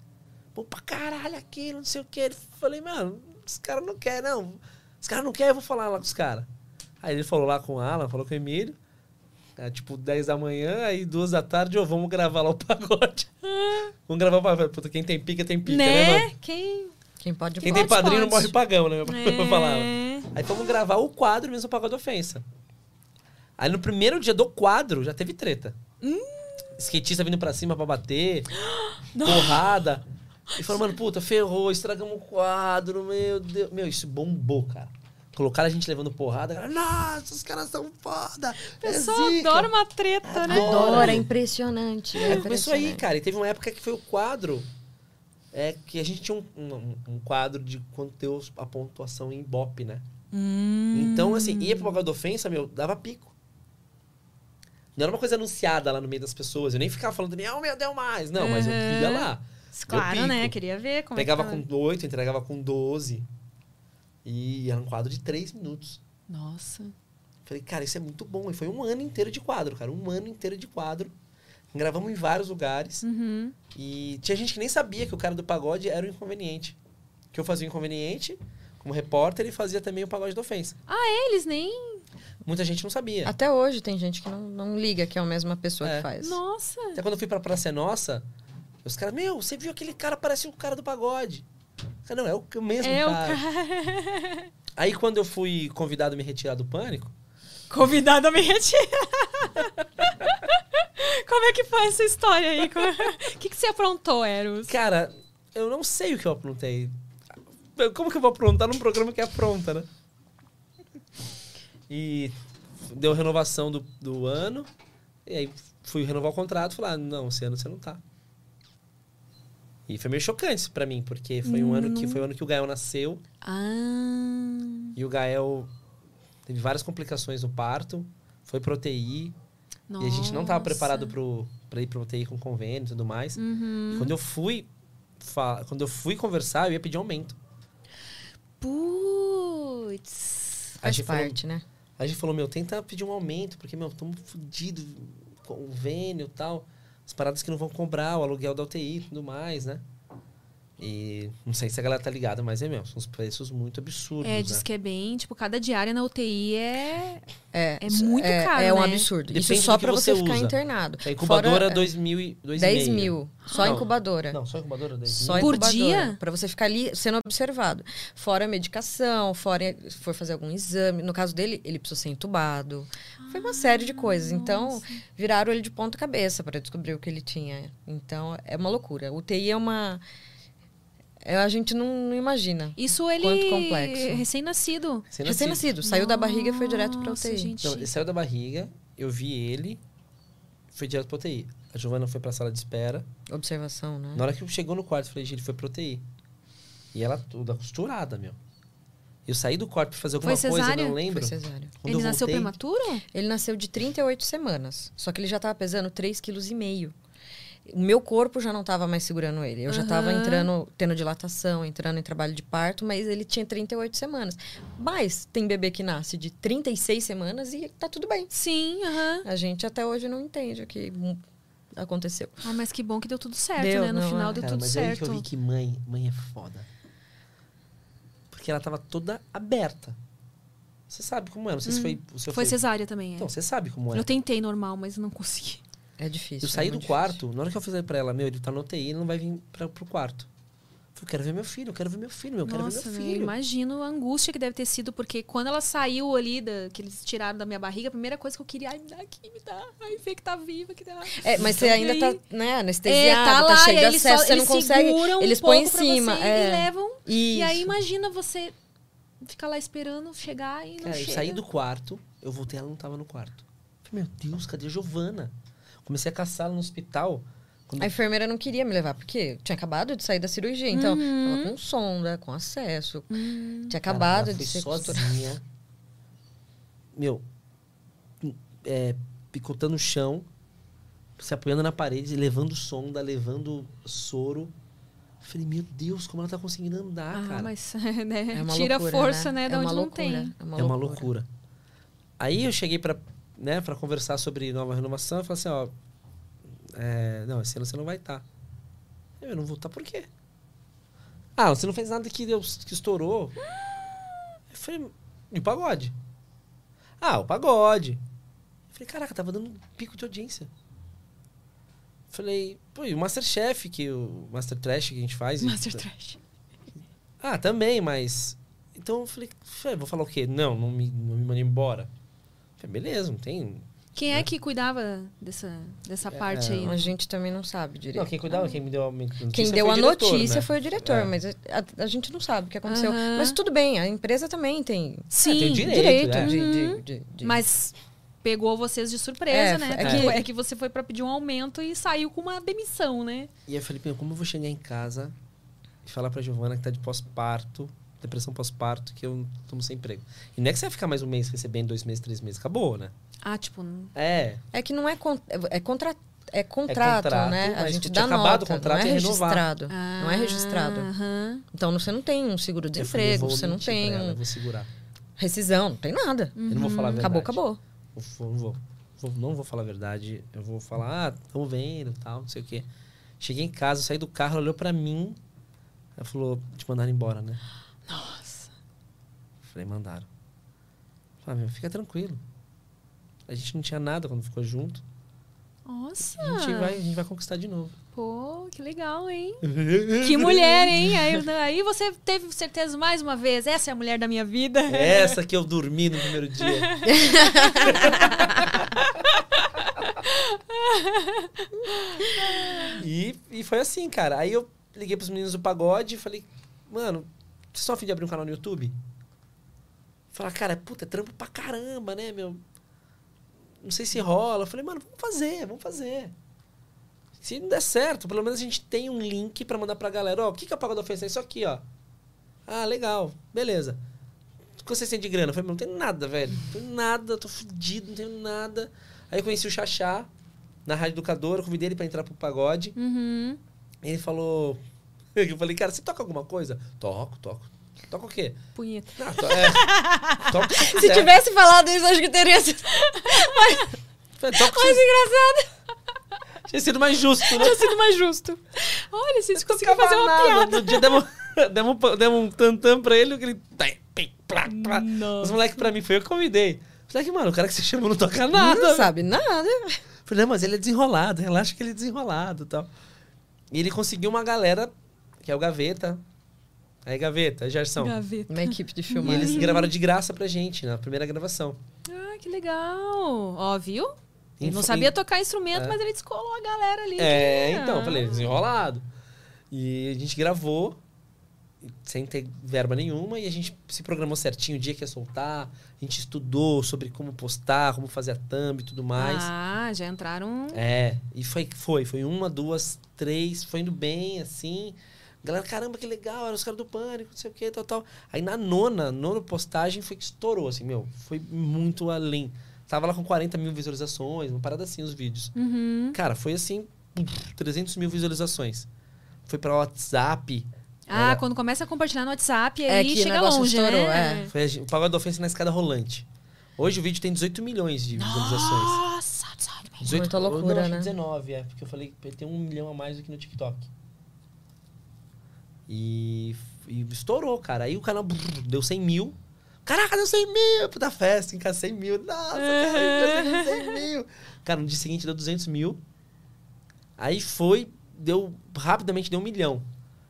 S2: Pô, pra caralho aquilo, não sei o quê. Ele- Falei, mano, os caras não querem, não. Os caras não querem, eu vou falar lá com os caras. Aí ele falou lá com o Alan, falou com o Emílio. É, tipo 10 da manhã, aí duas da tarde, ô, vamos gravar lá o pagode. vamos gravar o pagode. Puta, quem tem pica, tem pica, né, mano?
S1: Né? Quem.
S3: Quem pode
S2: Quem tem
S3: pode.
S2: padrinho não
S1: pode.
S2: morre pagão, né? Eu
S1: É.
S2: falava. Aí fomos gravar o quadro mesmo Pagode Ofensa. Aí no primeiro dia do quadro já teve treta.
S1: Hum.
S2: Skatista vindo pra cima pra bater, porrada. E falou, mano, puta, ferrou, estragamos o quadro, meu Deus. Meu, isso bombou, cara. Colocaram a gente levando porrada, cara, nossa, os caras são foda.
S1: O
S2: é
S1: pessoal
S2: zica."
S1: adora uma treta, né?
S3: Adora, é impressionante. É
S2: Aí começou aí,
S3: impressionante.
S2: cara. E teve uma época que foi o quadro. É que a gente tinha um, um- um quadro de quanto deu a pontuação em Ibope, né?
S1: Hum.
S2: Então, assim, ia pro bagulho da ofensa, meu, dava pico. Não era uma coisa anunciada lá no meio das pessoas. Eu nem ficava falando, oh, meu, deu mais. Não, mas eu
S1: Uhum.
S2: ia lá.
S1: Claro,
S2: pico.
S1: né? Queria ver como
S2: Pegava
S1: é que
S2: com
S1: tava.
S2: 8, entregava com 12. E era um quadro de 3 minutos.
S1: Nossa.
S2: Falei, cara, isso é muito bom. E foi um ano inteiro de quadro, cara. Um ano inteiro de quadro. Gravamos em vários lugares.
S1: Uhum.
S2: E tinha gente que nem sabia que o cara do pagode era o inconveniente. Que eu fazia o inconveniente como repórter e fazia também o pagode da ofensa.
S1: Ah, Eles nem.
S2: Muita gente não sabia.
S3: Até hoje tem gente que não, não liga que é a mesma pessoa
S2: É.
S3: que faz.
S1: Nossa.
S2: Até quando eu fui pra Praça é Nossa, os caras, meu, você viu aquele cara, parece o cara do pagode. Cara, Não, é o o mesmo
S1: É o
S2: cara.
S1: cara.
S2: Aí quando eu fui convidado a me retirar do pânico,
S1: Convidado a me retirar. Como é que foi essa história aí? Como- O que, que você aprontou, Eros?
S2: cara, eu não sei o que eu aprontei. Como que eu vou aprontar num programa que apronta, né? E deu renovação do, do ano. E aí fui renovar o contrato. Falei, ah, não, esse ano você não tá. E foi meio chocante isso pra mim, porque foi um ano que foi o ano que o Gael nasceu.
S1: Ah.
S2: E o Gael teve várias complicações no parto. Foi pro UTI. E a gente não tava preparado pro, pra ir pro UTI com convênio e tudo mais.
S3: Uhum.
S2: E quando eu fui... fa- Quando eu fui conversar, eu ia pedir um aumento.
S1: Putz.
S2: Aí a
S3: Faz
S2: gente falou-
S3: parte, né?
S2: Aí a gente falou, meu, tenta pedir um aumento, porque, meu, estamos fodidos, convênio e tal. As paradas que não vão cobrar, o aluguel da UTI e tudo mais, né? E não sei se a galera tá ligada, mas é mesmo, são uns preços muito absurdos,
S1: É,
S2: né?
S1: diz que é bem, tipo, cada diária na UTI é.
S3: É,
S1: É muito caro,
S3: É um
S1: né?
S3: absurdo.
S2: Depende
S3: Isso só
S2: do que
S3: pra
S2: você
S3: você ficar
S2: usa.
S3: internado.
S2: A incubadora,
S3: Fora, é,
S2: 2 mil e... dois e
S3: 10
S2: meio.
S3: mil. Só
S2: Não.
S3: incubadora.
S2: Não, só incubadora, 10
S3: Só
S2: mil.
S1: Por
S3: incubadora,
S1: dia?
S3: Pra você ficar ali sendo observado. Fora a medicação, fora se for fazer algum exame. No caso dele, ele precisou ser entubado. Foi uma série de
S1: Ah,
S3: coisas. Então, viraram ele de ponta cabeça para descobrir o que ele tinha. Então, é uma loucura. UTI é uma. é, a gente não, não imagina.
S1: Isso ele. é
S3: Quanto complexo.
S1: Recém-nascido.
S3: Recém-nascido, saiu da barriga e foi direto pra
S1: Nossa,
S3: UTI.
S1: gente.
S2: Não, ele saiu da barriga, eu vi ele, foi direto pra UTI. A Giovana foi pra sala de espera.
S3: Observação,
S1: Hum.
S3: né?
S2: Na hora que chegou no quarto, eu falei, gente, ele foi pro UTI. E ela toda costurada, meu. Eu saí do quarto pra fazer alguma
S1: Foi
S2: coisa,
S1: cesárea?
S2: não lembro.
S3: Foi cesárea.
S2: Quando
S1: Ele
S2: eu
S1: nasceu
S2: voltei,
S1: prematuro?
S3: Ele nasceu de 38 semanas, só que ele já estava pesando 3,5 kg. O meu corpo já não estava mais segurando ele. Eu já estava entrando, tendo dilatação, entrando em trabalho de parto, mas ele tinha 38 semanas. Mas tem bebê que nasce de 36 semanas e tá tudo bem.
S1: Sim, aham.
S3: A gente até hoje não entende o que hum, aconteceu.
S1: Ah, mas que bom que deu tudo certo,
S3: Deu,
S1: né? No
S3: não,
S1: final
S3: é.
S1: deu
S2: Cara,
S1: tudo
S2: mas aí que
S1: certo.
S2: eu vi que mãe, mãe é foda. Porque ela tava toda aberta. Você sabe como é, não sei se foi o seu
S1: Hum. Foi
S2: foi-
S1: cesárea também, é.
S2: Então, você sabe como é.
S1: eu tentei normal, mas não consegui.
S3: É difícil.
S2: Eu saí
S3: é
S2: do
S3: muito difícil.
S2: quarto, na hora que eu falei pra ela, meu, ele tá na UTI, ele não vai vir pra, pro quarto. Eu falei, quero ver meu filho, eu quero ver meu filho, meu, Então, eu quero
S1: Nossa,
S2: ver meu
S1: né?
S2: filho.
S1: imagino a angústia que deve ter sido, porque quando ela saiu ali, da, que eles tiraram da minha barriga, a primeira coisa que eu queria, ai, me dá aqui, me dá, ai, vê que tá viva, que dá.
S3: É, mas você
S1: E
S3: ainda
S1: aí-
S3: tá, né,
S1: É,
S3: anestesiado,
S1: tá lá,
S3: cheio
S1: e
S3: de
S1: aí eles,
S3: acesso,
S1: só-
S3: você não
S1: eles
S3: consegue.
S1: seguram
S3: Eles
S1: um
S3: põem em
S1: pouco pra você
S3: cima.
S1: e
S3: é.
S1: levam. E aí
S3: Isso.
S1: imagina você ficar lá esperando chegar e não
S2: Cara, É, eu
S1: chega.
S2: saí do quarto, eu voltei, ela não tava no quarto. Eu Falei, meu Deus, cadê a Giovana? Comecei a caçá-la no hospital. Quando
S3: A enfermeira não queria me levar, porque eu tinha acabado de sair da cirurgia. Então,
S1: Uhum.
S3: tava com sonda, com acesso. Tinha
S2: Cara,
S3: acabado
S2: ela
S3: de
S2: foi
S3: ser costurada.
S2: sozinha. Meu, é, picotando o chão, se apoiando na parede, levando sonda, levando soro. Eu Falei, meu Deus, como ela tá conseguindo andar,
S1: Ah,
S2: cara.
S1: mas né,
S3: É uma
S1: tira a
S3: loucura,
S1: força, né,
S3: É
S1: da
S3: uma
S1: onde
S3: loucura,
S1: não tem.
S3: É uma
S2: é uma
S3: loucura.
S2: loucura. Aí eu cheguei pra, né, pra conversar sobre nova renovação e falei assim, ó. é, não, esse ano você não vai estar. Eu não vou estar por quê? Ah, você não fez nada que, deu, que estourou. Eu falei, e o pagode? Ah, o pagode. Eu falei, caraca, tava dando um pico de audiência. Falei, pô, e o Masterchef, que o Master Trash que a gente faz.
S1: Master Trash.
S2: Ah, também, mas. Então eu falei, "Fé, vou falar o quê? Não, não me, não me manda embora. Eu Falei, beleza, não tem.
S1: Quem é que cuidava dessa,
S2: É,
S1: dessa parte aí? né?
S3: A gente também não sabe direito.
S2: né? Não, quem cuidava, quem me deu a notícia.
S3: Quem
S2: foi
S3: deu
S2: o
S3: a
S2: diretor,
S3: notícia
S2: né?
S3: foi o diretor,
S2: É.
S3: mas a, a- a gente não sabe o que aconteceu.
S1: Aham.
S3: Mas tudo bem, a empresa também tem
S1: Sim,
S2: Ah,
S1: Uhum.
S2: tem o direito,
S3: direito
S2: né?
S3: de, de- de- de-
S1: mas pegou vocês de surpresa,
S3: É,
S1: né?
S3: é
S1: Porque
S3: que-
S1: é que você foi pra pedir um aumento e saiu com uma demissão, né?
S2: E aí eu falei, "Meu, como eu vou chegar em casa e falar pra Giovana que tá de pós-parto, depressão pós-parto, que eu tomo sem emprego. E não é que você vai ficar mais um mês recebendo, dois meses, três meses. Acabou, né?
S1: Ah, tipo, não-
S2: É.
S3: É que não é, con- é, contra, é contrato,
S2: contrato,
S3: né? A
S2: mas
S3: gente
S2: tinha
S3: dá
S2: acabado
S3: nota,
S2: o contrato
S3: não é
S2: e ia renovar.
S3: registrado.
S1: Ah,
S3: Não é registrado.
S1: aham.
S3: Então você não tem um
S2: Eu falei, "Eu
S3: seguro-desemprego,
S2: vou
S3: você não
S2: mentir
S3: tem
S2: pra ela,
S3: um
S2: eu vou segurar.
S3: rescisão, não tem nada.
S2: Eu não vou falar a verdade.
S3: Acabou, acabou.
S2: Eu vou- não vou, vou- não vou falar a verdade. Eu vou falar, ah, tamo vendo tal, não sei o quê. Cheguei em casa, saí do carro, ela olhou pra mim. Ela falou, te mandaram embora, né? Nossa. Falei, mandaram. Falei, "Ah, meu, fica tranquilo. A gente não tinha nada quando ficou junto.
S1: Nossa!
S2: A gente, vai, a gente vai conquistar de novo.
S1: Pô, que legal, hein? que mulher, hein? Aí, aí você teve certeza mais uma vez, essa é a mulher da minha vida.
S2: É Essa que eu dormi no primeiro dia. e, e foi assim, cara. Aí eu liguei pros meninos do pagode e falei, mano, vocês estão afim de abrir um canal no YouTube? Falar, cara, puta, é trampo pra caramba, né, meu? Não sei se rola. Eu falei, mano, vamos fazer, vamos fazer. Se não der certo, pelo menos a gente tem um link pra mandar pra galera. Ó, o que que é o Pagode Ofensa? É isso aqui, ó. Ah, legal. Beleza. O que vocês têm de grana? Eu falei, "Meu, não tenho nada, velho. Não tenho nada, tô fudido, não tenho nada. Aí eu conheci o Xaxá na Rádio Educadora, eu convidei ele pra entrar pro pagode.
S1: Uhum.
S2: Ele falou. Eu falei, cara, você toca alguma coisa? Toco, toco. Toca o quê?
S1: Punheta.
S2: Não, to é, toca o que você
S3: Se
S2: quiser.
S3: tivesse falado isso, acho que teria sido
S2: Eu falei, "Toca o que
S1: Mais
S2: você-
S1: é engraçado,
S2: Tinha sido mais justo, né?
S3: Tá
S1: tinha sido mais justo. Olha, vocês conseguiram fazer uma
S2: Cavalo,
S1: piada.
S2: No dia demos, demos, um pa- demos um tantam pra ele, que ele. Tá, pim, plá, plá. Os moleques pra mim, foi eu que convidei. Falei, que, mano, o cara que você chamou não toca nada.
S3: Não
S2: velho."
S3: sabe nada.
S2: Falei, não, mas ele é desenrolado, relaxa que ele é desenrolado e tal. E ele conseguiu uma galera, que é o Gaveta. Aí, Gaveta, aí, Gerson.
S1: Gaveta.
S3: Uma equipe de
S2: E
S3: filmagem.
S2: eles gravaram de graça pra gente na primeira gravação.
S1: Ah, que legal. Ó, viu? Ele não
S2: Info-
S1: sabia tocar instrumento,
S2: É.
S1: mas ele descolou a galera ali.
S2: É,
S1: Ah.
S2: então, eu falei, desenrolado. E a gente gravou, sem ter verba nenhuma, e a gente se programou certinho o dia que ia soltar. A gente estudou sobre como postar, como fazer a thumb e tudo mais.
S1: Ah, já entraram.
S2: É, e foi, foi, foi uma, duas, três, foi indo bem, assim. Galera, caramba, que legal, eram os caras do pânico, não sei o que, tal, tal. Aí na nona, nona postagem foi que estourou, assim, meu, foi muito além. Tava lá com 40 mil visualizações, uma parada assim, os vídeos.
S1: Uhum.
S2: Cara, foi assim, pum, 300 mil visualizações. Foi pra WhatsApp.
S1: Ah,
S2: Era-
S1: quando começa a compartilhar no WhatsApp,
S3: É
S1: aí
S3: que o
S1: chega
S3: negócio
S1: longe,
S3: estourou, é.
S1: né?
S2: Foi a gen- o pagode da ofensa na escada rolante. Hoje o vídeo tem 18 milhões de visualizações.
S1: Nossa, sabe?
S2: 18,
S3: Muita
S2: eu não,
S3: loucura,
S2: acho
S3: né?
S2: 19, é, porque eu falei que tem um milhão a mais do que no TikTok. E, e estourou, cara. Aí o canal brrr, deu 100 mil. Caraca, deu 100 mil! Puta festa, hein, cara, 100 mil. Nossa, cara, 100 mil. Cara, no dia seguinte deu 200 mil. Aí foi, deu, rapidamente deu um milhão.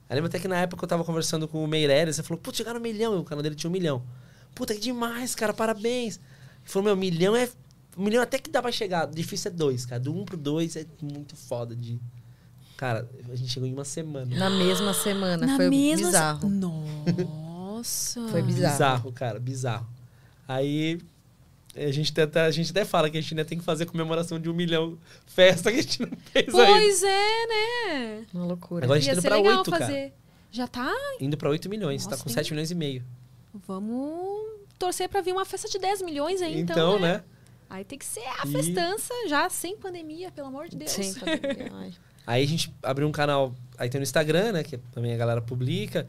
S2: Aí lembro até que na época eu tava conversando com o Meireles, ele falou, putz, chegaram um milhão, e o canal dele tinha um milhão. Puta, que demais, cara, parabéns. Ele falou, meu, milhão é. Milhão até que dá pra chegar. Difícil é dois, cara. Do um pro dois é muito foda de. Cara, a gente chegou em uma semana.
S3: Na mesma semana.
S1: Na
S3: foi
S1: mesma.
S3: bizarro.
S1: Nossa.
S3: Foi bizarro.
S2: Bizarro, cara, bizarro. Aí A gente, até, tá, a gente até fala que a gente ainda tem que fazer comemoração de um milhão. Festa que a gente não fez ainda.
S1: Pois é, né?
S3: Uma loucura.
S2: Agora a gente
S1: Ia
S2: tá indo
S1: ser
S2: pra
S1: legal
S2: 8, cara.
S1: fazer. Já tá?
S2: Indo pra 8 milhões,
S1: Nossa,
S2: tá com
S1: hein?
S2: 7 milhões e meio.
S1: Vamos torcer pra vir uma festa de 10 milhões aí, então,
S2: Então,
S1: né?
S2: né?
S1: Aí tem que ser a
S2: E-
S1: festança já, sem pandemia, pelo amor de Deus.
S3: Sim, pandemia, ai. Tá
S2: Aí a gente abriu um canal. Aí tem no Instagram, né? Que também a galera publica.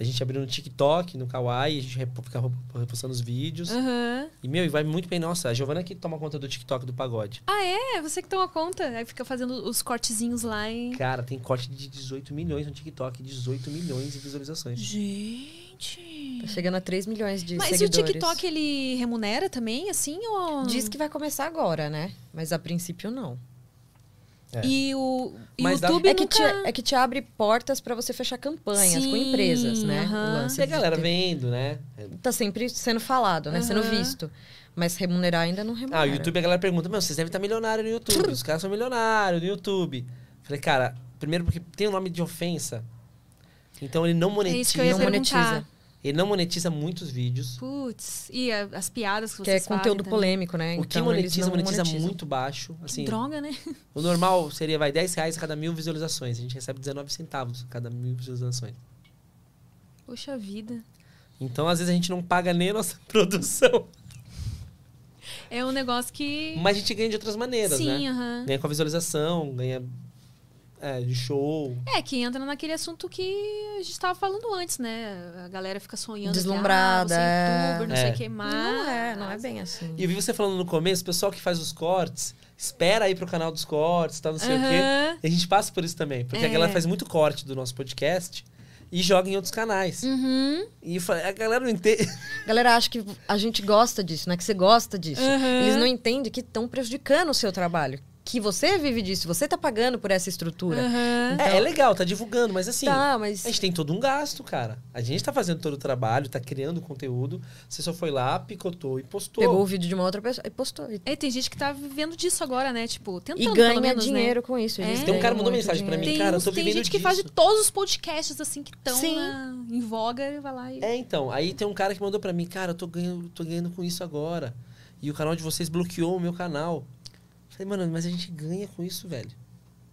S2: A gente abriu no TikTok, no Kawaii, a gente repo- fica repo- repostando os vídeos.
S1: Ah. Aham.
S2: E, meu, e vai muito bem. Nossa, a Giovana que toma conta do TikTok do pagode.
S1: Ah, é? Você que toma conta. Aí fica fazendo os cortezinhos lá em.
S2: Cara, tem corte de 18 milhões no TikTok, 18 milhões de visualizações.
S1: Gente.
S3: Tá chegando a 3 milhões de
S1: Mas
S3: seguidores.
S1: o TikTok ele remunera também, assim? Ou...
S3: Diz que vai começar agora, né? Mas a princípio não.
S2: É.
S1: E o e o
S2: Mas dá-
S1: YouTube
S3: É que, te,
S1: nunca...
S3: é que te abre portas pra você fechar campanhas com
S1: Sim,
S3: empresas, né?
S1: aham.
S3: O
S2: E
S3: lance
S2: é a
S3: de
S2: galera
S3: ter-
S2: vendo, né?
S3: Tá sempre sendo falado, né? Sendo
S1: Aham.
S3: visto. Mas remunerar ainda não remunera.
S2: Ah, o YouTube, a galera pergunta, meu, vocês devem estar milionário no YouTube. Os caras são milionários no YouTube. Falei, cara, primeiro porque tem o nome de ofensa. Então ele não
S1: É
S2: monetiza.
S1: isso que eu ia
S3: não
S1: perguntar.
S3: monetiza.
S2: Ele não monetiza muitos vídeos.
S1: Putz, e a- as piadas que
S3: Que é
S1: vocês fazem
S3: conteúdo
S1: também.
S3: polêmico, né?
S2: o que
S3: Então, eles
S2: monetiza,
S3: não
S2: monetiza
S3: monetizam.
S2: muito baixo. Assim,
S1: Droga, né?
S2: o normal seria, vai, 10 reais a cada mil visualizações. A gente recebe 19 centavos a cada mil visualizações.
S1: Poxa vida.
S2: Então, às vezes, a gente não paga nem a nossa produção.
S1: É um negócio que...
S2: Mas a gente ganha de outras maneiras, né?
S1: Sim, aham.
S2: Ganha com a visualização, ganha é, de show.
S1: É, que entra naquele assunto que a gente tava falando antes, né? A galera fica sonhando. que,
S3: Deslumbrada,
S1: Ah, vou ser youtuber, não
S2: é.
S1: sei o que mais.
S3: Não é, não é bem assim.
S2: E eu vi você falando no começo, o pessoal que faz os cortes, espera aí pro canal dos cortes, tá, não sei o quê.
S1: Aham.
S2: E a gente passa por isso também, porque a
S1: É.
S2: galera faz muito corte do nosso podcast e joga em outros canais.
S1: Uhum.
S2: E eu falei, a galera não entende.
S3: Galera acha que a gente gosta disso, né? Que você gosta disso.
S1: Aham.
S3: Eles não entendem que estão prejudicando o seu trabalho. Que você vive disso, você tá pagando por essa estrutura.
S1: Aham.
S2: É, é legal, tá divulgando, mas assim.
S3: Então, Tá, mas.
S2: A gente tem todo um gasto, cara. A gente tá fazendo todo o trabalho, tá criando conteúdo. Você só foi lá, picotou e postou.
S3: Pegou o vídeo de uma outra pessoa e postou. E,
S1: É, tem gente que tá vivendo disso agora, né? Tipo, tentando
S3: e
S1: pelo
S3: ganha
S1: menos, né?
S3: dinheiro com isso. eles
S1: É.
S2: Tem um cara
S3: ganham
S2: mandou
S3: muito
S2: mensagem pra
S3: dinheiro.
S1: Tem,
S2: Cara, eu tô
S1: uns- tem
S2: vivendo
S1: gente que faz de
S2: disso.
S1: todos os podcasts, assim, que estão
S3: Sim.
S1: em voga e vai lá e...
S2: É, então. Aí tem um cara que mandou pra mim, cara, eu tô ganhando, tô ganhando com isso agora. E o canal de vocês bloqueou o meu canal. Falei, mano, mas a gente ganha com isso, velho.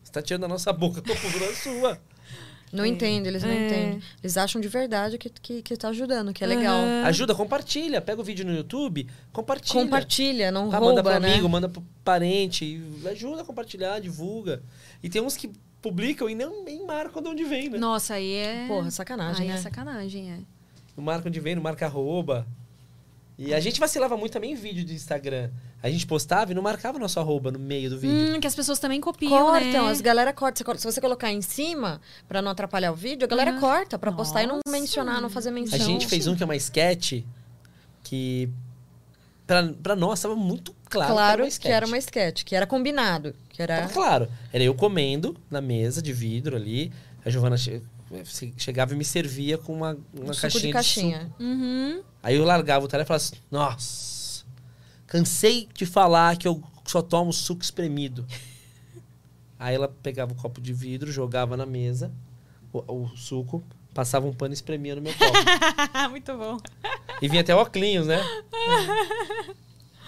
S2: Você tá tirando a nossa boca com a sua.
S3: Não entendo, eles não
S1: É.
S3: entendem. Eles acham de verdade que, que, que tá ajudando, que é legal.
S1: Uhum.
S2: Ajuda, compartilha. Pega o vídeo no YouTube, compartilha.
S3: Compartilha, não
S2: Ah, manda
S3: rouba,
S2: pro
S3: né?
S2: amigo, manda pro parente. e Ajuda a compartilhar, divulga. E tem uns que publicam e não, nem marcam de onde vem, né?
S1: Nossa, aí é...
S3: Porra, sacanagem,
S1: aí é
S3: né?
S1: sacanagem, é.
S2: Não marca onde vem, não marca arroba. E a gente vacilava muito também em vídeo de Instagram. A gente postava e não marcava o nosso arroba no meio do vídeo.
S1: Hum, que as pessoas também copiam,
S3: Cortam,
S1: né?
S3: as galera corta. Você corta. Se você colocar em cima, pra não atrapalhar o vídeo, a galera
S1: Aham.
S3: corta pra postar e não
S1: Uhum. Nossa.
S3: mencionar, não fazer menção.
S2: A gente fez um que é uma sketch que pra, pra nós tava muito claro,
S3: Claro
S2: que
S3: que era uma sketch, que era combinado. Que era...
S2: Tava claro. Era eu comendo na mesa de vidro ali, a Giovana che- eh, se- chegava e me servia com uma, uma
S3: Um suco
S2: caixinha
S3: de
S2: de
S3: caixinha.
S2: suco.
S1: Uhum.
S2: Aí eu largava o telefone e falava assim, nossa, cansei de falar que eu só tomo suco espremido. Aí ela pegava o copo de vidro, jogava na mesa o, o suco, passava um pano e espremia no meu copo.
S1: Muito bom.
S2: E vinha até óculos, né?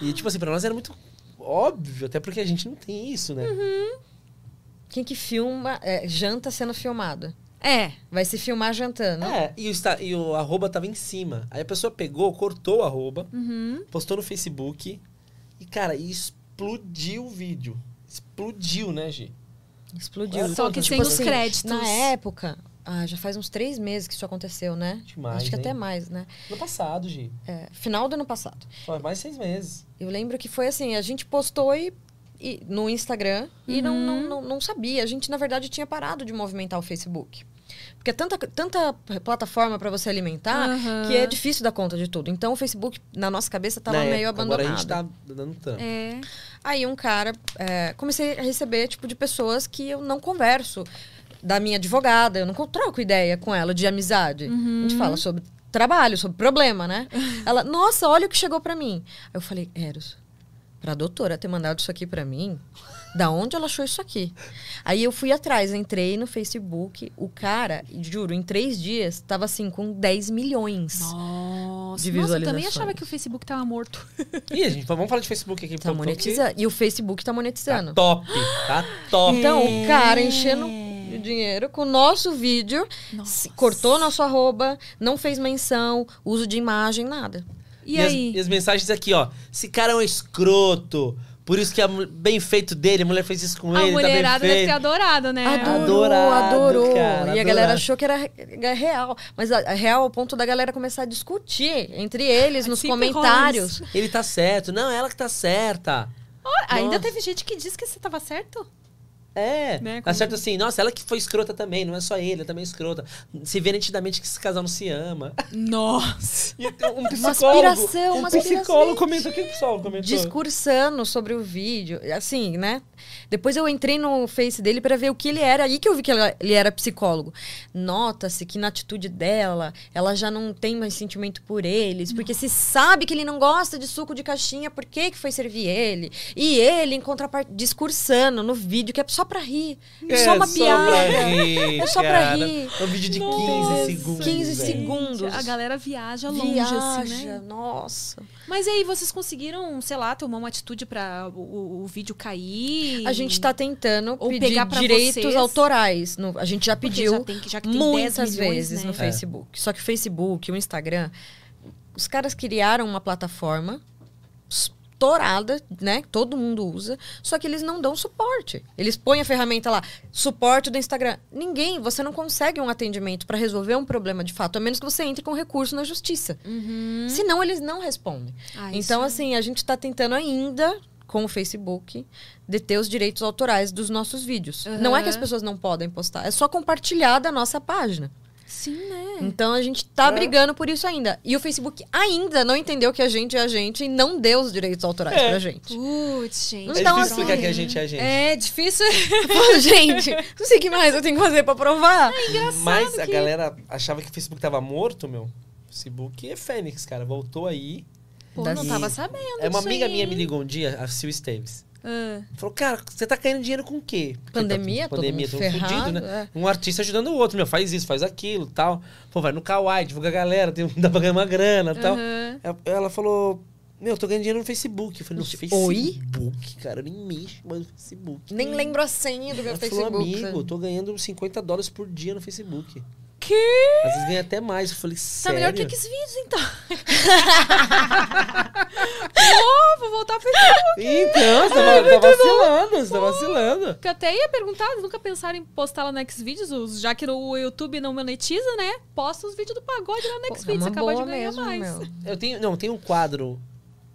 S2: e, tipo assim, pra nós era muito óbvio, até porque a gente não tem isso, né?
S3: Quem que filma, é, janta sendo filmado.
S1: É.
S3: Vai se filmar jantando.
S2: É, e o, insta- e o arroba tava em cima. Aí a pessoa pegou, cortou o arroba, postou no Facebook. E, cara, explodiu o vídeo. Explodiu, né, Gi?
S3: Explodiu. assim,
S1: Só que sem os créditos.
S3: tipo Na época, ah, já faz uns três meses que isso aconteceu, né?
S2: Demais,
S3: Acho que
S2: hein?
S3: até mais, né?
S2: No passado, Gi.
S3: É, final do ano passado.
S2: Ó, Mais seis meses.
S3: Eu lembro que foi assim, a gente postou e, e- no Instagram e não, não, não, não sabia. A gente, na verdade, tinha parado de movimentar o Facebook. Porque é tanta, tanta plataforma para você alimentar
S1: Aham.
S3: que é difícil dar conta de tudo. Então, o Facebook, na nossa cabeça, tava
S2: Na
S3: meio
S2: época.
S3: abandonado.
S2: Agora a gente tá dando trampo.
S1: É.
S3: Aí um cara, é, comecei a receber tipo de pessoas que eu não converso, da minha advogada, eu não troco ideia com ela de amizade. A gente fala sobre trabalho, sobre problema, né? Ela, nossa, olha o que chegou pra mim. Aí eu falei, Eros, pra doutora ter mandado isso aqui pra mim. Da onde ela achou isso aqui? Aí eu fui atrás, entrei no Facebook. O cara, juro, em três dias, tava assim, com 10 milhões.
S1: Nossa,
S3: De
S1: nossa, eu também
S3: visualizações.
S1: achava que o Facebook tava morto.
S2: Ih, gente, vamos falar de Facebook aqui.
S3: Tá
S2: porque
S3: monetizando. E o Facebook tá
S2: Tá
S3: monetizando.
S2: top, tá top.
S3: Então,
S1: É.
S3: o cara enchendo de dinheiro com o nosso vídeo, se- cortou nosso arroba, não fez menção, uso de imagem, nada.
S1: E,
S2: as-
S1: aí?
S2: As, mensagens aqui, ó. Esse cara é um escroto. Por isso que é mu- bem feito dele. A mulher fez isso com
S1: a
S2: ele, tá bem
S1: mulherada deve ter
S2: feito.
S1: adorado, né?
S3: Adorou,
S2: Adorado,
S3: adorou.
S2: cara,
S3: e a
S2: adorado.
S3: galera achou que era re- é real. Mas a- é real ao ponto da galera começar a discutir entre eles nos
S1: Ah, Sempre rola
S3: comentários.
S2: Ele tá certo. Não, ela que tá certa.
S1: Ah, Ainda
S2: Nossa.
S1: teve gente que disse que você tava certo?
S2: É,
S1: Né,
S2: tá
S1: como-
S2: certo assim. Nossa, ela que foi escrota também, não é só ele, ela também é escrota. Se vê nitidamente que esse casal não se ama.
S1: Nossa!
S2: E tem um psicólogo,
S3: aspiração,
S2: um
S3: uma aspiração.
S2: psicólogo comentou, o que o psicólogo comentou?
S3: Discursando sobre o vídeo, assim, né? Depois eu entrei no Face dele pra ver o que ele era. Aí que eu vi que ela- ele era psicólogo. Nota-se que na atitude dela, ela já não tem mais sentimento por eles, porque se sabe que ele não gosta de suco de caixinha, por que, que foi servir ele? E ele, em contraparte, discursando no vídeo, que é só pra rir. É só uma piada.
S2: rir,
S3: É só pra
S2: cara.
S3: rir.
S2: É um vídeo de 15 segundos.
S3: 15
S2: velho.
S3: segundos.
S1: A galera viaja longe,
S3: Viaja,
S1: assim, né?
S3: nossa.
S1: Mas e aí, vocês conseguiram, sei lá, tomar uma atitude pra o- o, o vídeo cair?
S3: A gente tá tentando
S1: Ou
S3: pedir
S1: pegar pra
S3: direitos
S1: vocês.
S3: autorais. no- a gente já
S1: Porque
S3: pediu
S1: já tem que- já que tem 10
S3: muitas
S1: milhões,
S3: vezes
S1: né?
S3: no
S1: É.
S3: Facebook. Só que o Facebook, o Instagram, os caras criaram uma plataforma estourada, né? que Todo mundo usa. Só que eles não dão suporte. Eles põem a ferramenta lá, suporte do Instagram. Ninguém, você não consegue um atendimento para resolver um problema de fato, a menos que você entre com recurso na justiça. Senão eles não respondem.
S1: Uhum. Ah, isso
S3: então,
S1: é-
S3: assim, a gente está tentando ainda com o Facebook deter os direitos autorais dos nossos vídeos.
S1: Aham.
S3: Não é que as pessoas não podem postar, é só compartilhar da nossa página.
S1: Sim, né?
S3: Então a gente tá brigando por isso ainda. E o Facebook ainda não entendeu que a gente é a gente e não deu os direitos autorais pra gente.
S1: Putz, gente.
S2: É difícil
S3: Então, assim,
S2: explicar que a gente é a É. gente.
S1: É difícil.
S3: Pô, gente, não sei o que mais eu tenho que fazer pra provar.
S2: Mas a
S1: que-
S2: galera achava que o Facebook tava morto, meu. Facebook é fênix, cara. Voltou aí.
S1: Pô,
S3: Dá
S1: não
S3: sim.
S1: tava sabendo.
S2: É uma
S1: disso
S2: amiga
S1: aí,
S2: minha me
S1: hein?
S2: ligou um dia, a Sil Esteves.
S1: Ah.
S2: Falou, cara, você tá ganhando dinheiro com o quê? Porque tá
S3: Pandemia, todo mundo ferrado, é.
S2: Um artista ajudando o outro, meu, faz isso, faz aquilo tal. Pô, vai no Kawaii, divulga a galera, tem, dá pra ganhar uma grana tal.
S1: Aham.
S2: Ela- Ela falou, meu, tô ganhando dinheiro no Facebook. Eu falei, no
S3: Oi?
S2: Facebook, cara, eu nem mexo mais no Facebook.
S3: Nem lembro a senha do meu
S2: Ela
S3: Facebook. né?
S2: falou, amigo, eu
S3: sabe?
S2: tô ganhando 50 dólares por dia no Facebook.
S1: Que?
S2: Às vezes ganha até mais. Eu falei,
S1: Tá
S2: sério?
S1: melhor que esses vídeos, então. Pô, vou voltar pra esse
S2: Então, você tá, tá vacilando, você tá vacilando.
S1: Porque eu até ia perguntar, nunca pensaram em postar lá no Xvideos, os- já que o YouTube não monetiza, né? Posta os vídeos do pagode lá no
S3: Pô, é
S1: Xvideos,
S3: uma
S1: acaba de
S3: boa
S1: ganhar
S3: mesmo,
S1: mais.
S3: meu.
S2: Eu tenho, não, tem um quadro...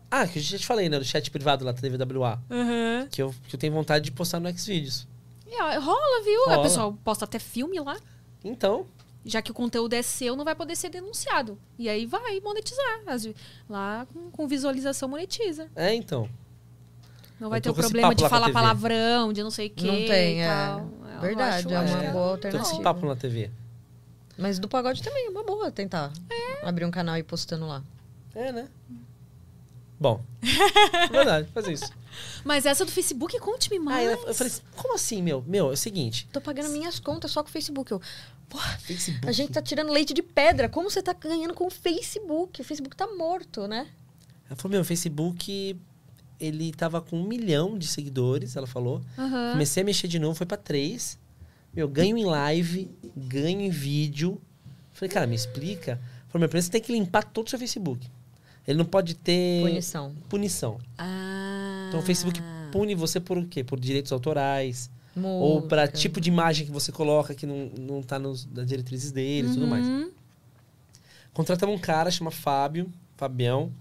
S2: Ah, que eu já te falei, né? Do chat privado lá da TVWA.
S1: Aham.
S2: Que eu, que eu tenho vontade de postar no Xvideos.
S1: E, ó, rola, viu?
S2: Rola.
S1: O pessoal posta até filme lá.
S2: Então,
S1: Já que o conteúdo é seu, não vai poder ser denunciado. E aí vai monetizar. Às ve- Lá com, com visualização monetiza.
S2: é então.
S1: Não vai
S2: Eu
S1: ter
S2: tô
S1: o
S2: com esse
S1: problema
S2: papo
S1: de
S2: lá com a
S1: falar
S2: TV.
S1: palavrão, de não sei o que.
S3: Não tem,
S1: e
S3: é.
S1: tal. Eu
S3: Verdade, é
S1: acho- acho
S3: uma
S1: que
S3: boa
S2: Tô com esse
S3: alternativa.
S2: papo na TV.
S3: Mas do pagode também é uma boa tentar abrir um canal e ir postando lá.
S2: É, né? Bom. é verdade, faz isso.
S1: Mas essa do Facebook, conte-me mais.
S2: Ah, eu, eu falei assim, como assim, meu? Meu, é o seguinte.
S3: Tô pagando minhas contas só com o Facebook. Eu, pô,
S2: Facebook.
S3: a gente tá tirando leite de pedra. Como você tá ganhando com o Facebook? O Facebook tá morto, né?
S2: Ela falou, meu, o Facebook, ele tava com um milhão de seguidores, ela falou.
S1: Aham.
S2: Comecei a mexer de novo, foi pra três. Meu, ganho em live, ganho em vídeo. Falei, cara, me explica. Falei, meu, primeiro você tem que limpar todo o seu Facebook. Ele não pode ter
S3: Punição.
S2: punição.
S1: Ah.
S2: Então o Facebook pune você por o quê? Por direitos autorais. Ou
S3: Multa.
S2: para tipo de imagem que você coloca que não, não tá nos, nas diretrizes dele e tudo mais.
S3: Uhum.
S2: Contratamos um cara, chama Fábio, Fabião.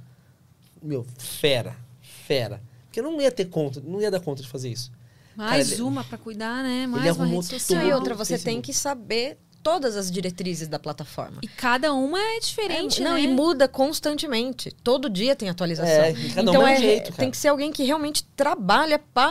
S2: Meu, fera, fera. Porque eu não ia ter conta, não ia dar conta de fazer isso.
S1: Mais
S2: Cara, ele-
S1: uma pra cuidar, né? Mais
S2: ele
S1: uma
S2: arrumou
S1: rede social.
S3: Não, e
S2: tudo.
S3: outra, você
S2: Facebook.
S3: tem que saber todas as diretrizes da plataforma.
S1: E cada uma é
S3: É,
S1: diferente,
S3: não,
S1: né?
S3: e muda constantemente. Todo dia tem atualização.
S2: É, cada um
S3: então
S2: é um
S3: é-
S2: jeito, cara.
S3: tem que ser alguém que realmente trabalha para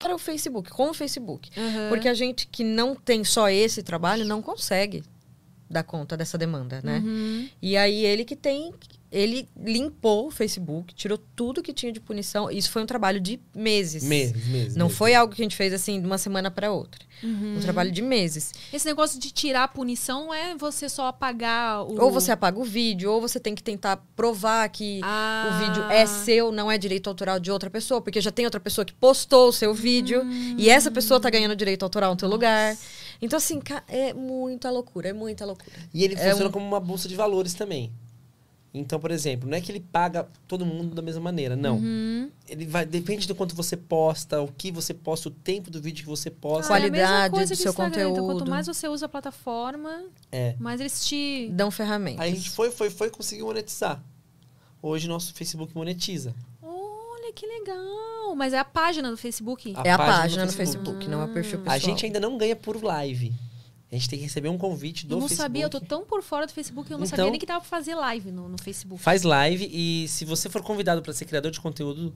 S3: para o Facebook, com o Facebook.
S2: Uhum.
S3: Porque a gente que não tem só esse trabalho não consegue dar conta dessa demanda, né?
S2: Uhum.
S3: E aí ele que tem. Ele limpou o Facebook, tirou tudo que tinha de punição. Isso foi um trabalho de meses.
S2: Meses, meses,
S3: Não
S2: meses. Uhum.
S3: foi algo que a gente fez assim de uma semana para outra. Um trabalho de meses.
S1: Esse negócio de tirar a punição não é você só apagar o.
S3: Ou você apaga o vídeo, ou você tem que tentar provar que
S1: Ah.
S3: o vídeo é seu, não é direito autoral de outra pessoa, porque já tem outra pessoa que postou o seu vídeo e essa pessoa tá ganhando direito autoral no teu lugar. Então, assim, ca- é muita loucura, é muita loucura.
S2: E ele
S3: É
S2: funciona
S3: um-
S2: como uma bolsa de valores também. Então, por exemplo, não é que ele paga todo mundo da mesma maneira, não.
S3: Uhum.
S2: Ele vai, depende do quanto você posta, o que você posta, o tempo do vídeo que você
S1: Ah,
S2: posta.
S1: é a mesma
S3: qualidade
S1: coisa
S3: do
S1: que
S3: seu
S1: Instagram. Então, quanto
S3: conteúdo.
S1: mais você usa a plataforma,
S2: É.
S1: mais eles te.
S3: Dão ferramentas.
S2: Aí a gente foi, foi, foi e conseguiu monetizar. Hoje nosso Facebook monetiza.
S1: Olha que legal! Mas é a página do Facebook.
S2: A
S3: é
S2: página
S3: a
S2: no
S3: página no
S2: Facebook.
S3: Facebook, não é o perfil pessoal.
S2: A gente ainda não ganha por live. A gente tem que receber um convite do
S1: eu não
S2: Facebook.
S1: sabia, eu tô tão por fora do Facebook, eu não
S2: Então-
S1: sabia nem que dava pra fazer live no, no Facebook.
S2: Faz live e se você for convidado para ser criador de conteúdo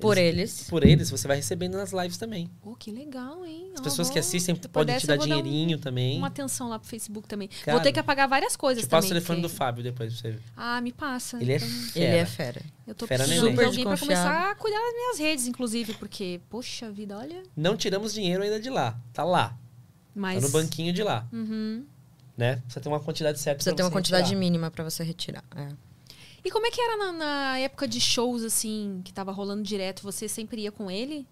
S3: Por eles.
S2: por eles, você vai recebendo nas lives também.
S1: Oh, que legal, hein?
S2: As
S1: Ó,
S2: pessoas que
S1: vou-
S2: assistem
S1: depois
S2: podem
S1: dessa
S2: te dar
S1: eu vou um-
S2: dinheirinho também.
S1: Uma atenção lá pro Facebook também.
S2: Cara,
S1: vou ter que apagar várias coisas
S2: Te passa
S1: também.
S2: o telefone do
S1: porque-
S2: Fábio depois pra você ver.
S1: Ah, me passa.
S2: Ele é
S1: Então,
S2: fera.
S3: Ele é fera.
S1: Eu tô
S2: fera
S1: precisando
S2: neném.
S1: de
S3: Super
S1: alguém pra
S3: desconfiado.
S1: começar a cuidar das minhas redes, inclusive, porque, poxa vida, olha.
S2: Não tiramos dinheiro ainda de lá. Tá lá.
S1: Mas. Uhum.
S2: Tá no banquinho de lá. Né? Precisa ter uma quantidade certa.
S3: Precisa
S2: pra
S3: ter uma
S2: você é
S3: quantidade
S2: retirar.
S3: mínima pra você retirar. É.
S1: E como é que era na, na época de shows, assim, que tava rolando direto? Você sempre ia com ele?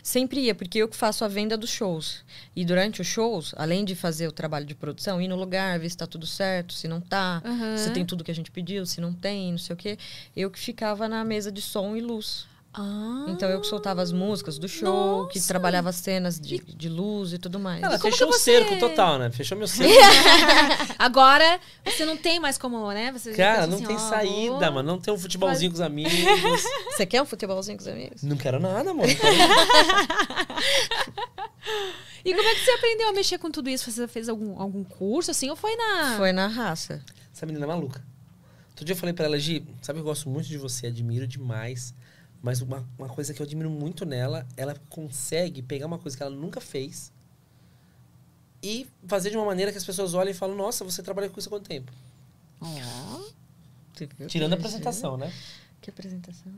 S3: Sempre ia, porque eu que faço a venda dos shows. E durante os shows, além de fazer o trabalho de produção, ir no lugar, ver se tá tudo certo, se não tá,
S1: Aham.
S3: se tem tudo que a gente pediu, se não tem, não sei o quê. Eu que ficava na mesa de som e luz.
S1: Ah.
S3: Então eu que soltava as músicas do show, que
S1: nossa!
S3: trabalhava as cenas de, de luz e tudo mais.
S2: Ela
S1: E como
S2: fechou
S1: que
S2: o
S1: você-
S2: cerco total, né? Fechou meu cerco.
S1: Agora, você não tem mais como, né? Você já
S2: Cara,
S1: pensa
S2: não
S1: assim,
S2: tem
S1: ó,
S2: saída,
S1: vou-
S2: mano. Não tem um futebolzinho com os amigos.
S3: Você quer um futebolzinho com os amigos?
S2: Não quero nada, mano.
S1: E como é que você aprendeu a mexer com tudo isso? Você fez algum, algum curso, assim, ou foi na...
S3: Foi na raça.
S2: Essa menina é maluca. Outro dia eu falei pra ela, Gi, sabe, eu gosto muito de você, admiro demais. Mas uma, uma coisa que eu admiro muito nela, ela consegue pegar uma coisa que ela nunca fez e fazer de uma maneira que as pessoas olhem e falam, nossa, você trabalha com isso há quanto tempo?
S3: Você viu?
S2: Tirando a
S3: Que
S2: apresentação, né?
S3: legal. Que apresentação?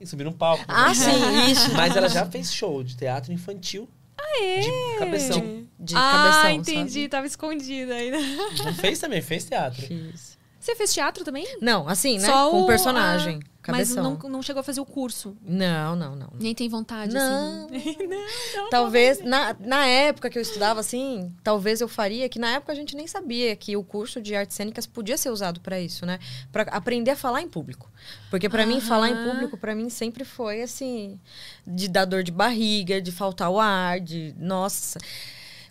S2: E subir num palco. né?
S3: Ah, sim, isso.
S2: Mas ela já fez show de teatro infantil. Aê! De cabeção.
S3: De
S1: É. ah,
S3: cabeção,
S1: entendi.
S3: sabe?
S1: Tava escondida ainda.
S2: Não fez também, fez teatro.
S3: Fiz.
S1: Você fez teatro também?
S3: Não, assim, né?
S1: Só
S3: com
S1: o-
S3: personagem.
S1: ah,
S3: Cabeção.
S1: Mas não, não chegou a fazer o curso.
S3: Não, não, não.
S1: Nem tem vontade,
S3: Não.
S1: assim.
S3: Talvez, na, na época que eu estudava, assim, talvez eu faria, que na época a gente nem sabia que o curso de artes cênicas podia ser usado para isso, né? Para aprender a falar em público. Porque para mim,
S1: Aham.
S3: falar em público, para mim, sempre foi, assim, de dar dor de barriga, de faltar o ar, de. Nossa.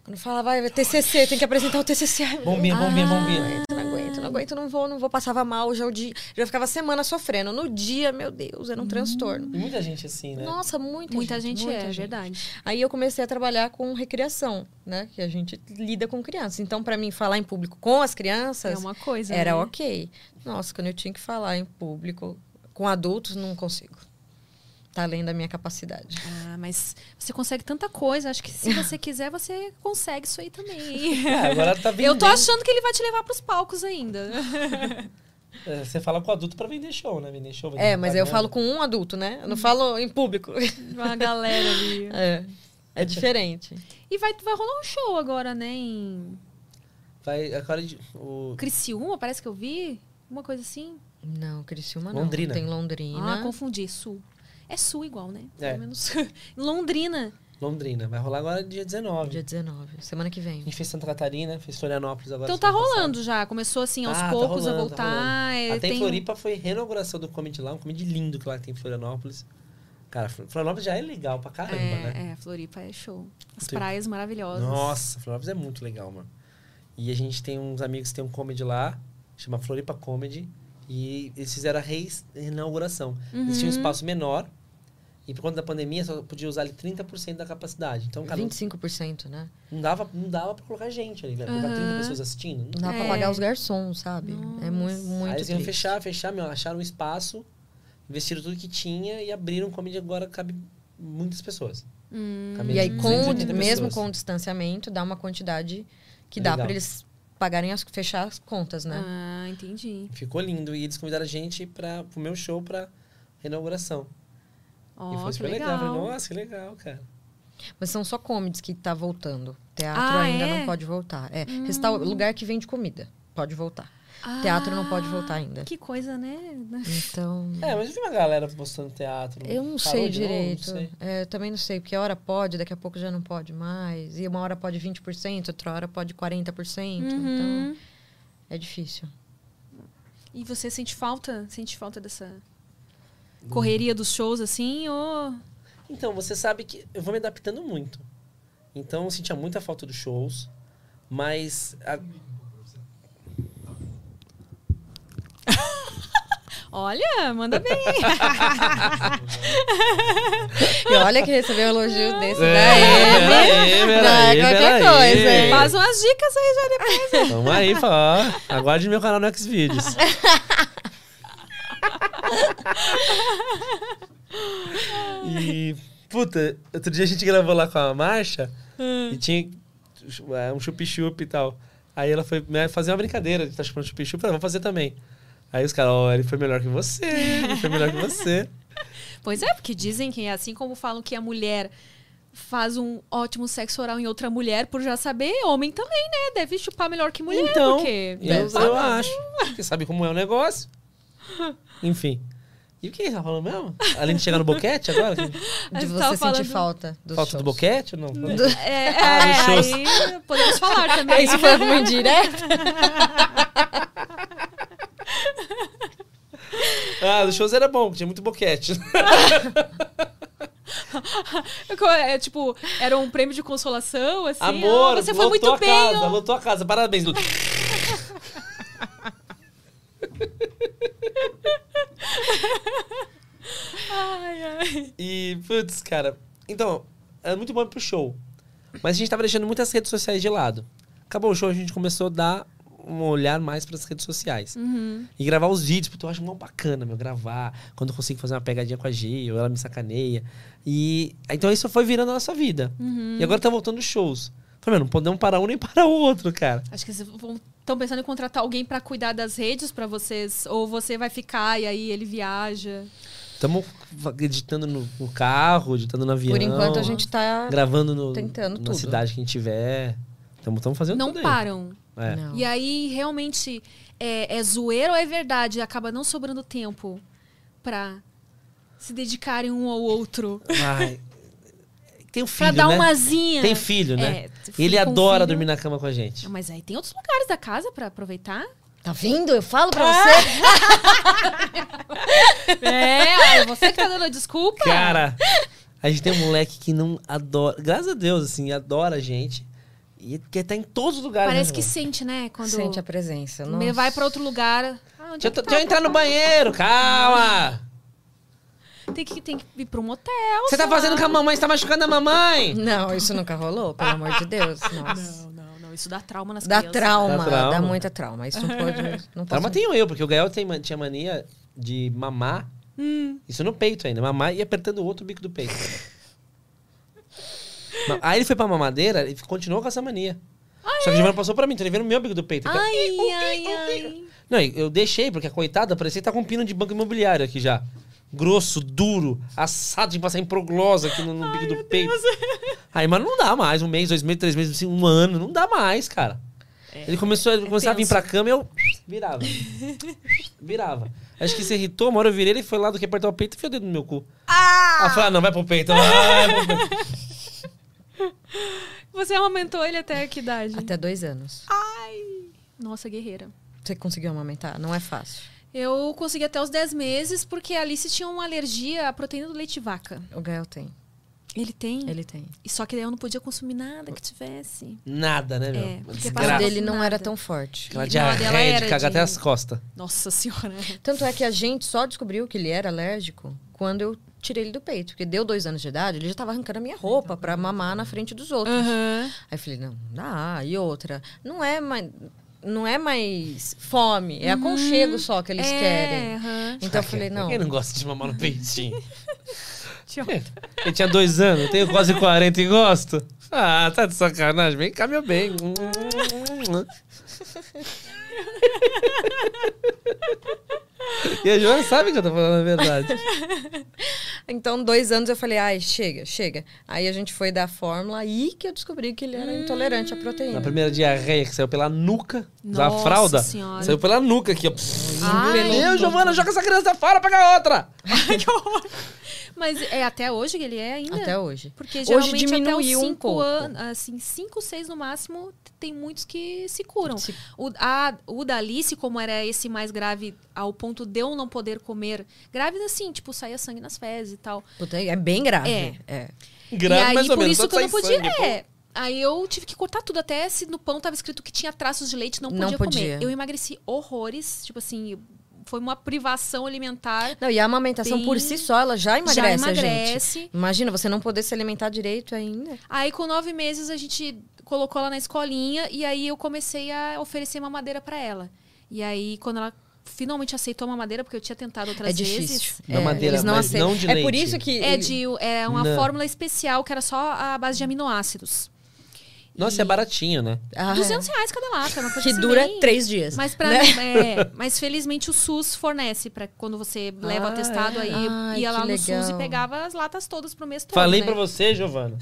S3: Quando falava, ah, TCC, tem que apresentar o TCC. Ai, meu Deus.
S2: Bombinha, bombinha, bombinha.
S3: Eu não aguento, não aguento, não vou, não vou. Passava mal, já, o dia, já ficava semana sofrendo. No dia, meu Deus, era um transtorno.
S2: E muita gente assim, né?
S3: Nossa, É. muita,
S1: Muita
S3: gente.
S1: gente, é,
S3: muita gente.
S1: verdade.
S3: Aí eu comecei a trabalhar com recriação, né? Que a gente lida com crianças. Então, pra mim, falar em público com as crianças
S1: É uma coisa,
S3: era
S1: né?
S3: ok. Nossa, quando eu tinha que falar em público com adultos, não consigo. Tá além da minha capacidade.
S1: Ah, mas você consegue tanta coisa. Acho que se você quiser, você consegue isso aí também.
S2: Ah, agora tá vendendo.
S1: Eu tô achando que ele vai te levar pros palcos ainda.
S2: É, Você fala com o adulto pra vender show, né? Vender show. vender
S3: É, mas eu
S2: propaganda.
S3: falo com um adulto, né?
S1: Uhum.
S3: Eu não falo em público.
S1: Uma galera ali.
S3: É, é diferente.
S1: E vai, vai rolar um show agora, né? Em
S2: Vai, agora de- o
S1: Criciúma, parece que eu vi. Uma coisa assim.
S3: Não, Criciúma não.
S2: Londrina.
S3: Tem Londrina.
S1: Ah, confundi. Sul. É sul igual, né?
S2: É.
S1: Pelo menos. Londrina.
S2: Londrina. Vai rolar agora dia 19.
S3: Dia 19. Semana que
S2: A
S3: vem.
S2: gente fez Santa Catarina, fez Florianópolis agora.
S1: Então tá
S2: semana
S1: rolando já. Começou assim, aos
S2: passada. Ah, tá
S1: poucos
S2: rolando,
S1: a voltar.
S2: tá rolando.
S1: é,
S2: Até
S1: tem-
S2: em Floripa foi reinauguração do Comedy lá, um comedy lindo que lá tem em Florianópolis. Cara, Flor- Florianópolis já é legal pra caramba,
S1: é,
S2: né?
S1: é, Floripa é show. As
S2: Tem-
S1: praias maravilhosas.
S2: Nossa, Florianópolis é muito legal, mano. E a gente tem uns amigos que tem um comedy lá, chama Floripa Comedy, e eles fizeram a reis- reinauguração. Eles
S1: Uhum.
S2: tinham um espaço menor, e por conta da pandemia só podia usar ali 30% da capacidade. Então, cara, não-
S3: 25%, né?
S2: não dava, não dava pra colocar gente ali, velho. Colocar 30 pessoas assistindo. Não
S3: Não dá
S1: É.
S3: pra pagar os garçons, sabe? É muito, muito
S2: Aí Ah, eles iam
S3: triste.
S2: fechar, fechar, meu, acharam um espaço, investiram tudo que tinha e abriram um comedy agora cabe muitas pessoas. Cabe
S3: Hum, E aí,
S2: de
S3: com,
S2: 280
S3: mesmo
S2: pessoas. É
S3: com o distanciamento, dá uma quantidade que dá
S2: Legal.
S3: pra eles pagarem, as, fechar as contas, né?
S1: Ah, entendi.
S2: Ficou lindo. E eles convidaram a gente para pro meu show pra inauguração.
S1: Ó,
S2: e foi
S1: que
S2: super legal.
S1: legal.
S2: Falei, nossa, que legal, cara.
S3: Mas são só comedies que tá voltando. Teatro
S1: Ah,
S3: ainda
S1: é?
S3: não pode voltar. É, restau- lugar que vende comida pode voltar. Teatro não pode voltar ainda.
S1: Ah, Que coisa, né?
S3: Então,
S2: É, mas eu vi uma galera postando teatro.
S3: eu não
S2: Parou
S3: sei
S2: de novo,
S3: direito.
S2: não sei.
S3: É, eu também não sei, porque a hora pode, daqui a pouco já não pode mais. E uma hora pode 20%, outra hora pode 40%. Então, é difícil.
S1: E você sente falta? Sente falta dessa
S2: Hum.
S1: correria dos shows, assim? Ou...
S2: Então, você sabe que eu vou me adaptando muito. Então, eu sentia muita falta dos shows, mas a-
S1: Olha, manda bem.
S3: E olha que recebeu elogio desse daí.
S2: É, Peraí, peraí,
S3: Não, é qualquer
S2: peraí.
S3: coisa.
S1: Faz umas dicas aí já depois.
S2: Tamo aí, fala. ó, Aguarde meu canal no Xvideos. e, puta, outro dia a gente gravou lá com a Marcha
S3: Hum.
S2: e tinha é, um chup-chup e tal. Aí ela foi né, fazer uma brincadeira, tá chupando chup-chup, ela vou fazer também. Aí os caras, ó, ele foi melhor que você, ele foi melhor que você.
S1: Pois é, porque dizem que assim como falam que a mulher faz um ótimo sexo oral em outra mulher, por já saber, homem também, né? Deve chupar melhor que mulher,
S2: então,
S1: porque...
S2: eu,
S3: É, Deve
S2: eu acho. Porque sabe como é o negócio. Enfim. E o que tá falando mesmo? Além de chegar no boquete agora? que-
S3: De
S1: Mas
S3: você
S1: tava
S3: sentir
S1: falando-
S3: falta dos
S2: Falta
S3: shows.
S2: do boquete ou não?
S1: É, é,
S2: Ah, nos
S1: aí podemos falar também.
S3: Isso foi muito direto.
S2: Ah, dos shows era bom, tinha muito boquete.
S1: É, tipo, era um prêmio de consolação, assim.
S2: Amor,
S1: ah, você foi
S2: lotou
S1: muito
S2: a
S1: bem.
S2: casa,
S1: ó.
S2: lotou a casa. Parabéns, Lu.
S1: Ai, ai.
S2: E, putz, cara. Então, era muito bom pro show. Mas a gente tava deixando muitas redes sociais de lado. Acabou o show, a gente começou a dar um olhar mais pras redes sociais.
S1: Uhum.
S2: E gravar os vídeos, porque eu acho mó bacana, meu, gravar. Quando eu consigo fazer uma pegadinha com a G, ou ela me sacaneia. E então isso foi virando a nossa vida.
S3: Uhum.
S2: E agora tá voltando os shows. Falei, meu, não podemos parar um nem parar o outro, cara.
S1: Acho que vocês estão pensando em contratar alguém pra cuidar das redes pra vocês. Ou você vai ficar e aí ele viaja.
S2: Estamos editando no, no carro, editando no avião.
S3: Por enquanto, a gente tá...
S2: gravando no,
S3: tentando
S2: na
S3: tudo.
S2: cidade que a gente tiver. Estamos fazendo
S1: Não
S2: tudo aí.
S1: param.
S2: É.
S3: Não.
S1: E aí, realmente, é, é zoeira ou é verdade? Acaba não sobrando tempo pra se dedicarem um ao outro.
S2: Ai, tem um filho,
S1: pra dar
S2: né?
S1: uma zinha.
S2: Tem filho, né?
S1: É, filho
S2: Ele
S1: com
S2: adora
S1: filho.
S2: dormir na cama com a gente.
S1: Ah, Mas aí tem outros lugares da casa pra aproveitar.
S3: Tá vendo? Eu falo
S1: Ah,
S3: pra você.
S1: É, olha, você que tá dando a desculpa.
S2: Cara, a gente tem um moleque que não adora... Graças a Deus, assim, adora a gente. E quer estar em todos os lugares.
S1: Parece
S2: né,
S1: que
S2: irmão?
S1: sente, né? Quando
S3: Sente a presença.
S1: me
S3: nossa.
S1: vai pra outro lugar. Ah, onde
S2: Deixa
S1: é
S2: eu,
S1: que
S2: deixa eu
S1: tá?
S2: entrar no banheiro, calma!
S1: Tem que, tem que ir pra um motel.
S2: Você tá
S1: sei lá.
S2: fazendo com a mamãe, você tá machucando a mamãe!
S3: Não, isso nunca rolou, pelo amor de Deus. Nossa.
S1: Não, não, não. Isso dá trauma nas
S3: Dá
S1: crianças.
S3: trauma,
S2: Dá
S3: dá
S2: trauma.
S3: muita trauma. Isso não pode. Não
S2: Trauma
S3: posso-
S2: Tá, tenho eu, porque o Gael tem ma- tinha mania de mamar.
S1: Hum.
S2: Isso no peito ainda. Mamar e apertando o outro bico do peito. Ma- Aí ele foi pra mamadeira e continuou com essa mania. Só que o Giovanna passou pra mim, então ele veio no meu bico do peito. Ele fica, "Ih, uh,
S1: Ah, é? Ai, ai,
S2: ih, uh, ih".
S1: ai.
S2: Não, e eu deixei, porque a coitada parecia que tá com um pino de banco imobiliário aqui já. Grosso, duro, assado de passar em proglose aqui no, no bico do peito. Aí, mas não dá mais. Um mês, dois meses, três meses, assim, um ano. Não dá mais,
S1: É,
S2: cara. ele começou, ele começava a vir
S1: tenso.
S2: pra cama e eu virava. Virava. Acho que se irritou, uma hora eu virei, ele foi lá do que apertar o peito e enfiou o dedo no meu cu. Ah! Ela falou, ah, não, vai pro peito. Ah, vai pro peito.
S1: Você amamentou ele até que idade?
S3: Até dois anos.
S1: Nossa, guerreira.
S3: Você conseguiu amamentar? Não é fácil.
S1: Eu consegui até os 10 meses porque a Alice tinha uma alergia à proteína do leite de vaca.
S3: O Gael tem.
S1: Ele tem?
S3: Ele tem.
S1: E Só que daí eu não podia consumir nada que tivesse.
S2: Nada, né, meu?
S1: É,
S2: Uma
S1: porque
S3: O
S1: Graças.
S2: desgraça.
S1: passa-
S3: dele não
S1: Nada.
S3: era tão forte.
S2: Aquela
S1: Não, dela
S2: diarreia de
S1: era
S2: cagar
S1: de-
S2: até as costas.
S1: Nossa senhora.
S3: Tanto é que a gente só descobriu que ele era alérgico quando eu tirei ele do peito. Porque deu dois anos de idade, ele já tava arrancando a minha roupa pra mamar na frente dos outros. Aí eu falei, não, não dá. E outra, não é mais, não é mais fome, é aconchego só que eles
S1: É,
S3: querem.
S1: aham.
S3: Então eu falei, não.
S2: Quem não gosta de mamar no peitinho? É,
S1: Tchau.
S2: Eu tinha dois anos, eu tenho quase 40 e gosto. Ah, tá de sacanagem. Vem cá, meu bem. E a Joana sabe que eu tô falando a verdade.
S3: Então, dois anos eu falei, ai, chega, chega. Aí a gente foi dar a fórmula, aí que eu descobri que ele era intolerante à
S2: Na
S3: proteína.
S2: primeira diarreia que saiu pela nuca, da
S1: Nossa
S2: fralda,
S1: Senhora.
S2: saiu pela nuca aqui, ó.
S1: Ai.
S2: Meu Deus, Giovana, joga essa criança fora, pega outra!
S1: Ai, que horror. Mas é até hoje que ele é ainda?
S3: Até hoje.
S1: Porque
S3: Hoje
S1: geralmente até os
S3: diminuiu um
S1: cinco
S3: pouco.
S1: anos, assim, cinco, seis no máximo, t- tem muitos que se curam.
S3: Se-
S1: O, a, o da Alice, como era esse mais grave, ao ponto de eu não poder comer, grávida assim, tipo, saía sangue nas fezes e tal.
S3: Puta, é bem grave.
S1: É.
S3: é.
S1: e
S2: Grave,
S1: aí,
S2: mais ou
S1: por
S2: menos,
S1: isso
S2: só
S1: que eu
S2: sai
S1: não podia.
S2: sangue, pô.
S1: é. Aí eu tive que cortar tudo, até se no pão tava escrito que tinha traços de leite, não podia,
S3: Não podia.
S1: comer. Eu emagreci horrores, tipo assim, foi uma privação alimentar.
S3: Não, e a amamentação
S1: Bem-
S3: por si só, ela já emagrece,
S1: já emagrece.
S3: gente. Imagina, você não poder se alimentar direito ainda.
S1: Aí, com nove meses, a gente colocou ela na escolinha e aí eu comecei a oferecer mamadeira pra ela. E aí, quando ela finalmente aceitou a mamadeira, porque eu tinha tentado outras
S3: é difícil.
S1: vezes.
S3: É,
S2: Mamadeira,
S3: eles não
S2: mas
S3: aceitam.
S2: não de
S3: é por
S2: leite.
S3: isso que...
S1: É de é uma
S2: Não.
S1: fórmula especial que era só a base de aminoácidos.
S2: Nossa, é baratinho, né?
S1: Tá,
S3: Ah, é.
S1: 200 reais cada lata, uma coisa
S3: Que
S1: assim
S3: dura
S1: bem-
S3: três dias.
S1: Mas, pra
S3: né?
S1: é, mas felizmente o SUS fornece para quando você leva
S2: Ah,
S1: o atestado
S2: é?
S1: aí,
S3: Ai,
S1: ia lá
S3: que
S1: no SUS e
S3: legal.
S1: pegava as latas todas pro mês todo.
S2: Falei
S1: né?
S2: pra você, Giovana.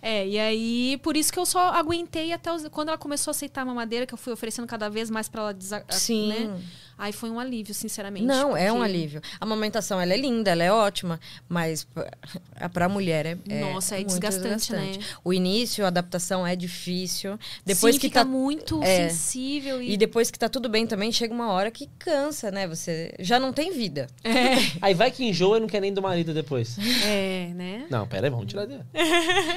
S1: É, e aí, por isso que eu só aguentei até os- quando ela começou a aceitar a mamadeira, que eu fui oferecendo cada vez mais pra ela desa...
S3: Sim.
S1: né? Aí foi um alívio, sinceramente.
S3: Não, é um
S1: porque-
S3: alívio. A amamentação, ela é linda, ela é ótima, mas pra- pra mulher é, é
S1: Nossa, é
S3: muito
S1: desgastante,
S3: O início, a adaptação é difícil. Depois
S1: Sim,
S3: que
S1: fica
S3: tá
S1: muito
S3: é.
S1: sensível e,
S3: E depois que tá tudo bem também, chega uma hora que cansa, né? Você já não tem vida.
S2: Aí vai que enjoa e não quer nem do marido depois.
S1: é, né?
S2: Não, pera aí, vamos tirar dele.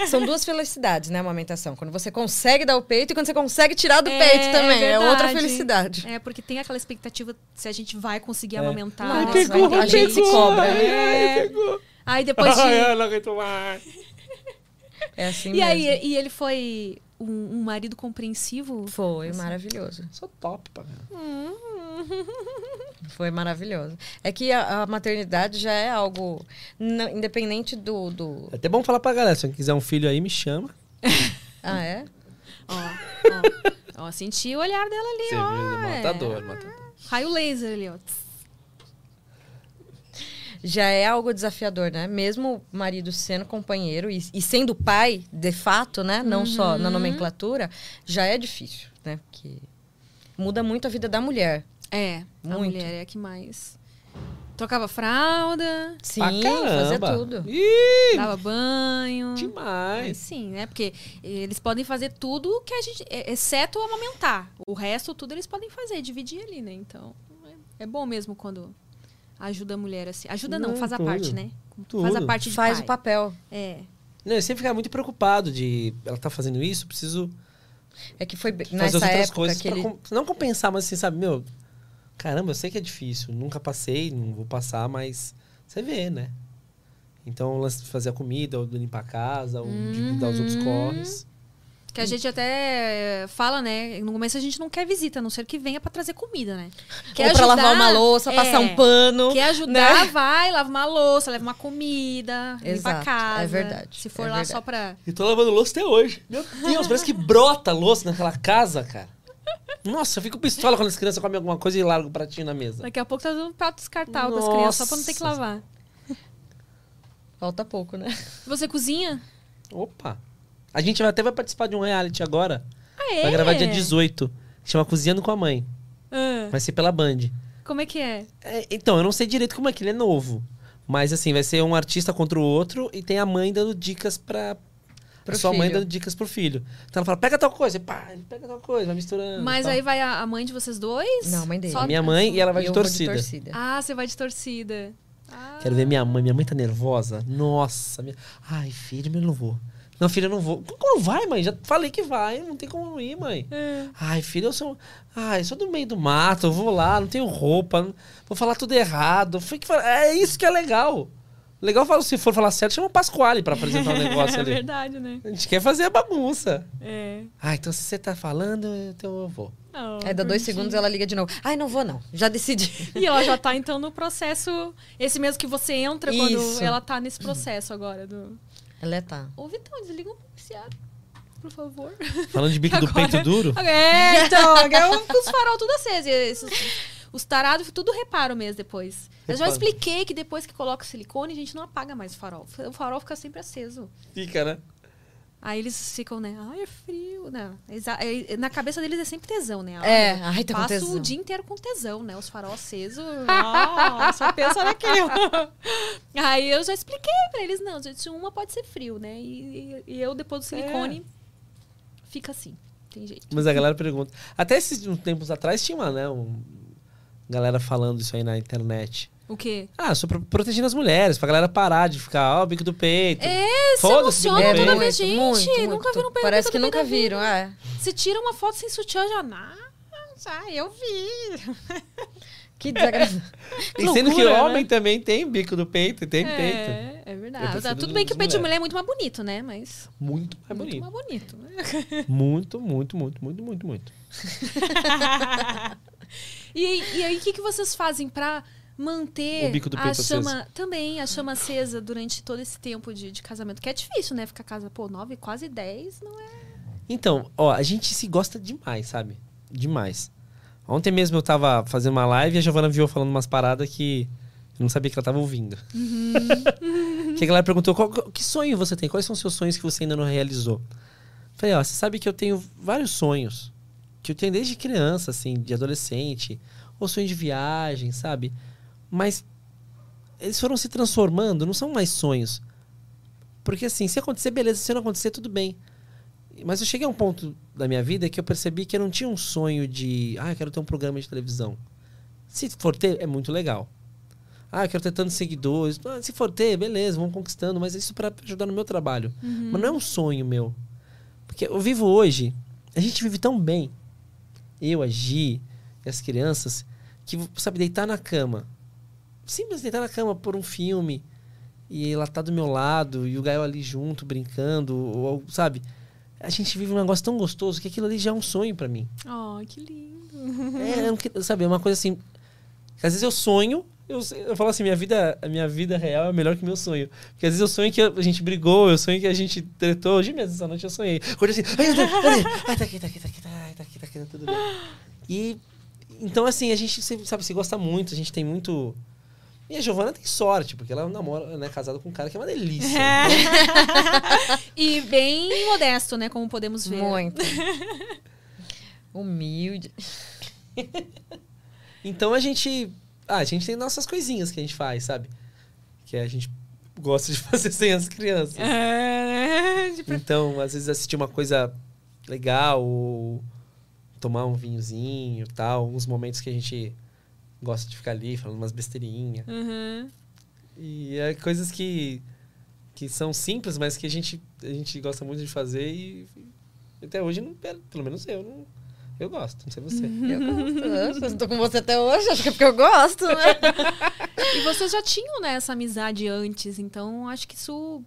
S3: São duas felicidades, né, a amamentação. Quando você consegue dar o peito e quando você consegue tirar do
S1: É,
S3: peito também. É, outra
S1: verdade.
S3: felicidade. É.
S1: É, porque tem aquela expectativa se a gente vai conseguir amamentar.
S3: Ai,
S1: né?
S3: pegou,
S1: Se vai ter
S3: ai,
S1: leite,
S3: pegou.
S1: cobra.
S3: Ai,
S1: É. Aí depois de-
S2: eu não aguento mais.
S3: É assim
S1: E
S3: mesmo.
S1: aí, e ele foi um, um marido compreensivo?
S3: Foi maravilhoso.
S2: Sou top, pá.
S3: Foi maravilhoso. É que a, a maternidade já é algo não- independente do. do...
S2: É até bom falar pra galera, se alguém quiser um filho aí, me chama.
S3: Ah, é?
S1: Ó, ó, ó, senti o olhar dela ali,
S2: Você
S1: ó.
S2: viu, tá
S1: é.
S2: matador, matador.
S1: Raio laser ali, ó.
S3: Já é algo desafiador, né? Mesmo o marido sendo companheiro e, e sendo pai, de fato, né? Não só na nomenclatura, já é difícil, né? Porque muda muito a vida da mulher.
S1: É, a
S3: Muito.
S1: mulher é a que mais. Trocava fralda,
S3: Sim,
S2: Pra
S3: fazer
S2: caramba.
S3: tudo.
S2: Ih,
S1: dava banho. Aí
S2: demais.
S1: sim, né? Porque eles podem fazer tudo que a gente. é- Exceto amamentar. O resto, tudo eles podem fazer, dividir ali, né? Então, é, é bom mesmo quando ajuda a mulher assim. Ajuda não,
S2: Não,
S1: faz a
S2: tudo.
S1: parte, né? Faz a
S2: Tudo.
S1: parte de
S3: Faz o
S1: pai.
S3: papel.
S1: É.
S2: Não, eu sempre ficava muito preocupado de ela tá fazendo isso, preciso
S3: É que foi be-
S2: fazer as
S3: nessa
S2: outras
S3: época
S2: coisas
S3: que
S2: pra
S3: ele.
S2: com- não compensar, mas assim, sabe, meu, caramba, eu sei que é difícil, nunca passei, não vou passar, mas você vê, né? Então, o lance de fazer a comida, ou de limpar a casa, ou
S3: Uhum.
S2: de dar os outros corres.
S1: Que a gente até é, fala, né? No começo a gente não quer visita, a não ser que venha pra trazer comida, né? Quer
S3: Ou pra lavar uma louça, passar um pano.
S1: Quer ajudar,
S3: né?
S1: vai, lava uma louça, leva uma comida, limpa a
S3: Exato,
S1: casa.
S3: é verdade,
S1: Se for
S3: é
S1: lá
S3: verdade.
S1: só pra.
S2: E tô lavando louça até hoje. Meu Deus, parece que brota louça naquela casa, cara. Nossa, eu fico pistola quando as crianças comem alguma coisa e largo o pratinho na mesa.
S1: Daqui a pouco tá dando um prato descartável pras crianças, só pra não ter que
S2: Nossa.
S1: lavar.
S3: Falta pouco, né?
S1: Você cozinha?
S2: Opa. A gente vai- até vai participar de um reality agora.
S1: Ah, é?
S2: Vai gravar dia 18. que Chama Cozinhando com a Mãe.
S1: Ah,
S2: Vai ser pela Band.
S1: Como é que é?
S2: É, então, eu não sei direito como é que ele é novo. Mas assim, vai ser um artista contra o outro e tem a mãe dando dicas pra.
S3: Pro
S2: sua mãe
S3: filho.
S2: dando dicas pro filho. Então ela fala, pega tal coisa, e pá, ele pega tal coisa, vai misturando.
S1: Mas
S2: tal.
S1: aí vai a, a mãe de vocês dois?
S3: Não, a mãe dele.
S1: Só-
S2: Ah, tá. Minha mãe e ela vai
S3: E
S2: de
S3: eu vou
S2: torcida.
S1: Ah, você vai de torcida. Ah.
S2: Quero ver minha mãe. Minha mãe tá nervosa. Nossa. minha- Ai, filho, mas eu não vou. Não, filho, eu não vou. Como- Como vai, mãe? Já falei que vai. Não tem como não ir, mãe.
S1: É.
S2: Ai, filho, eu sou... um- Ai, eu sou do meio do mato. Eu vou lá, não tenho roupa. não- Vou falar tudo errado. Foi que fala- É isso que é legal. Legal, eu falo, se for falar certo, chama o Pasquale pra apresentar o negócio
S1: é
S2: ali.
S1: verdade, né?
S2: A gente quer fazer a bagunça.
S1: É.
S2: Ah, então se você tá falando, então eu vou.
S1: Oh,
S3: É, dá dois
S1: bonitinho.
S3: segundos ela liga de novo. Ai, não vou não. Já decidi.
S1: E ela já tá, então, no processo. Esse mesmo que você entra quando
S3: Isso.
S1: ela tá nesse processo agora. Do...
S3: Ela é tá.
S1: Ô, Vitão, desliga um policiado, por favor.
S2: Falando de bico do
S1: Agora-
S2: peito duro?
S1: É, então, agora eu com os farol tudo aceso. e esses- os tarados, tudo reparo mesmo depois. Eu já
S2: Reparo.
S1: expliquei que depois que coloca o silicone, a gente não apaga mais o farol. O farol fica sempre aceso.
S2: Fica, né?
S1: Aí eles ficam, né? Ai, é frio. Não, exa- é- na cabeça deles é sempre tesão, né? Ai,
S3: É, ai, tá com
S1: Passo
S3: tesão.
S1: o dia inteiro com tesão, né? Os farol acesos. ah, só pensa naquilo. Aí eu já expliquei pra eles, não, gente, uma pode ser frio, né? E, e- e eu, depois
S3: É.
S1: do silicone, fica assim. Tem jeito.
S2: Mas a galera pergunta. Até esses uns tempos atrás tinha uma, né? Um, galera falando isso aí na internet.
S1: O quê?
S2: Ah, só pra, protegendo as mulheres, pra galera parar de ficar, ó, o bico do peito.
S1: É, se
S2: Foda-se, né?
S1: emociona
S2: Bico do
S1: toda
S2: Peito.
S1: vez, gente. nunca viram peito
S3: Parece
S1: do
S3: que
S1: Peito da
S3: nunca
S1: vida.
S3: viram, é.
S1: Você tira uma foto sem sutiã já. Nossa, eu vi.
S3: Que desagradável.
S2: E sendo que
S1: loucura, né?
S2: homem também tem bico do peito, tem peito.
S1: É, é
S2: Eu
S1: verdade.
S2: prefiro
S1: Tudo bem que o
S2: dos
S1: peito de
S2: mulheres.
S1: mulher é muito mais bonito, né? Mas.
S2: Muito mais
S1: muito
S2: bonito.
S1: mais bonito. né?
S2: Muito, muito, muito, muito, muito, muito.
S1: E, e aí, o que, que vocês fazem pra manter
S2: O bico do
S1: a
S2: peito
S1: chama. Também a chama acesa durante todo esse tempo de, de casamento? Que é difícil, né? Ficar casa, pô, nove, quase dez, não é?
S2: Então, ó, a gente se gosta demais, sabe? Demais. Ontem mesmo eu tava fazendo uma live e a Giovana viu eu falando umas paradas que eu não sabia que ela tava ouvindo. que a galera perguntou: qual, qual- que sonho você tem? Quais são os seus sonhos que você ainda não realizou? Falei, ó, você sabe que eu tenho vários sonhos. Que eu tenho desde criança, assim, de adolescente. Ou sonho de viagem, sabe? Mas eles foram se transformando, não são mais sonhos. Porque assim, se acontecer, beleza. Se não acontecer, tudo bem. Mas eu cheguei a um ponto da minha vida que eu percebi que eu não tinha um sonho de, ah, eu quero ter um programa de televisão. Se for ter, é muito legal. Ah, eu quero ter tantos seguidores. Ah, se for ter, beleza, vamos conquistando, mas isso para ajudar no meu trabalho. Mas não é um sonho meu. Porque eu vivo hoje, a gente vive tão bem. Eu, a Gi e as crianças, que, sabe, deitar na cama. Simples deitar na cama por um filme. E ela tá do meu lado, e o Gael ali junto, brincando, ou- ou, sabe? a gente vive um negócio tão gostoso que aquilo ali já é um sonho pra mim.
S1: Oh, que lindo.
S2: É, eu não que- sabe, é uma coisa assim. que Às vezes eu sonho, eu, eu falo assim, minha vida, a minha vida real é melhor que meu sonho. Porque às vezes eu sonho que a gente brigou, eu sonho que a gente tretou. Hoje mesmo, essa noite eu sonhei. Acordei assim, ai, meu Deus, peraí. ai, tá aqui, tá aqui, tá aqui, tá ai, tá aqui, tá aqui, tá tudo bem. E então, assim, a gente se- sabe, se gosta muito, a gente tem muito. E a Giovana tem sorte, porque ela namora, né, casada com um cara que é uma delícia. né?
S1: E bem modesto, né? Como podemos ver.
S3: Muito. É. Humilde.
S2: Então a gente. Ah, a gente tem nossas coisinhas que a gente faz, sabe? Que a gente gosta de fazer sem as crianças.
S1: É, né?
S2: Então, às vezes, assistir uma coisa legal, ou tomar um vinhozinho tal, uns momentos que a gente gosta de ficar ali falando umas besteirinhas.
S1: Uhum.
S2: E é coisas que, que são simples, mas que a gente, a gente gosta muito de fazer e até hoje não per- pelo menos eu não. Eu gosto, não sei você.
S3: Eu gosto. Eu tô com você até hoje, acho que é porque eu gosto, né?
S1: E vocês já tinham né, essa amizade antes, então acho que isso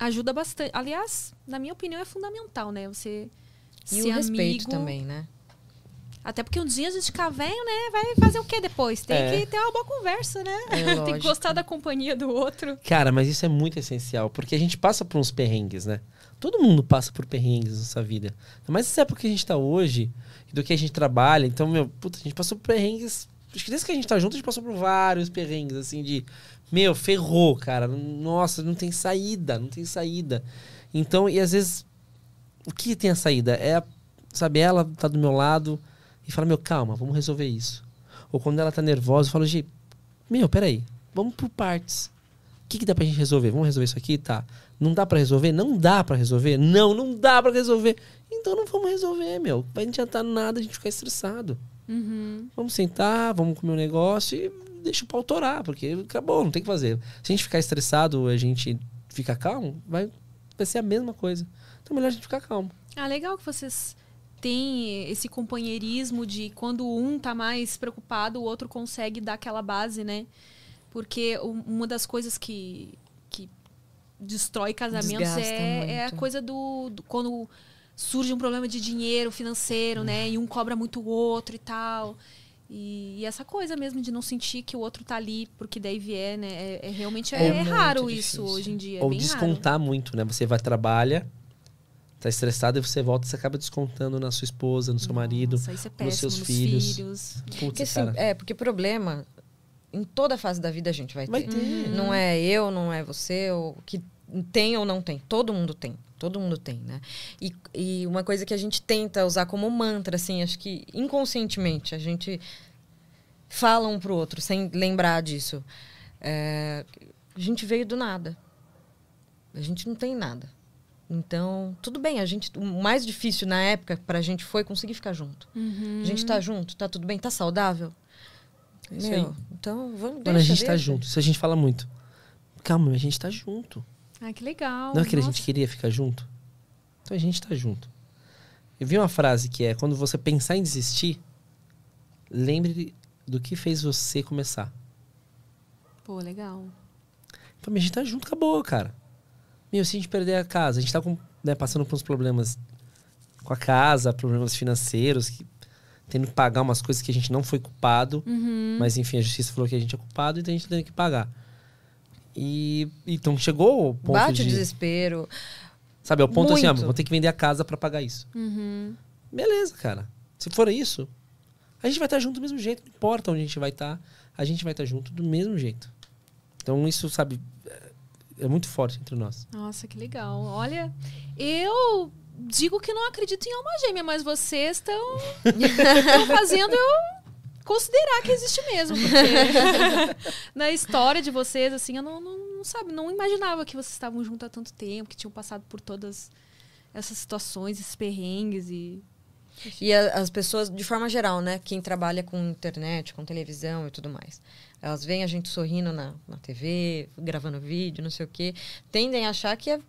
S1: ajuda bastante. Aliás, na minha opinião, é fundamental, né? Você
S3: E
S1: ser
S3: o respeito
S1: amigo.
S3: também, né?
S1: Até porque um dia a gente fica velho, né? Vai fazer o quê depois? Tem
S2: É.
S1: que ter uma boa conversa, né?
S3: É,
S1: Tem que
S3: lógico.
S1: gostar da companhia do outro.
S2: Cara, mas isso é muito essencial, porque a gente passa por uns perrengues, né? Todo mundo passa por perrengues nessa vida. Mas essa época que a gente tá hoje, do que a gente trabalha, então, meu, puta, a gente passou por perrengues. Acho que desde que a gente tá junto, a gente passou por vários perrengues, assim, de. Meu, ferrou, cara. Nossa, não tem saída, não tem saída. Então, e às vezes, o que tem a saída? É, a- sabe, ela tá do meu lado e fala, meu, calma, vamos resolver isso. ou quando ela tá nervosa, eu falo, Gi, meu, peraí, vamos por partes. O que, que dá pra gente resolver? Vamos resolver isso aqui? Tá. Não dá pra resolver? Não dá pra resolver? Não, não dá pra resolver. Então não vamos resolver, meu. Vai não adiantar nada a gente ficar estressado.
S1: Uhum.
S2: Vamos sentar, vamos comer um negócio e deixa o pau torar, porque acabou, não tem o que fazer. Se a gente ficar estressado, a gente ficar calmo, vai, vai ser a mesma coisa. Então é melhor a gente ficar calmo.
S1: Ah, legal que vocês têm esse companheirismo de quando um tá mais preocupado, o outro consegue dar aquela base, né? Porque um- uma das coisas que, que destrói casamentos
S3: Desgasta
S1: é, é a
S3: muito.
S1: coisa do, do- quando surge um problema de dinheiro financeiro, né? E um cobra muito o outro e tal. E, e essa coisa mesmo de não sentir que o outro tá ali porque daí vier, né? É, é realmente é,
S3: É muito
S1: raro
S3: difícil.
S1: isso hoje em dia. é
S2: Ou
S1: bem raro.
S2: descontar muito, né? Você vai, trabalha, tá estressado e você volta e você acaba descontando na sua esposa, no seu marido.
S1: Nossa, isso é péssimo,
S2: seus
S1: nos
S2: filhos.
S1: filhos.
S3: Porque,
S2: Putz,
S3: assim,
S2: cara.
S3: é, porque problema em toda fase da vida a gente vai ter.
S2: Vai ter.
S3: Não é eu, não é você, ou que tem ou não tem. Todo mundo tem. Todo mundo tem, né? E, e uma coisa que a gente tenta usar como mantra, assim, acho que inconscientemente a gente fala um pro outro, sem lembrar disso. É, a gente veio do nada. A gente não tem nada. Então, tudo bem, a gente, o mais difícil na época pra gente foi conseguir ficar junto. A gente tá junto, tá tudo bem, tá saudável.
S2: isso
S3: Meu,
S2: aí.
S3: então vamos
S2: Mano, a gente
S3: deixa,
S2: tá
S3: deixa.
S2: junto. Isso a gente fala muito. Calma, a gente tá junto.
S1: Ah, que legal.
S2: Não é que a
S1: Nossa.
S2: gente queria ficar junto? Então a gente tá junto. Eu vi uma frase que é: quando você pensar em desistir, lembre do que fez você começar.
S1: Pô, legal.
S2: Então, a gente tá junto, acabou, cara. Meu, se a gente perder a casa, a gente tá com- né, passando por uns problemas com a casa, problemas financeiros, que- tendo que pagar umas coisas que a gente não foi culpado,
S3: Uhum.
S2: mas enfim, a justiça falou que a gente é culpado, então a gente tem que pagar. E então chegou o ponto
S3: Bate
S2: de...
S3: o desespero.
S2: Sabe, é o ponto assim, ó,
S3: Muito.
S2: vou ter que vender a casa pra pagar isso. Beleza, cara. Se for isso, a gente vai estar junto do mesmo jeito. Não importa onde a gente vai estar, a gente vai estar junto do mesmo jeito. Então isso, sabe, é- é muito forte entre nós.
S1: Nossa, que legal. Olha, eu digo que não acredito em alma gêmea, mas vocês estão estão fazendo eu considerar que existe mesmo. Porque na história de vocês, assim, eu não, não, não sabe, não imaginava que vocês estavam juntos há tanto tempo, que tinham passado por todas essas situações, esses perrengues e.
S3: E a- as pessoas, de forma geral, né? Quem trabalha com internet, com televisão e tudo mais. Elas veem a gente sorrindo na, na TV, gravando vídeo, não sei o quê. Tendem a achar que a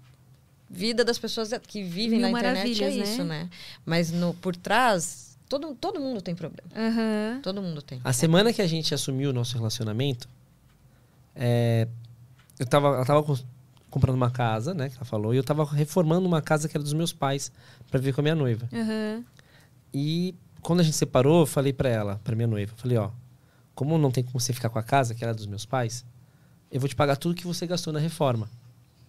S3: vida das pessoas é, que vivem
S1: Mil
S3: na internet é
S1: maravilhas, né?
S3: isso, né? Mas no, por trás, todo, todo mundo tem problema.
S1: Aham.
S3: Todo mundo tem.
S2: A semana que a gente assumiu o nosso relacionamento, é, eu tava, ela tava cons- comprando uma casa, né, que ela falou, e eu tava reformando uma casa que era dos meus pais pra vir com a minha noiva.
S1: Aham.
S2: E quando a gente separou, eu falei pra ela, pra minha noiva, eu falei, ó, como não tem como você ficar com a casa, que era dos meus pais, eu vou te pagar tudo que você gastou na reforma.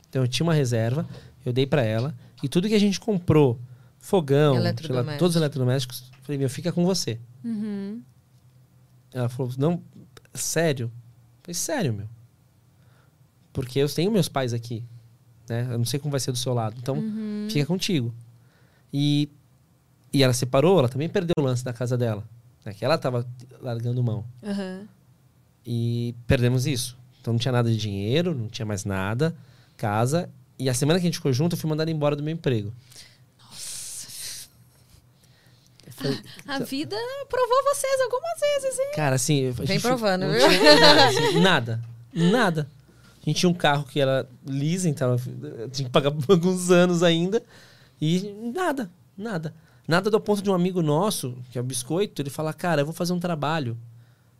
S2: Então eu tinha uma reserva, eu dei pra ela, e tudo que a gente comprou, fogão, sei lá,
S3: Eletrodomésticos.
S2: todos os eletrodomésticos, eu falei, meu, fica com você. Ela falou, não, sério? Eu falei, sério, meu. Porque eu tenho meus pais aqui, né? Eu não sei como vai ser do seu lado, então fica contigo. E e ela separou, ela também perdeu o lance da casa dela. Né? Que ela tava largando mão.
S1: Aham.
S2: E perdemos isso. Então não tinha nada de dinheiro, não tinha mais nada, casa. E a semana que a gente ficou junto, eu fui mandado embora do meu emprego.
S1: A vida provou vocês algumas vezes, hein?
S2: Cara, assim. eu- a
S3: Vem
S2: gente
S3: provando,
S2: não
S3: viu?
S2: tinha Nada, assim, nada. Nada. A gente tinha um carro que era lisa, então eu tinha que pagar por alguns anos ainda. E nada, nada. Nada do ponto de um amigo nosso, que é o Biscoito, ele fala: Cara, eu vou fazer um trabalho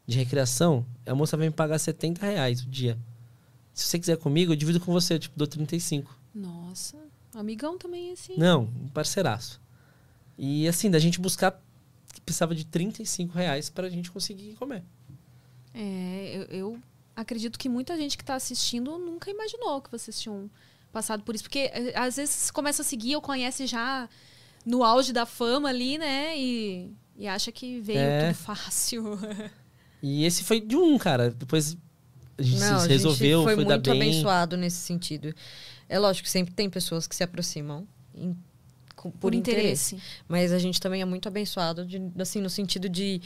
S2: de recreação, a moça vai me pagar 70 reais o dia. Se você quiser comigo, eu divido com você, eu, tipo, dou 35.
S1: Nossa. Amigão também, assim.
S2: Não, um parceiraço. E assim, da gente buscar, que precisava de 35 reais pra gente conseguir comer.
S1: É, eu, eu acredito que muita gente que está assistindo nunca imaginou que vocês tinham passado por isso. Porque eh, às vezes começa a seguir ou conhece já no auge da fama ali, né? E, e acha que veio
S2: É.
S1: tudo fácil.
S2: E esse foi de um, cara. Depois a gente
S3: Não,
S2: se
S3: a
S2: resolveu,
S3: gente foi,
S2: foi, dar
S3: muito
S2: bem.
S3: abençoado nesse sentido. É lógico que sempre tem pessoas que se aproximam. em- co- por,
S1: Por
S3: interesse.
S1: interesse.
S3: Mas a gente também é muito abençoado, de- assim, no sentido de,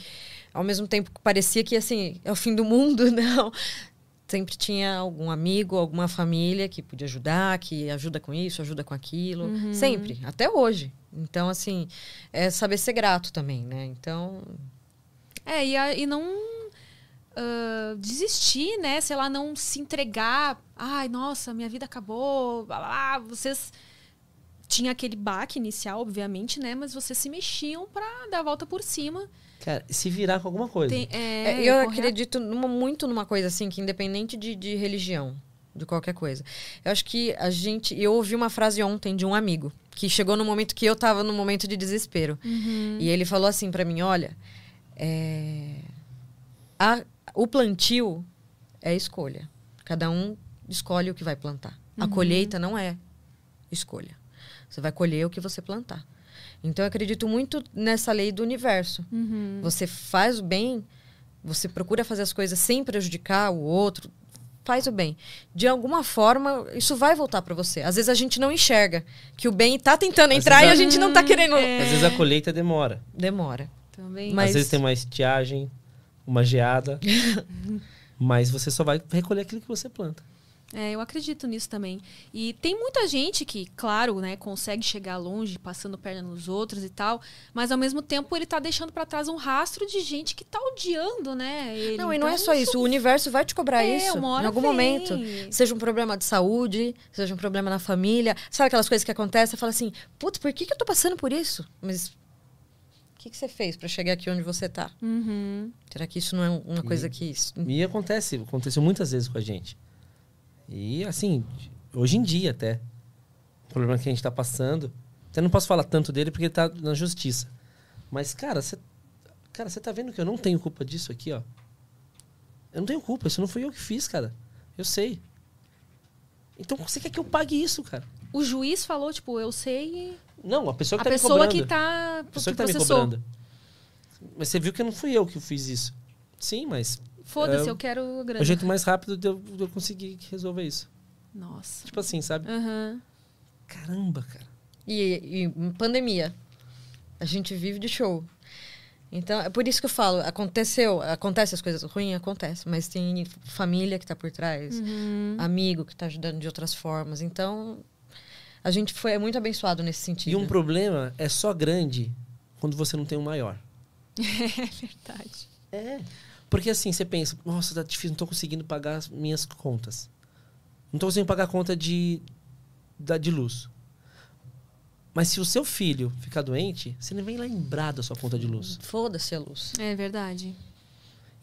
S3: ao mesmo tempo que parecia que, assim, é o fim do mundo, não. Sempre tinha algum amigo, alguma família que podia ajudar, que ajuda com isso, ajuda com aquilo. Sempre, até hoje. Então, assim, é saber ser grato também, né? Então,
S1: É, e, a- e não ah, desistir, né? Sei lá, não se entregar. Ai, nossa, minha vida acabou. Blá, blá, blá. Vocês. Tinha aquele baque inicial, obviamente, né? Mas vocês se mexiam pra dar a volta por cima.
S2: Cara, e se virar com alguma coisa.
S1: Tem- é,
S3: É, eu
S1: correr
S3: acredito numa- muito numa coisa assim, que independente de, de religião, de qualquer coisa. Eu acho que a gente. Eu ouvi uma frase ontem de um amigo, que chegou no momento que eu tava num momento de desespero. E ele falou assim pra mim: olha, é, a- o plantio é escolha. Cada um escolhe o que vai plantar. A colheita não é escolha. Você vai colher o que você plantar. Então eu acredito muito nessa lei do universo. Você faz o bem, você procura fazer as coisas sem prejudicar o outro, faz o bem. De alguma forma, isso vai voltar para você. Às vezes a gente não enxerga que o bem tá tentando
S2: Às
S3: entrar e
S2: vezes a-
S3: a gente não tá querendo.
S2: Às vezes a colheita demora.
S3: Demora.
S1: Também.
S3: Mas-
S2: Às vezes tem uma estiagem, uma geada. mas você só vai recolher aquilo que você planta.
S1: É, eu acredito nisso também. E tem muita gente que, claro, né, consegue chegar longe, passando perna nos outros e tal, mas ao mesmo tempo ele tá deixando pra trás um rastro de gente que tá odiando, né? ele.
S3: Não, e não é
S1: Então,
S3: só isso. O universo vai te cobrar
S1: É,
S3: isso
S1: uma hora
S3: em algum
S1: vem.
S3: momento. Seja um problema de saúde, seja um problema na família. Sabe aquelas coisas que acontecem? Você fala assim, putz, por que, que eu tô passando por isso? Mas o que, que você fez para chegar aqui onde você tá?
S1: Uhum.
S3: Será que isso não é uma coisa que... isso-
S2: E acontece, aconteceu muitas vezes com a gente. E assim, hoje em dia até. O problema que a gente tá passando. Até não posso falar tanto dele porque tá na justiça. Mas, cara, você. Cara, você tá vendo que eu não tenho culpa disso aqui, ó. Eu não tenho culpa, isso não fui eu que fiz, cara. Eu sei. Então você quer que eu pague isso, cara?
S1: O juiz falou, tipo, eu sei.
S2: Não, a pessoa que
S1: a
S2: tá me
S1: pessoa
S2: cobrando.
S1: que tá.
S2: A pessoa que,
S1: que
S2: tá me
S1: processou.
S2: cobrando. Mas você viu que não fui eu que fiz isso. Sim, mas
S1: Foda-se,
S2: É,
S1: eu quero
S2: é
S1: grana.
S2: o jeito mais rápido de eu, de eu conseguir resolver isso.
S1: Nossa.
S2: Tipo assim, sabe?
S1: Aham.
S2: Caramba, cara.
S3: E, e pandemia. A gente vive de show. Então, é por isso que eu falo, aconteceu, acontece as coisas ruins, acontece, mas tem família que tá por trás,
S1: Uhum.
S3: amigo que tá ajudando de outras formas. Então, a gente foi é muito abençoado nesse sentido.
S2: E um problema é só grande quando você não tem um maior.
S1: É verdade.
S2: É. Porque assim, você pensa, nossa, tá difícil, não tô conseguindo pagar as minhas contas. Não tô conseguindo pagar a conta de, da, de luz. Mas se o seu filho ficar doente, você nem vem lembrar da sua conta de luz.
S3: Foda-se a luz.
S1: É verdade.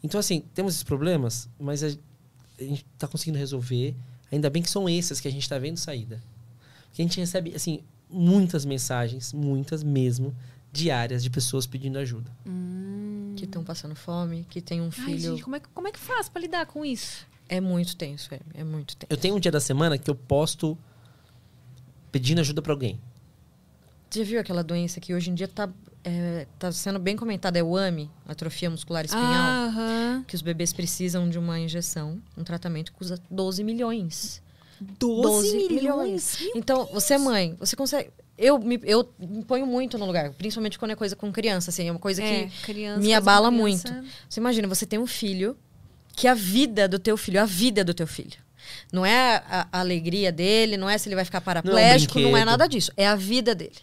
S2: Então, assim, temos esses problemas, mas a, a gente tá conseguindo resolver. Ainda bem que são esses que a gente tá vendo saída. Porque a gente recebe, assim, muitas mensagens, muitas mesmo, diárias de pessoas pedindo ajuda.
S3: Que estão passando fome, que tem um
S1: Uhum. Ai,
S3: filho.
S1: gente, como é, que- como é que faz pra lidar com isso?
S3: É muito tenso, é, é muito tenso.
S2: Eu tenho um dia da semana que eu posto pedindo ajuda pra alguém.
S3: Você já viu aquela doença que hoje em dia tá, é, tá sendo bem comentada? É o AMI, atrofia muscular espinhal.
S1: Ah, Aham.
S3: que os bebês precisam de uma injeção, um tratamento que custa 12 milhões.
S1: 12, milhões.
S3: Então, você é mãe, você consegue. Eu me, eu me ponho muito no lugar, principalmente quando é coisa com criança, assim, é uma coisa
S1: É,
S3: que
S1: criança,
S3: me
S1: coisa com
S3: abala muito.
S1: criança.
S3: Você imagina, você tem um filho que a vida do teu filho, a vida do teu filho. Não é a, a alegria dele, não é se ele vai ficar paraplégico, não é
S2: um brinquedo.
S3: nada disso. É a vida dele.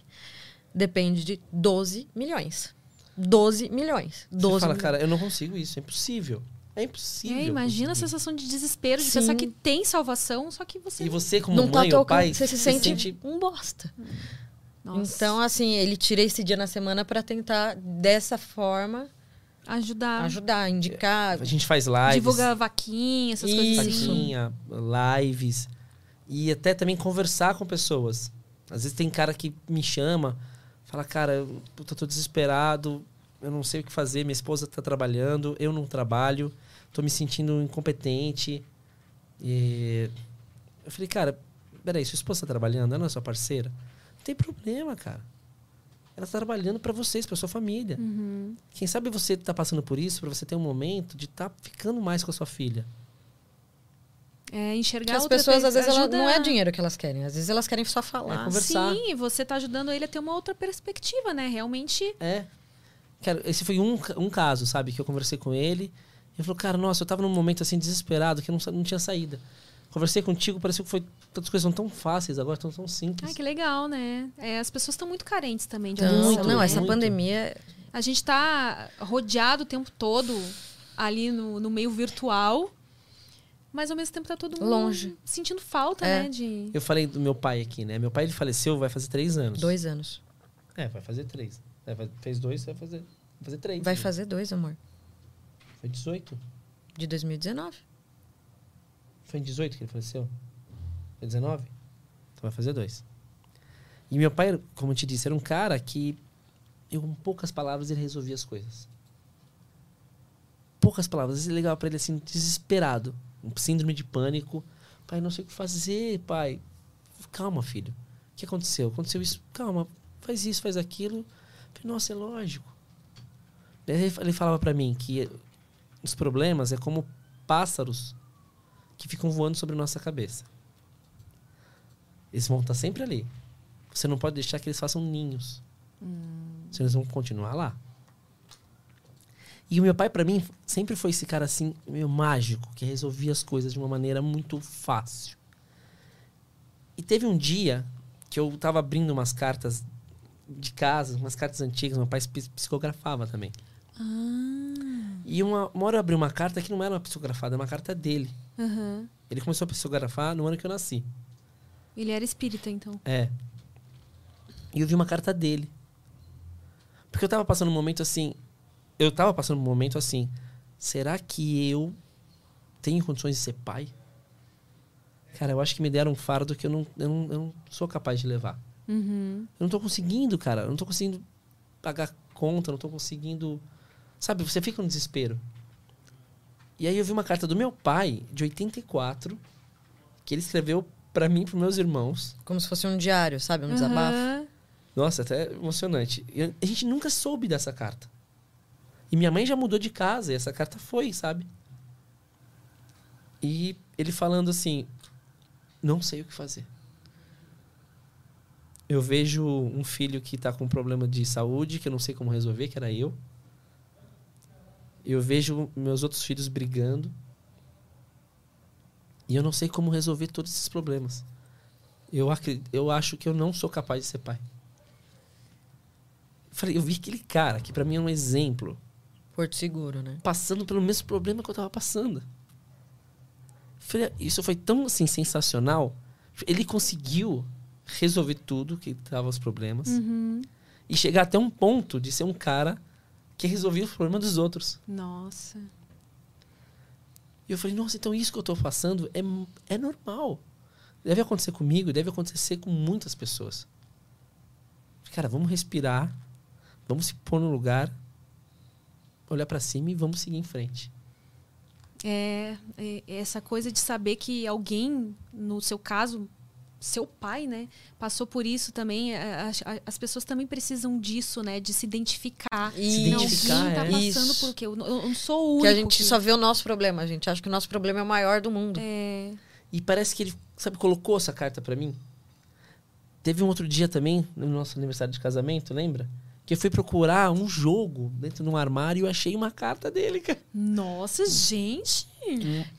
S3: Depende de 12 milhões. 12 milhões. 12
S2: Você fala,
S3: milhões.
S2: cara, eu não consigo isso, é impossível. É impossível. Uhum.
S1: É, imagina a
S2: conseguir.
S1: sensação de desespero, de
S3: Sim.
S1: pensar que tem salvação, só que você.
S2: E você, como
S3: não tá
S2: mãe
S3: teu
S2: ou
S3: alcance,
S2: pai,
S3: você se sente, um bosta.
S1: Nossa.
S3: Então, assim, ele tira esse dia na semana pra tentar, dessa forma,
S1: ajudar,
S3: ajudar, indicar.
S2: A gente faz lives.
S1: divulgar vaquinha, essas coisas
S3: Ah, Isso.
S1: assim.
S2: Saquinha, lives. E até também conversar com pessoas. Às vezes tem cara que me chama, fala, cara, eu puta, tô desesperado, eu não sei o que fazer, minha esposa tá trabalhando, eu não trabalho, tô me sentindo incompetente. E eu falei, cara, peraí, sua esposa tá trabalhando, ela não é sua parceira? Não tem problema, cara. Ela tá trabalhando para vocês, para sua família. Quem sabe você tá passando por isso, para você ter um momento de estar ficando mais com a sua filha.
S1: É, enxergar
S3: Porque as
S1: outra
S3: pessoas,
S1: pe-
S3: às vezes, elas,
S1: ajuda-
S3: não é dinheiro que elas querem. Às vezes elas querem só
S2: É
S3: falar, conversar.
S1: Sim, você tá ajudando ele a ter uma outra perspectiva, né? Realmente.
S2: É. Cara, esse foi um, ca- um caso, sabe? Que eu conversei com ele. Ele falou, cara, nossa, eu tava num momento assim desesperado que eu não, sa- não tinha saída. Conversei contigo, pareceu que foi. Tantas coisas são tão fáceis agora, tão, tão simples.
S1: Ai, que legal, né? É, as pessoas estão muito carentes também de
S3: Nossa,
S1: atenção,
S2: Muito,
S3: Então, não,
S1: né?
S3: essa
S2: muito.
S3: pandemia
S1: A gente tá rodeado o tempo todo ali no, no meio virtual, mas ao mesmo tempo tá todo mundo
S3: Longe.
S1: sentindo falta,
S3: É.
S1: né? De...
S2: Eu falei do meu pai aqui, né? Meu pai ele faleceu, vai fazer três anos.
S3: dois anos.
S2: É, vai fazer três. É, vai- fez dois, vai fazer, vai fazer três.
S3: Vai
S2: né?
S3: fazer dois, amor.
S2: Foi 18.
S3: De 2019.
S2: Foi em 18 que ele faleceu? Foi 19? Então vai fazer dois. E meu pai, como eu te disse, era um cara que, eu, com poucas palavras, ele resolvia as coisas. Poucas palavras. Às vezes eu ligava pra ele assim, desesperado. Um síndrome de pânico. Pai, não sei o que fazer, pai. Calma, filho. O que aconteceu? Aconteceu isso. Calma, faz isso, faz aquilo. Eu falei, nossa, é lógico. Daí Ele ele falava pra mim que os problemas é como pássaros que ficam voando sobre a nossa cabeça. Eles vão estar sempre ali. Você não pode deixar que eles façam ninhos. Senão eles vão continuar lá. E o meu pai, pra mim, sempre foi esse cara assim, meio mágico, que resolvia as coisas de uma maneira muito fácil. E teve um dia que eu tava abrindo umas cartas de casa, umas cartas antigas, meu pai pis- psicografava também. E uma, uma hora eu abri uma carta que não era uma psicografada, era uma carta dele.
S1: Aham.
S2: Ele começou a psicografar no ano que eu nasci.
S1: Ele era espírita, então.
S2: É. E eu vi uma carta dele. Porque eu tava passando um momento assim. Eu tava passando um momento assim. Será que eu tenho condições de ser pai? Cara, eu acho que me deram um fardo que eu não, eu não, eu não sou capaz de levar. Eu não tô conseguindo, cara. Eu não tô conseguindo pagar conta, eu não tô conseguindo. Sabe, você fica no desespero. E aí eu vi uma carta do meu pai, de 84, que ele escreveu pra mim, e pros meus irmãos.
S3: Como se fosse um diário, sabe? Um desabafo.
S1: Aham.
S2: Nossa, até emocionante. Eu- a gente nunca soube dessa carta. E minha mãe já mudou de casa e essa carta foi, sabe? E ele falando assim: Não sei o que fazer. Eu vejo um filho que tá com um problema de saúde que eu não sei como resolver, que era eu. Eu vejo meus outros filhos brigando. E eu não sei como resolver todos esses problemas. Eu, acre- eu acho que eu não sou capaz de ser pai. Falei, eu vi aquele cara que pra mim é um exemplo,
S3: Porto Seguro, né?
S2: passando pelo mesmo problema que eu tava passando. Falei, isso foi tão assim sensacional. Ele conseguiu resolver tudo que tava os problemas e chegar até um ponto de ser um cara que resolvia os problemas dos outros.
S1: Nossa.
S2: E eu falei, nossa, então isso que eu tô passando é, m- é normal. Deve acontecer comigo, deve acontecer com muitas pessoas. Cara, vamos respirar, vamos se pôr no lugar, olhar pra cima e vamos seguir em frente.
S1: É, é, essa coisa de saber que alguém, no seu caso, seu pai, né, passou por isso também. é, As, a- as pessoas também precisam disso, né, de se identificar.
S3: Se
S1: Não,
S2: identificar,
S1: alguém tá
S2: é.
S1: passando
S3: Isso.
S1: por quê? Eu não- eu não sou o único.
S3: Que a gente só vê o nosso problema, a gente. Acha que o nosso problema é o maior do mundo.
S1: É,
S2: E parece que ele, sabe, colocou essa carta pra mim. Teve um outro dia também, no nosso aniversário de casamento, lembra? Que eu fui procurar um jogo dentro de um armário e eu achei uma carta dele, cara.
S1: Nossa, gente!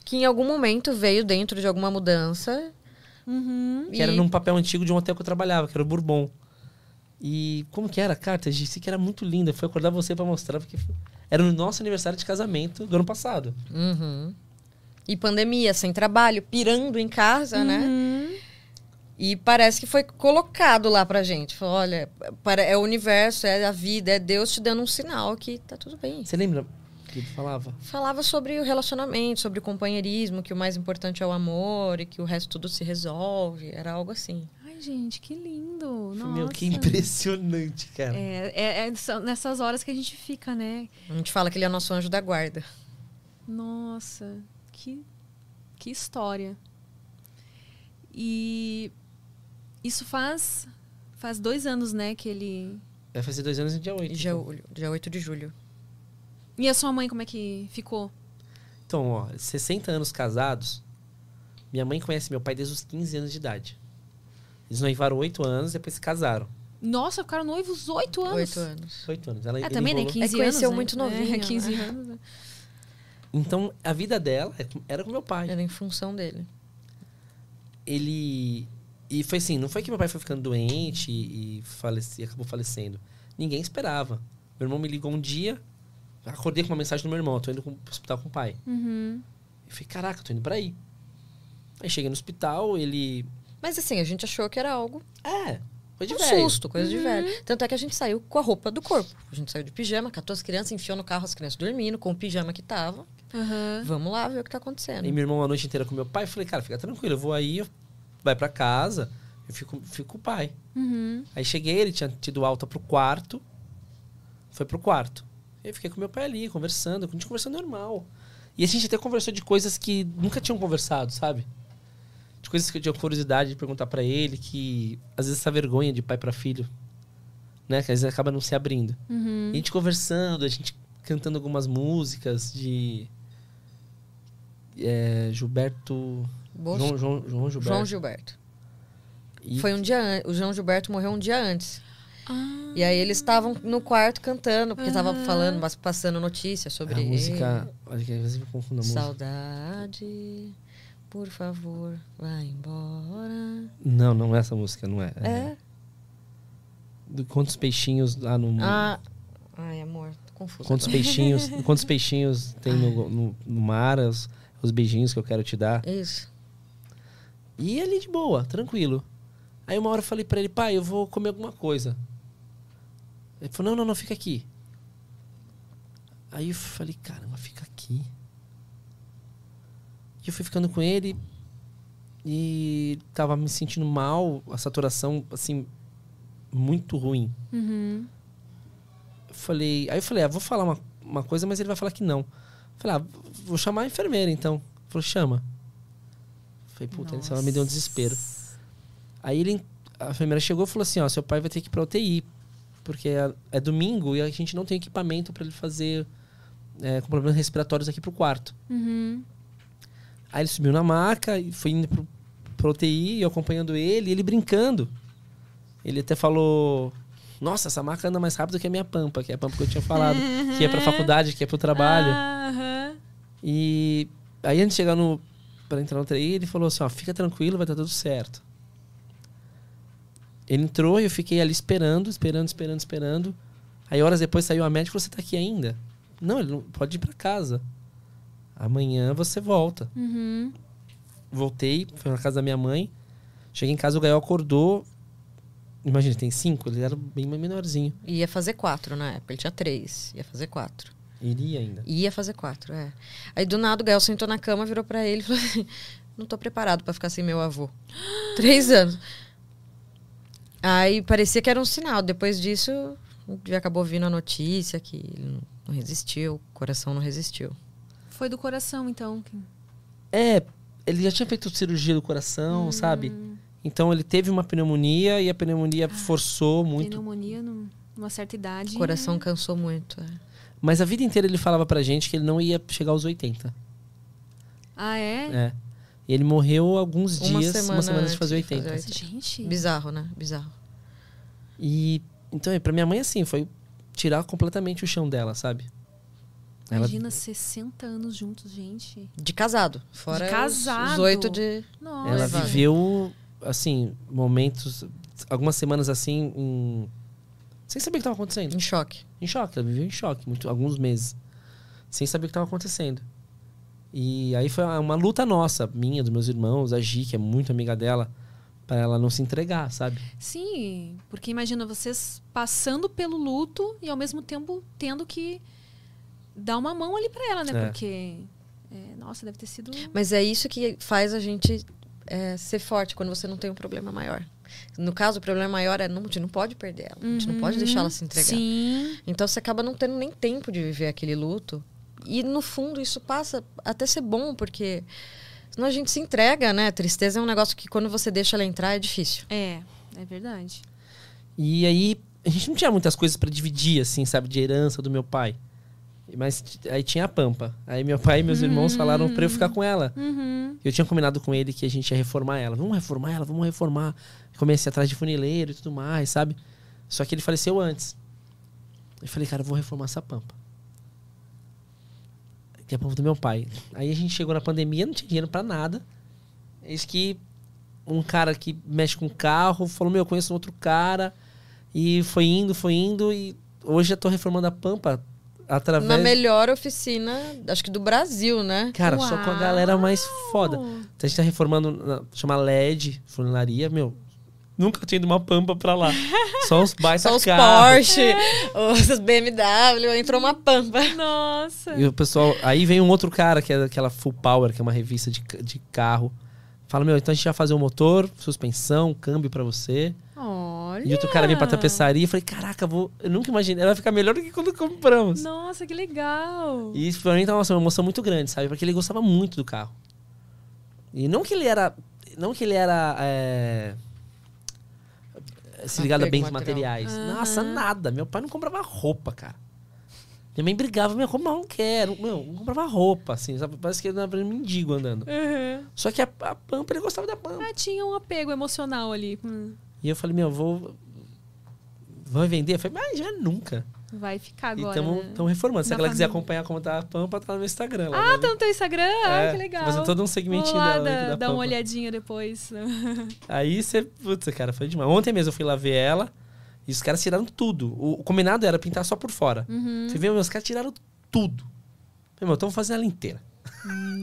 S3: Que em algum momento veio dentro de alguma mudança.
S1: Uhum.
S2: Que
S3: E-
S2: era num papel antigo de um hotel que eu trabalhava, que era o Bourbon. E como que era a carta? Eu disse que era muito linda. Foi acordar você pra mostrar, porque foi- era no nosso aniversário de casamento do ano passado.
S3: Uhum. E pandemia, sem trabalho, pirando em casa, né? E parece que foi colocado lá pra gente. Falou, olha, para- é o universo, é a vida, é Deus te dando um sinal que tá tudo bem.
S2: Você lembra que ele falava?
S3: Falava sobre o relacionamento, sobre o companheirismo, que o mais importante é o amor e que o resto tudo se resolve. Era algo assim.
S1: Ai, gente, que lindo!
S2: Eu
S1: Nossa.
S2: falei, Meu, que impressionante, cara.
S1: É, é- é só nessas horas que a gente fica, né?
S3: A gente fala que ele é nosso anjo da guarda.
S1: Nossa, que, que história. E isso faz faz dois anos, né, que ele...
S2: Vai fazer dois anos no dia então. 8.
S3: E dia, olho- dia 8 de julho.
S1: E a sua mãe, como é que é ficou?
S2: Então, ó, 60 anos casados, Minha mãe conhece meu pai desde os 15 anos de idade. Eles noivaram 8 anos, depois se casaram.
S1: Nossa, ficaram noivos oito anos.
S3: Oito anos.
S2: 8 anos. Ela,
S1: É,
S2: ele
S1: também, né?
S2: enrolou-
S1: 15
S3: É, conheceu
S1: anos,
S3: muito
S1: né?
S3: novinho,
S1: É, 15
S3: né?
S1: anos. né?
S2: Então, a vida dela é com- era com meu pai.
S3: Era em função dele.
S2: ele. E foi assim, não foi que meu pai foi ficando doente e, e faleci- acabou falecendo. Ninguém esperava. Meu irmão me ligou um dia, acordei com uma mensagem do meu irmão, tô indo com- pro hospital com o pai. Eu falei, caraca, tô indo pra aí. Aí cheguei no hospital, ele.
S3: Mas assim, a gente achou que era algo,
S2: É, foi de
S3: um
S2: velho.
S3: susto, coisa de velho. Tanto é que a gente saiu com a roupa do corpo. A gente saiu de pijama, catou as crianças, enfiou no carro as crianças dormindo, com o pijama que tava.
S1: Aham.
S3: Vamos lá ver o que tá acontecendo.
S2: E meu irmão a noite inteira com meu pai, eu falei, cara, fica tranquilo, eu vou aí, eu- vai pra casa, eu fico, fico com o pai. Aí cheguei, ele tinha tido alta pro quarto, foi pro quarto. Eu fiquei com meu pai ali, conversando, a gente conversou normal. E a gente até conversou de coisas que nunca tinham conversado, sabe? De coisas que eu tinha curiosidade de perguntar pra ele, que às vezes essa vergonha de pai pra filho, né? Que às vezes acaba não se abrindo. E a gente conversando, a gente cantando algumas músicas de é, Gilberto.
S3: Bos-
S2: João, João, João Gilberto.
S3: João Gilberto.
S2: E-
S3: Foi um dia an... O João Gilberto morreu um dia antes. E aí eles estavam no quarto cantando, porque tava falando, mas passando notícia sobre
S2: a
S3: ele.
S2: música. Olha que às vezes eu confundo a música.
S3: Saudade, por favor, vai embora.
S2: Não, não é essa música, não é.
S3: É?
S2: Do Quantos peixinhos lá no.
S3: Ah. Ai, amor, tô confusa.
S2: Hum. Quantos
S3: agora.
S2: peixinhos, quantos peixinhos tem
S3: Ah.
S2: no, no- no mar, os, os beijinhos que eu quero te dar.
S3: Isso.
S2: E ele de boa, tranquilo. Aí uma hora eu falei pra ele, pai, eu vou comer alguma coisa. Ele falou, não, não, não, fica aqui. Aí eu falei, caramba, fica aqui. E eu fui ficando com ele e tava me sentindo mal, a saturação, assim, muito ruim. Eu falei, aí eu falei, ah, vou falar uma, uma coisa, mas ele vai falar que não. Eu falei, ah, vou chamar a enfermeira então. Ele falou, chama. Eu falei, puta, isso ela me deu um desespero. Aí ele, a enfermeira chegou e falou assim, ó, seu pai vai ter que ir pra UTI, porque é, é domingo e a gente não tem equipamento pra ele fazer é, com problemas respiratórios aqui pro quarto. Aí ele subiu na maca e foi indo pro, pra UTI, eu acompanhando ele, e ele brincando. Ele até falou: Nossa, essa maca anda mais rápido que a minha pampa, que é a pampa que eu tinha falado, que é pra faculdade, que é pro trabalho.
S1: Aham.
S2: E aí antes de chegar no para entrar no TI, ele falou assim, ó, fica tranquilo, vai dar tudo certo. Ele entrou e eu fiquei ali esperando, esperando, esperando, esperando. Aí horas depois saiu a médica e falou, você tá aqui ainda? Não, ele não pode ir para casa. Amanhã você volta. Voltei, fui na casa da minha mãe. Cheguei em casa, o Gael acordou. Imagina, tem cinco, ele era bem menorzinho.
S3: E Ia fazer quatro na época, ele tinha três. Ia fazer quatro.
S2: Iria ainda.
S3: Ia fazer quatro, é. Aí do nada o Gael sentou na cama, virou pra ele e falou assim: Não tô preparado pra ficar sem meu avô. Três anos. Aí parecia que era um sinal. Depois disso, já acabou vindo a notícia que ele não resistiu, o coração não resistiu.
S1: Foi do coração, então. que-
S2: É, ele já tinha feito cirurgia do coração,
S3: Hum.
S2: sabe? Então ele teve uma pneumonia e a
S3: Ah,
S2: pneumonia forçou muito.
S1: Pneumonia num- numa certa idade.
S3: O coração cansou muito. é.
S2: Mas a vida inteira ele falava pra gente que ele não ia chegar aos 80.
S1: Ah, é?
S2: É. E ele morreu alguns
S3: Uma
S2: dias,
S3: semana
S2: uma semana antes de
S3: antes
S2: fazer
S3: de fazer
S2: 80.
S3: 80.
S1: Gente.
S3: Bizarro, né? Bizarro.
S2: E então, é, pra minha mãe assim, foi tirar completamente o chão dela, sabe? Ela-
S1: Imagina 60 anos juntos, gente.
S3: De casado. Fora
S1: De
S3: os- os
S1: casado.
S3: oito de.
S1: Nossa.
S2: Ela
S3: Olha.
S2: viveu, assim, momentos, algumas semanas assim, em... sem saber o que estava acontecendo.
S3: em choque.
S2: em choque, ela viveu em choque muito, alguns meses, sem saber o que estava acontecendo. E aí foi uma luta nossa, minha, dos meus irmãos, a Gi, que é muito amiga dela, para ela não se entregar, sabe?
S1: Sim, porque imagina vocês passando pelo luto e ao mesmo tempo tendo que dar uma mão ali pra ela, né?
S2: É.
S1: Porque. é, nossa, deve ter sido.
S3: Mas é isso que faz a gente é, ser forte quando você não tem um problema maior. No caso, o problema maior é não, a gente não pode perder ela. A gente não pode deixar ela se entregar.
S1: Sim.
S3: Então você acaba não tendo nem tempo de viver aquele luto. E no fundo isso passa até ser bom, porque senão a gente se entrega, né? Tristeza é um negócio que quando você deixa ela entrar é difícil.
S1: É, é verdade.
S2: E aí a gente não tinha muitas coisas para dividir, assim, sabe, de herança do meu pai. Mas t- aí tinha a Pampa. Aí meu pai e meus irmãos falaram pra eu ficar com ela. Eu tinha combinado com ele que a gente ia reformar ela. Vamos reformar ela, vamos reformar. Comecei atrás de funileiro e tudo mais, sabe? Só que ele faleceu antes. Eu falei, cara, eu vou reformar essa Pampa. Que é a Pampa do meu pai. Aí a gente chegou na pandemia, não tinha dinheiro pra nada. Eis que um cara que mexe com carro falou: Meu, eu conheço um outro cara. E foi indo, foi indo. E hoje eu tô reformando a Pampa através.
S3: Na melhor oficina, acho que do Brasil, né?
S2: Cara, só com a galera mais foda.
S1: Uau!
S2: Então a gente tá reformando, na- chama LED, funilaria, meu. Nunca tinha ido uma pampa pra lá. Só os baita
S3: Só os
S2: carros.
S3: Porsche, os BMW, entrou uma pampa.
S1: Nossa.
S2: E o pessoal. Aí vem um outro cara, que é daquela Full Power, que é uma revista de, ca- de carro. Fala, meu, então a gente vai fazer o motor, suspensão, câmbio pra você.
S1: Olha.
S2: E outro cara vem pra tapeçaria. Eu falei, caraca, vou... eu nunca imaginei. Ela vai ficar melhor do que quando compramos.
S1: Nossa, que legal.
S2: E isso pra mim tá nossa, uma emoção muito grande, sabe? Porque ele gostava muito do carro. E não que ele era. Não que ele era. é, se ligado a
S3: Apego
S2: bens
S3: material.
S2: materiais. Nossa, nada. Meu pai não comprava roupa, cara. Minha mãe brigava, meu, como não quero? Meu, não comprava roupa, assim, sabe? Parece que ele era um mendigo andando.
S1: Uhum.
S2: Só que a, a Pampa, ele gostava da Pampa.
S1: Ah, tinha um apego emocional ali. Hum,
S2: E eu falei, meu, vou. Vai vender? Eu falei, mas já é nunca.
S1: Vai ficar
S2: E
S1: agora. né?
S2: estamos reformando. Se
S1: Na
S2: ela quiser
S1: família.
S2: acompanhar como tá a Pampa, tá no meu Instagram. lá,
S1: Ah,
S2: né?
S1: tá no teu Instagram? ah,
S2: É,
S1: que legal.
S2: Fazendo todo um segmentinho
S1: Vou lá
S2: dela,
S1: dar-
S2: daqui da
S1: dar uma
S2: Pampa.
S1: olhadinha depois.
S2: Aí você, putz, cara, foi demais. Ontem mesmo eu fui lá ver ela e os caras tiraram tudo. O, o combinado era pintar só por fora.
S1: Uhum.
S2: Você vê, meus caras tiraram tudo. Meu irmão, estamos fazendo ela inteira.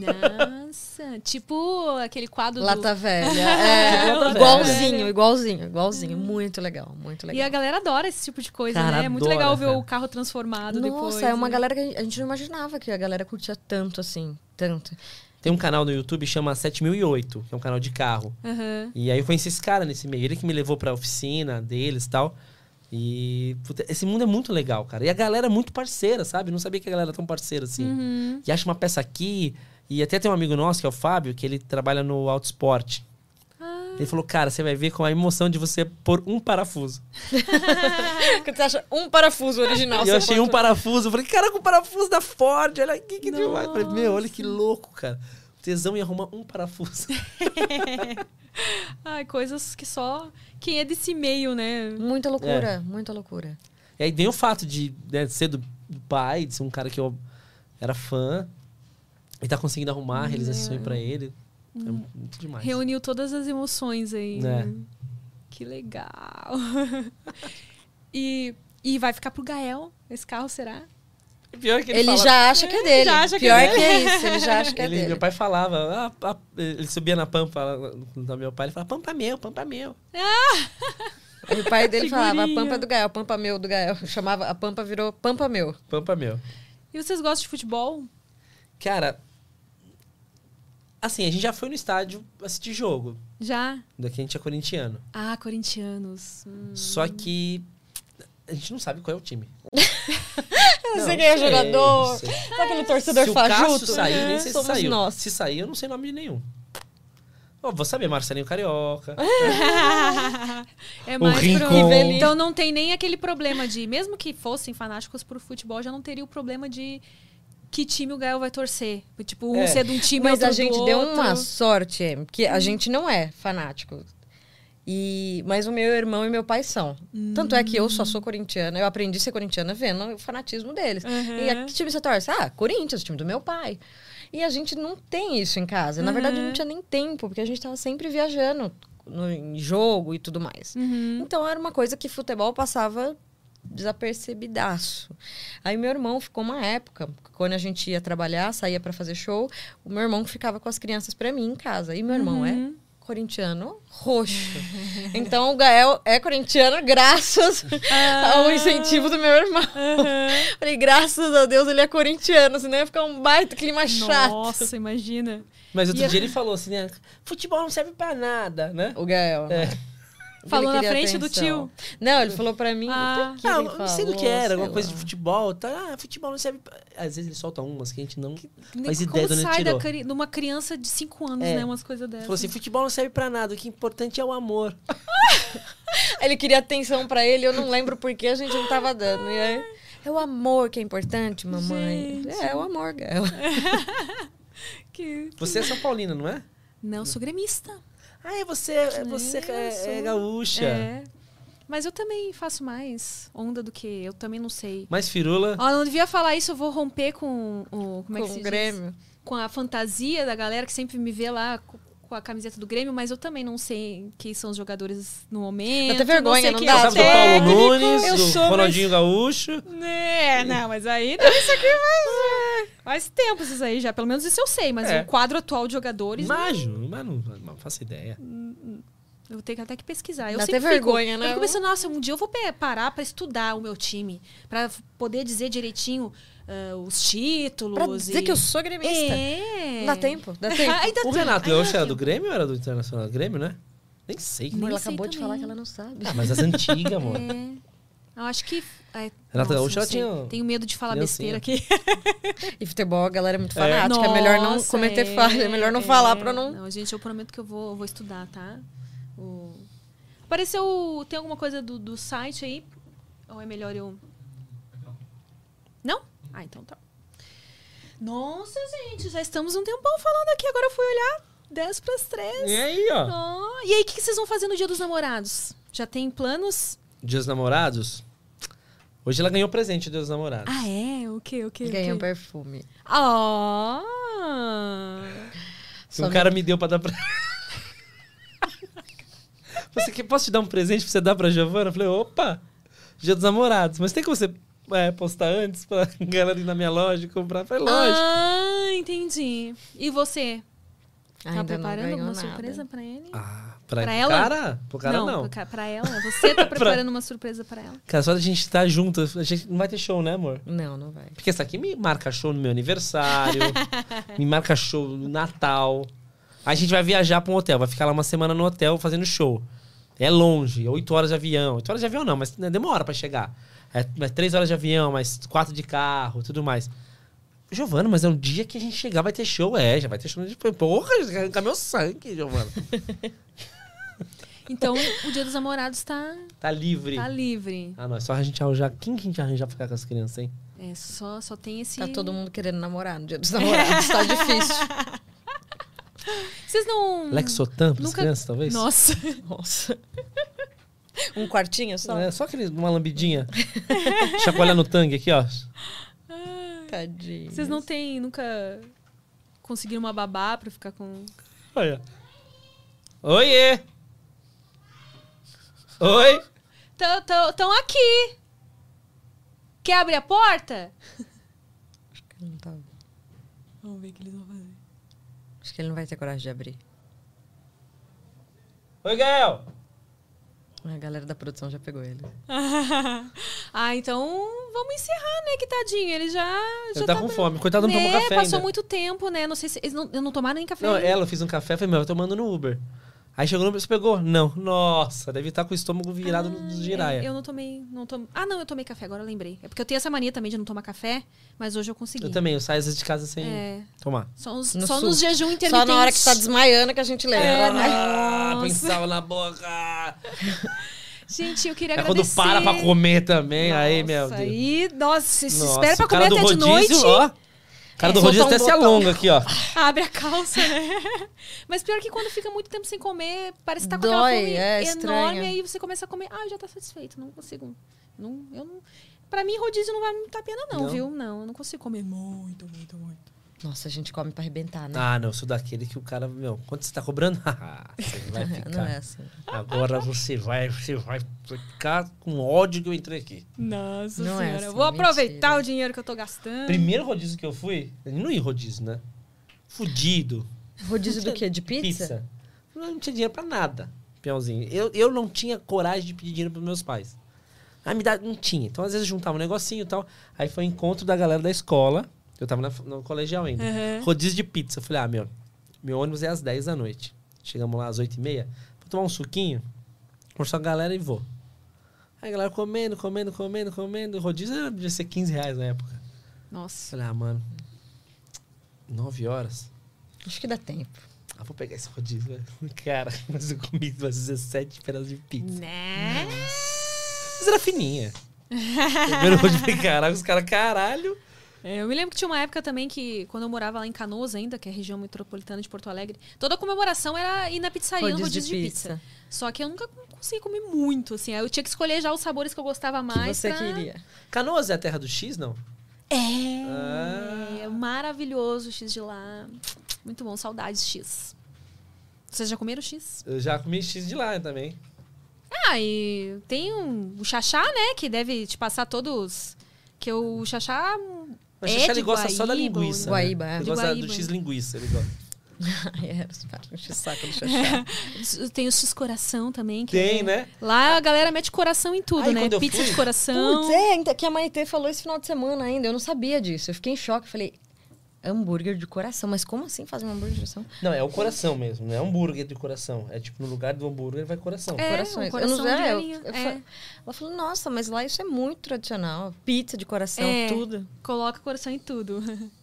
S1: Nossa. Tipo aquele quadro do...
S3: Lata velha. É,
S1: Lata velha.
S3: igualzinho, igualzinho, igualzinho. Muito legal, muito
S1: E a
S3: legal.
S1: galera adora esse tipo de coisa,
S2: Cara,
S1: né? É muito
S2: adora,
S1: legal ver
S2: cara.
S1: o carro transformado depois.
S3: Nossa, é uma
S1: né?
S3: galera que a gente- a gente não imaginava que a galera curtia tanto assim, tanto.
S2: Tem um canal no YouTube que chama 7008, que é um canal de carro.
S1: Aham.
S2: E aí eu conheci esse cara nesse meio. Ele que me levou pra oficina deles e tal. E puta, esse mundo é muito legal, cara. E a galera é muito parceira, sabe? Não sabia que a galera era tão parceira assim. E acha uma peça aqui. E até tem um amigo nosso, que é o Fábio, que ele trabalha no Autosport. Ele falou, cara, você vai ver com a emoção de você pôr um parafuso.
S3: Porque você acha um parafuso original.
S2: e eu
S3: você
S2: achei
S3: põe
S2: um
S3: tudo.
S2: parafuso. Eu falei, caraca, o parafuso da Ford. Olha aqui que demais. Eu falei, meu, olha que louco, cara. O tesão em arrumar um parafuso.
S1: Ai, coisas que só quem é desse meio, né?
S2: É.
S3: Muita loucura, muita loucura.
S2: E aí vem o fato de né, ser do, do pai, de ser um cara que eu era fã e tá conseguindo arrumar, realizar esse sonho pra ele. É
S3: Hum.
S2: muito demais.
S1: Reuniu todas as emoções aí.
S2: É.
S1: né? Que legal. e, e vai ficar pro Gael esse carro, será?
S2: Pior que
S3: Ele, já acha que é dele.
S1: Já acha que é
S3: Pior
S1: dele.
S3: que é isso, ele já acha que é
S2: Ele-
S3: dele.
S2: meu pai falava, ah, ah, ele subia na pampa lá do meu pai, ele falava, pampa é meu, pampa meu.
S3: E o pai dele falava, a
S1: Figurinha.
S3: pampa é do Gael, pampa meu do Gael. Chamava, a pampa virou pampa meu.
S2: Pampa é meu.
S1: E vocês gostam de futebol?
S2: Cara, assim, a gente já foi no estádio assistir jogo,
S1: Já?
S2: daqui a gente é corintiano.
S1: Ah, corintianos. Hum.
S2: Só que a gente não sabe qual é o time.
S3: Não
S2: Não,
S3: sei quem é
S2: sei,
S3: jogador.
S2: sei.
S3: Sabe aquele torcedor
S2: se o
S3: fajuto?
S2: Cássio
S1: né,
S2: sair, nem sei se
S3: Somos
S2: saiu.
S3: nós.
S2: Se sair, eu não sei nome de nenhum. Ó, vou saber, Marcelinho Carioca.
S1: É
S6: O
S1: mais
S6: Rincon.
S1: pro...
S3: Rivelino.
S1: Então não tem nem aquele problema de, mesmo que fossem fanáticos pro futebol, já não teria o problema de que time o Gael vai torcer. Tipo, um
S2: É.
S1: ser de um time,
S3: Mas
S1: outro
S3: a gente
S1: do
S3: deu
S1: outro. Hum.
S3: uma sorte, Em, porque a gente não é fanático. E, mas o meu irmão e meu pai são. Tanto é que eu só
S1: Hum.
S3: sou corintiana. Eu aprendi a ser corintiana vendo o fanatismo deles. E
S1: Uhum.
S3: a que time você torce? Ah, Corinthians, time do meu pai. E a gente não tem isso em casa. Na
S1: Uhum.
S3: verdade, não tinha nem tempo, porque a gente estava sempre viajando no, em jogo e tudo mais.
S1: Uhum.
S3: Então era uma coisa que futebol passava desapercebidaço. Aí meu irmão ficou uma época, quando a gente ia trabalhar, saía pra fazer show, o meu irmão ficava com as crianças pra mim em casa. E meu irmão
S1: Uhum.
S3: é corintiano roxo. Então o Gael é corintiano graças
S1: Ah.
S3: ao incentivo do meu irmão. Falei, graças a Deus ele é corintiano, senão ia ficar um baita clima chato.
S1: Nossa, imagina.
S2: Mas outro
S1: E-
S2: dia ele falou assim, né? Futebol não serve pra nada, né?
S3: O Gael.
S2: É.
S3: né? Ele
S1: Falou na
S3: queria
S1: frente do
S3: atenção.
S1: tio.
S3: Não, ele falou pra mim.
S1: Ah.
S3: por que
S2: Ah,
S3: ele
S2: eu não sei do que
S3: falou,
S2: era,
S3: sei
S2: alguma coisa
S3: lá.
S2: de futebol. Tá, ah, futebol não serve pra... Às vezes ele solta umas que a gente não faz
S1: Como
S2: ideia de onde ele
S1: sai
S2: né, tirou.
S1: da cri- de uma criança de 5 anos,
S2: É.
S1: né? Umas coisas dessas.
S2: Falou assim, futebol não serve pra nada, o que é importante é o amor.
S3: Ele queria atenção pra ele, eu não lembro por que a gente não tava dando. E aí, É o amor que é importante, mamãe. É, é o amor, Gael.
S1: Que-
S2: Você é São Paulina, não é?
S1: Não, sou gremista.
S2: Ah, é você, é, você é, é gaúcha.
S1: É. Mas eu também faço mais onda do que eu também não sei.
S2: Mas firula.
S1: Ó, não devia falar isso, eu vou romper com o. Como é que
S3: Com
S1: se
S3: o
S1: diz?
S3: Grêmio.
S1: Com a fantasia da galera que sempre me vê lá co- com a camiseta do Grêmio, mas eu também não sei quem são os jogadores no momento.
S3: Até vergonha,
S1: sei
S3: não
S1: quem
S3: dá.
S1: é o
S2: Sabe do Paulo
S1: técnico.
S2: Nunes,
S1: eu
S2: do
S1: sou, mas-
S2: Ronaldinho Gaúcho.
S1: É, não, mas aí não, isso aqui faz, faz tempo isso aí já. Pelo menos isso eu sei, mas
S2: É.
S1: o quadro atual de jogadores.
S2: Imagino, mas não, não faço ideia.
S1: Eu tenho que até que pesquisar. Eu
S3: Dá até
S1: sempre fico-
S3: vergonha, né?
S1: Eu fico pensando, nossa, um dia eu vou pe- parar pra estudar o meu time. pra f- poder dizer direitinho ah, os títulos.
S3: Pra dizer
S1: e-
S3: que eu sou gremista.
S1: É.
S3: Não Dá tempo, dá tempo.
S1: Ainda
S2: O
S1: tem.
S2: Renato
S1: Ainda
S2: Gaúcho era do
S1: tem.
S2: Grêmio ou era do Internacional? Grêmio, né? Nem sei.
S3: é Amor,
S1: Nem
S3: ela
S1: sei
S3: acabou de falar
S1: também.
S3: que ela não sabe.
S2: Ah, mas as antigas, amor.
S1: Eu acho que. É,
S2: Renato
S1: nossa,
S2: Gaúcho,
S1: não
S2: ela
S1: sei.
S2: tinha- um
S1: Tenho medo de falar
S2: criancinha.
S1: besteira aqui.
S3: E futebol, a galera é muito fanática. É, melhor não
S1: Nossa,
S3: cometer falha, é melhor não falar pra não.
S1: Não, gente, eu prometo que eu vou, vou estudar, tá? O- Apareceu. Tem alguma coisa do, do site aí? Ou é melhor eu. Não? Ah, então tá. Nossa, gente, já estamos um tempão falando aqui. Agora eu fui olhar 10 pras 3.
S2: E aí, ó.
S1: e aí, o que, que vocês vão fazer no dia dos namorados? Já tem planos?
S2: Dias Namorados. Hoje ela ganhou presente do Dia dos Namorados.
S1: Ah, é? O quê? O quê? o
S3: Ganhei um
S1: quê?
S3: perfume.
S1: Ah!
S2: que um cara me deu pra dar pra. você quer, posso te dar um presente pra você dar pra Giovana? Eu falei, opa, Dia dos Namorados. Mas tem como você é, postar antes pra galera ir na minha loja e comprar? Eu falei, lógico.
S1: Ah, entendi. E você? Tá preparando alguma surpresa pra ele?
S2: Ah, pra,
S1: Pra
S2: pro
S1: ela?
S2: Cara? Pro cara, não.
S1: Pra, pra ela. Você tá preparando uma surpresa pra ela.
S2: Cara, só da gente estar junto, a gente não vai ter show, né, amor?
S3: Não, não vai.
S2: Porque essa aqui me marca show no meu aniversário, me marca show no Natal. Aí a gente vai viajar pra um hotel, vai ficar lá uma semana no hotel fazendo show. É longe, oito horas de avião. oito horas de avião não, mas né, demora pra chegar. É mais três horas de avião, mais quatro de carro, tudo mais. Giovana, mas é um dia que a gente chegar, vai ter show. É, já vai ter show. de- Porra, já quer arrancar meu sangue, Giovana.
S1: Então, o Dia dos Namorados tá,
S2: Tá livre.
S1: tá livre.
S2: Ah, não, é só a gente arranjar. Quem que a gente arranjar pra ficar com as crianças, hein?
S1: É, só, só tem esse...
S3: Tá todo mundo querendo namorar no dia dos namorados. tá difícil.
S1: Vocês não...
S2: Lexotan pras
S1: Hum, nunca-
S2: crianças, talvez?
S1: Nossa.
S3: Nossa. Um quartinho só?
S2: É, só aquele, uma lambidinha. Chacoalhar no tangue aqui, ó.
S3: Tadinho.
S1: Vocês não têm... Nunca conseguiram uma babá pra ficar com...
S2: Olha. Oiê! Oi!
S1: Tão- tão tão aqui! Quer abrir a porta?
S3: Não tá-
S1: Vamos ver o que eles vão fazer.
S3: Acho que ele não vai ter coragem de abrir.
S2: Oi, Gael!
S3: A galera da produção já pegou ele.
S1: ah, então vamos encerrar, né? Que tadinho. Ele já.
S2: Ele
S1: já
S2: tá com fome. Coitado, não
S1: né?
S2: tomou café
S1: Passou
S2: ainda.
S1: muito tempo, né? Não sei se. Eles não, eu não tomaram nem café.
S2: Não,
S1: ainda.
S2: ela, eu fiz um café, falei, meu, eu tô mandando no Uber. Aí chegou no Uber, você pegou? Não. Nossa, deve estar com o estômago virado no giraia.
S1: É, eu não tomei. Não tom... Ah, não, eu tomei café, agora eu lembrei. É porque eu tenho essa mania também de não tomar café, mas hoje eu consegui.
S2: Eu também, eu saio às vezes de casa sem
S1: É.
S2: tomar.
S1: Só, os-
S3: No
S1: só
S3: suco.
S1: nos jejum intermitentes.
S3: Só na hora que tá desmaiando que a gente
S1: É,
S3: lembra. né?
S2: Ah,
S1: Nossa.
S2: pensava na boca!
S1: Gente, eu queria
S2: É quando
S1: agradecer.
S2: para pra comer também, aí,
S1: Nossa,
S2: meu Deus.
S1: Aí, nossa, se se
S2: Nossa,
S1: espera pra
S2: o cara
S1: comer até
S2: do
S1: de
S2: rodízio,
S1: noite. É,
S2: Ó, o cara do
S3: soltar
S2: rodízio
S3: um
S2: até se
S3: botão.
S2: alonga aqui, ó.
S1: Abre a calça, né? Mas pior que quando fica muito tempo sem comer, parece que tá com
S3: Dói,
S1: aquela fome
S3: é,
S1: enorme,
S3: estranha.
S1: aí você começa a comer, ah, já tá satisfeito, não consigo. Não, eu não, pra mim, rodízio não vai muito a pena, não,
S2: Não?
S1: viu? Não, eu não consigo comer muito, muito, muito.
S3: Nossa, a gente come pra arrebentar, né?
S2: Ah, não, eu sou daquele que o cara, meu, quanto você tá cobrando? você vai ficar.
S3: Não é assim.
S2: Agora você vai, você vai ficar com ódio que eu entrei aqui.
S1: Nossa
S3: Não é
S1: senhora,
S3: assim,
S1: eu vou aproveitar
S3: mentira.
S1: o dinheiro que eu tô
S3: Hum.
S1: gastando.
S2: Primeiro rodízio que eu fui, eu não ia em rodízio, né? Fudido.
S3: Rodízio do quê? De pizza?
S2: Pizza. Eu Não tinha dinheiro pra nada, peãozinho. Eu, eu não tinha coragem de pedir dinheiro pros meus pais. Aí me dá, não tinha. Então, às vezes, eu juntava um negocinho e tal. Aí foi um encontro da galera da escola. Eu tava na, no colegial ainda. Rodízio de pizza. Eu falei, ah, meu, meu ônibus é às 10 da noite. Chegamos lá às 8 e meia. Vou tomar um suquinho, conversar com a galera e vou. Aí a galera comendo, comendo, comendo, comendo. O rodízio era, devia ser 15 reais na época.
S1: Nossa.
S2: Falei, ah, mano, 9 horas.
S3: Acho que dá tempo.
S2: Ah, vou pegar esse rodízio. né? Cara, mas eu comi umas 17 pedaços de pizza.
S1: Né?
S2: Mas era fininha. Primeiro eu falei, caraca, os caras, caralho.
S1: Eu me lembro que tinha uma época também que, quando eu morava lá em Canoas ainda, que é a região metropolitana de Porto Alegre, toda a comemoração era ir na pizzaria, no
S3: um Rodízio
S1: Tá um rodízio
S3: de
S1: de, pizza. Só que eu nunca conseguia comer muito, assim. Aí eu tinha que escolher já os sabores que eu gostava
S3: que
S1: mais.
S3: você
S1: pra-
S3: queria.
S2: Canoas é a terra do X, não? Ah.
S1: É, maravilhoso o X de lá. Muito bom, saudades X. Vocês já comeram X?
S2: Eu já comi X de lá também.
S1: Ah, e tem um, o Xaxá, né? Que deve te passar todos. Que o Xaxá. hum,
S2: Mas
S1: é
S2: Xixi,
S1: de
S2: ele gosta só da
S1: Guaíba,
S2: linguiça.
S1: né?
S3: Guaíba,
S2: né?
S3: é.
S2: Ele
S1: De
S2: gosta do
S1: Guaíba.
S2: X linguiça, ele gosta.
S3: é, os caras enchem o saco do xaxá.
S1: Tem o X coração também. que
S2: Tem,
S1: é-
S2: né?
S1: Lá a galera mete coração em tudo,
S2: Ai,
S1: né?
S2: quando eu
S1: Pizza
S2: fui-
S1: de coração.
S3: Putz, é, ainda que a Maitê falou esse final de semana ainda. Eu não sabia disso. Eu fiquei em choque. Falei, hambúrguer de coração. Mas como assim fazer um hambúrguer de coração?
S2: Não, é o coração mesmo, não é hambúrguer de coração. É tipo, no lugar do hambúrguer vai coração.
S1: É,
S3: Corações.
S1: um
S3: Eu não
S1: coração de
S3: é, eu-
S1: galinha,
S3: eu
S1: é.
S3: fa- Ela falou, nossa, mas lá isso é muito tradicional. Pizza de coração,
S1: É,
S3: tudo.
S1: Coloca coração em tudo.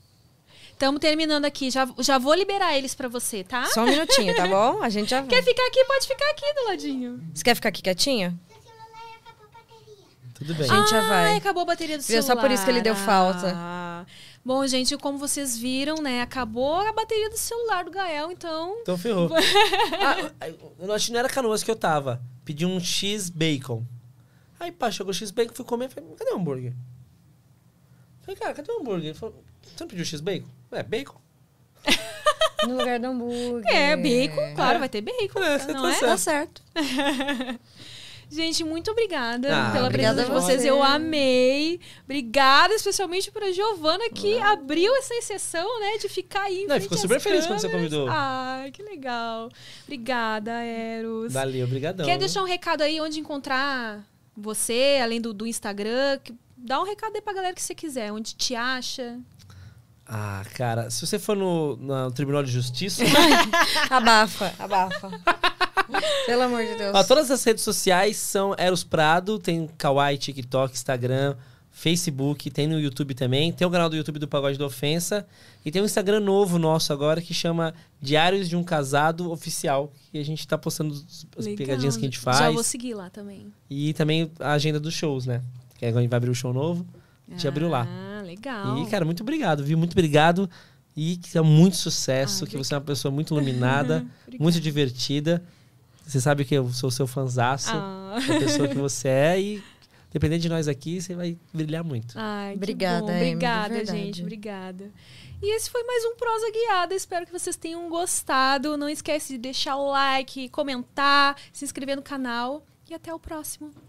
S1: Estamos terminando aqui. Já, já vou liberar eles pra você, tá?
S3: Só um minutinho, tá bom? A gente já vai.
S1: Quer ficar aqui? Pode ficar aqui do ladinho.
S3: Você quer ficar aqui quietinha?
S2: Tudo bem.
S3: A gente já vai.
S1: Ai, acabou a bateria do
S3: Viu?
S1: celular.
S3: Só por isso que ele deu falta.
S1: Ah. Bom, gente, como vocês viram, né? Acabou a bateria do celular do Gael, então.
S2: Então ferrou. ah, eu acho que não era canoas que eu tava. Pedi um X bacon. Aí, pá, chegou o X bacon, fui comer, falei, cadê o hambúrguer? Falei, cara, cadê o hambúrguer? Ele falou, você não pediu X bacon? É, bacon.
S3: No lugar do hambúrguer.
S1: É, bacon, claro, vai ter bacon.
S2: É,
S1: não
S2: tá
S1: é?
S2: certo.
S3: Tá certo.
S1: Gente, muito obrigada
S2: Ah,
S1: pela
S2: obrigada
S1: presença de vocês.
S3: você.
S1: Eu amei. Obrigada, especialmente para Giovana, que abriu essa exceção, né? De ficar aí. em
S2: Não,
S1: frente
S2: ficou
S1: às
S2: super feliz quando você
S1: câmeras.
S2: convidou.
S1: Ai, que legal. Obrigada, Eros.
S2: Valeu, obrigadão.
S1: Quer deixar um recado aí onde encontrar você, além do, do Instagram? Que- Dá um recado aí pra galera que você quiser, onde te acha.
S2: Ah, cara, se você for no, no Tribunal de Justiça...
S3: Abafa, abafa. Pelo amor de Deus.
S2: Ó, todas as redes sociais são Eros Prado, tem Kawaii, TikTok, Instagram, Facebook, tem no YouTube também, tem o canal do YouTube do Pagode da Ofensa e tem um Instagram novo nosso agora que chama Diários de um Casado Oficial, que a gente tá postando os- as
S1: Legal.
S2: pegadinhas que a gente
S1: Já vou
S2: faz
S1: seguir lá também.
S2: e também a agenda dos shows, né? Que agora a gente vai abrir o show novo, a gente abriu lá.
S1: Ah, legal.
S2: E, cara, muito obrigado, viu? Muito obrigado. E que é muito sucesso,
S1: Ah,
S2: que você é uma pessoa muito iluminada,
S1: Obrigada.
S2: muito divertida. Você sabe que eu sou seu fanzaço,
S1: Ah.
S2: da pessoa que você é. E, dependendo de nós aqui, você vai brilhar muito.
S1: Ai, que
S3: Obrigada,
S1: bom.
S3: Emily, de
S1: Obrigada,
S3: verdade.
S1: gente. Obrigada. E esse foi mais um Prosa Guiada. Espero que vocês tenham gostado. Não esquece de deixar o like, comentar, se inscrever no canal. E até o próximo.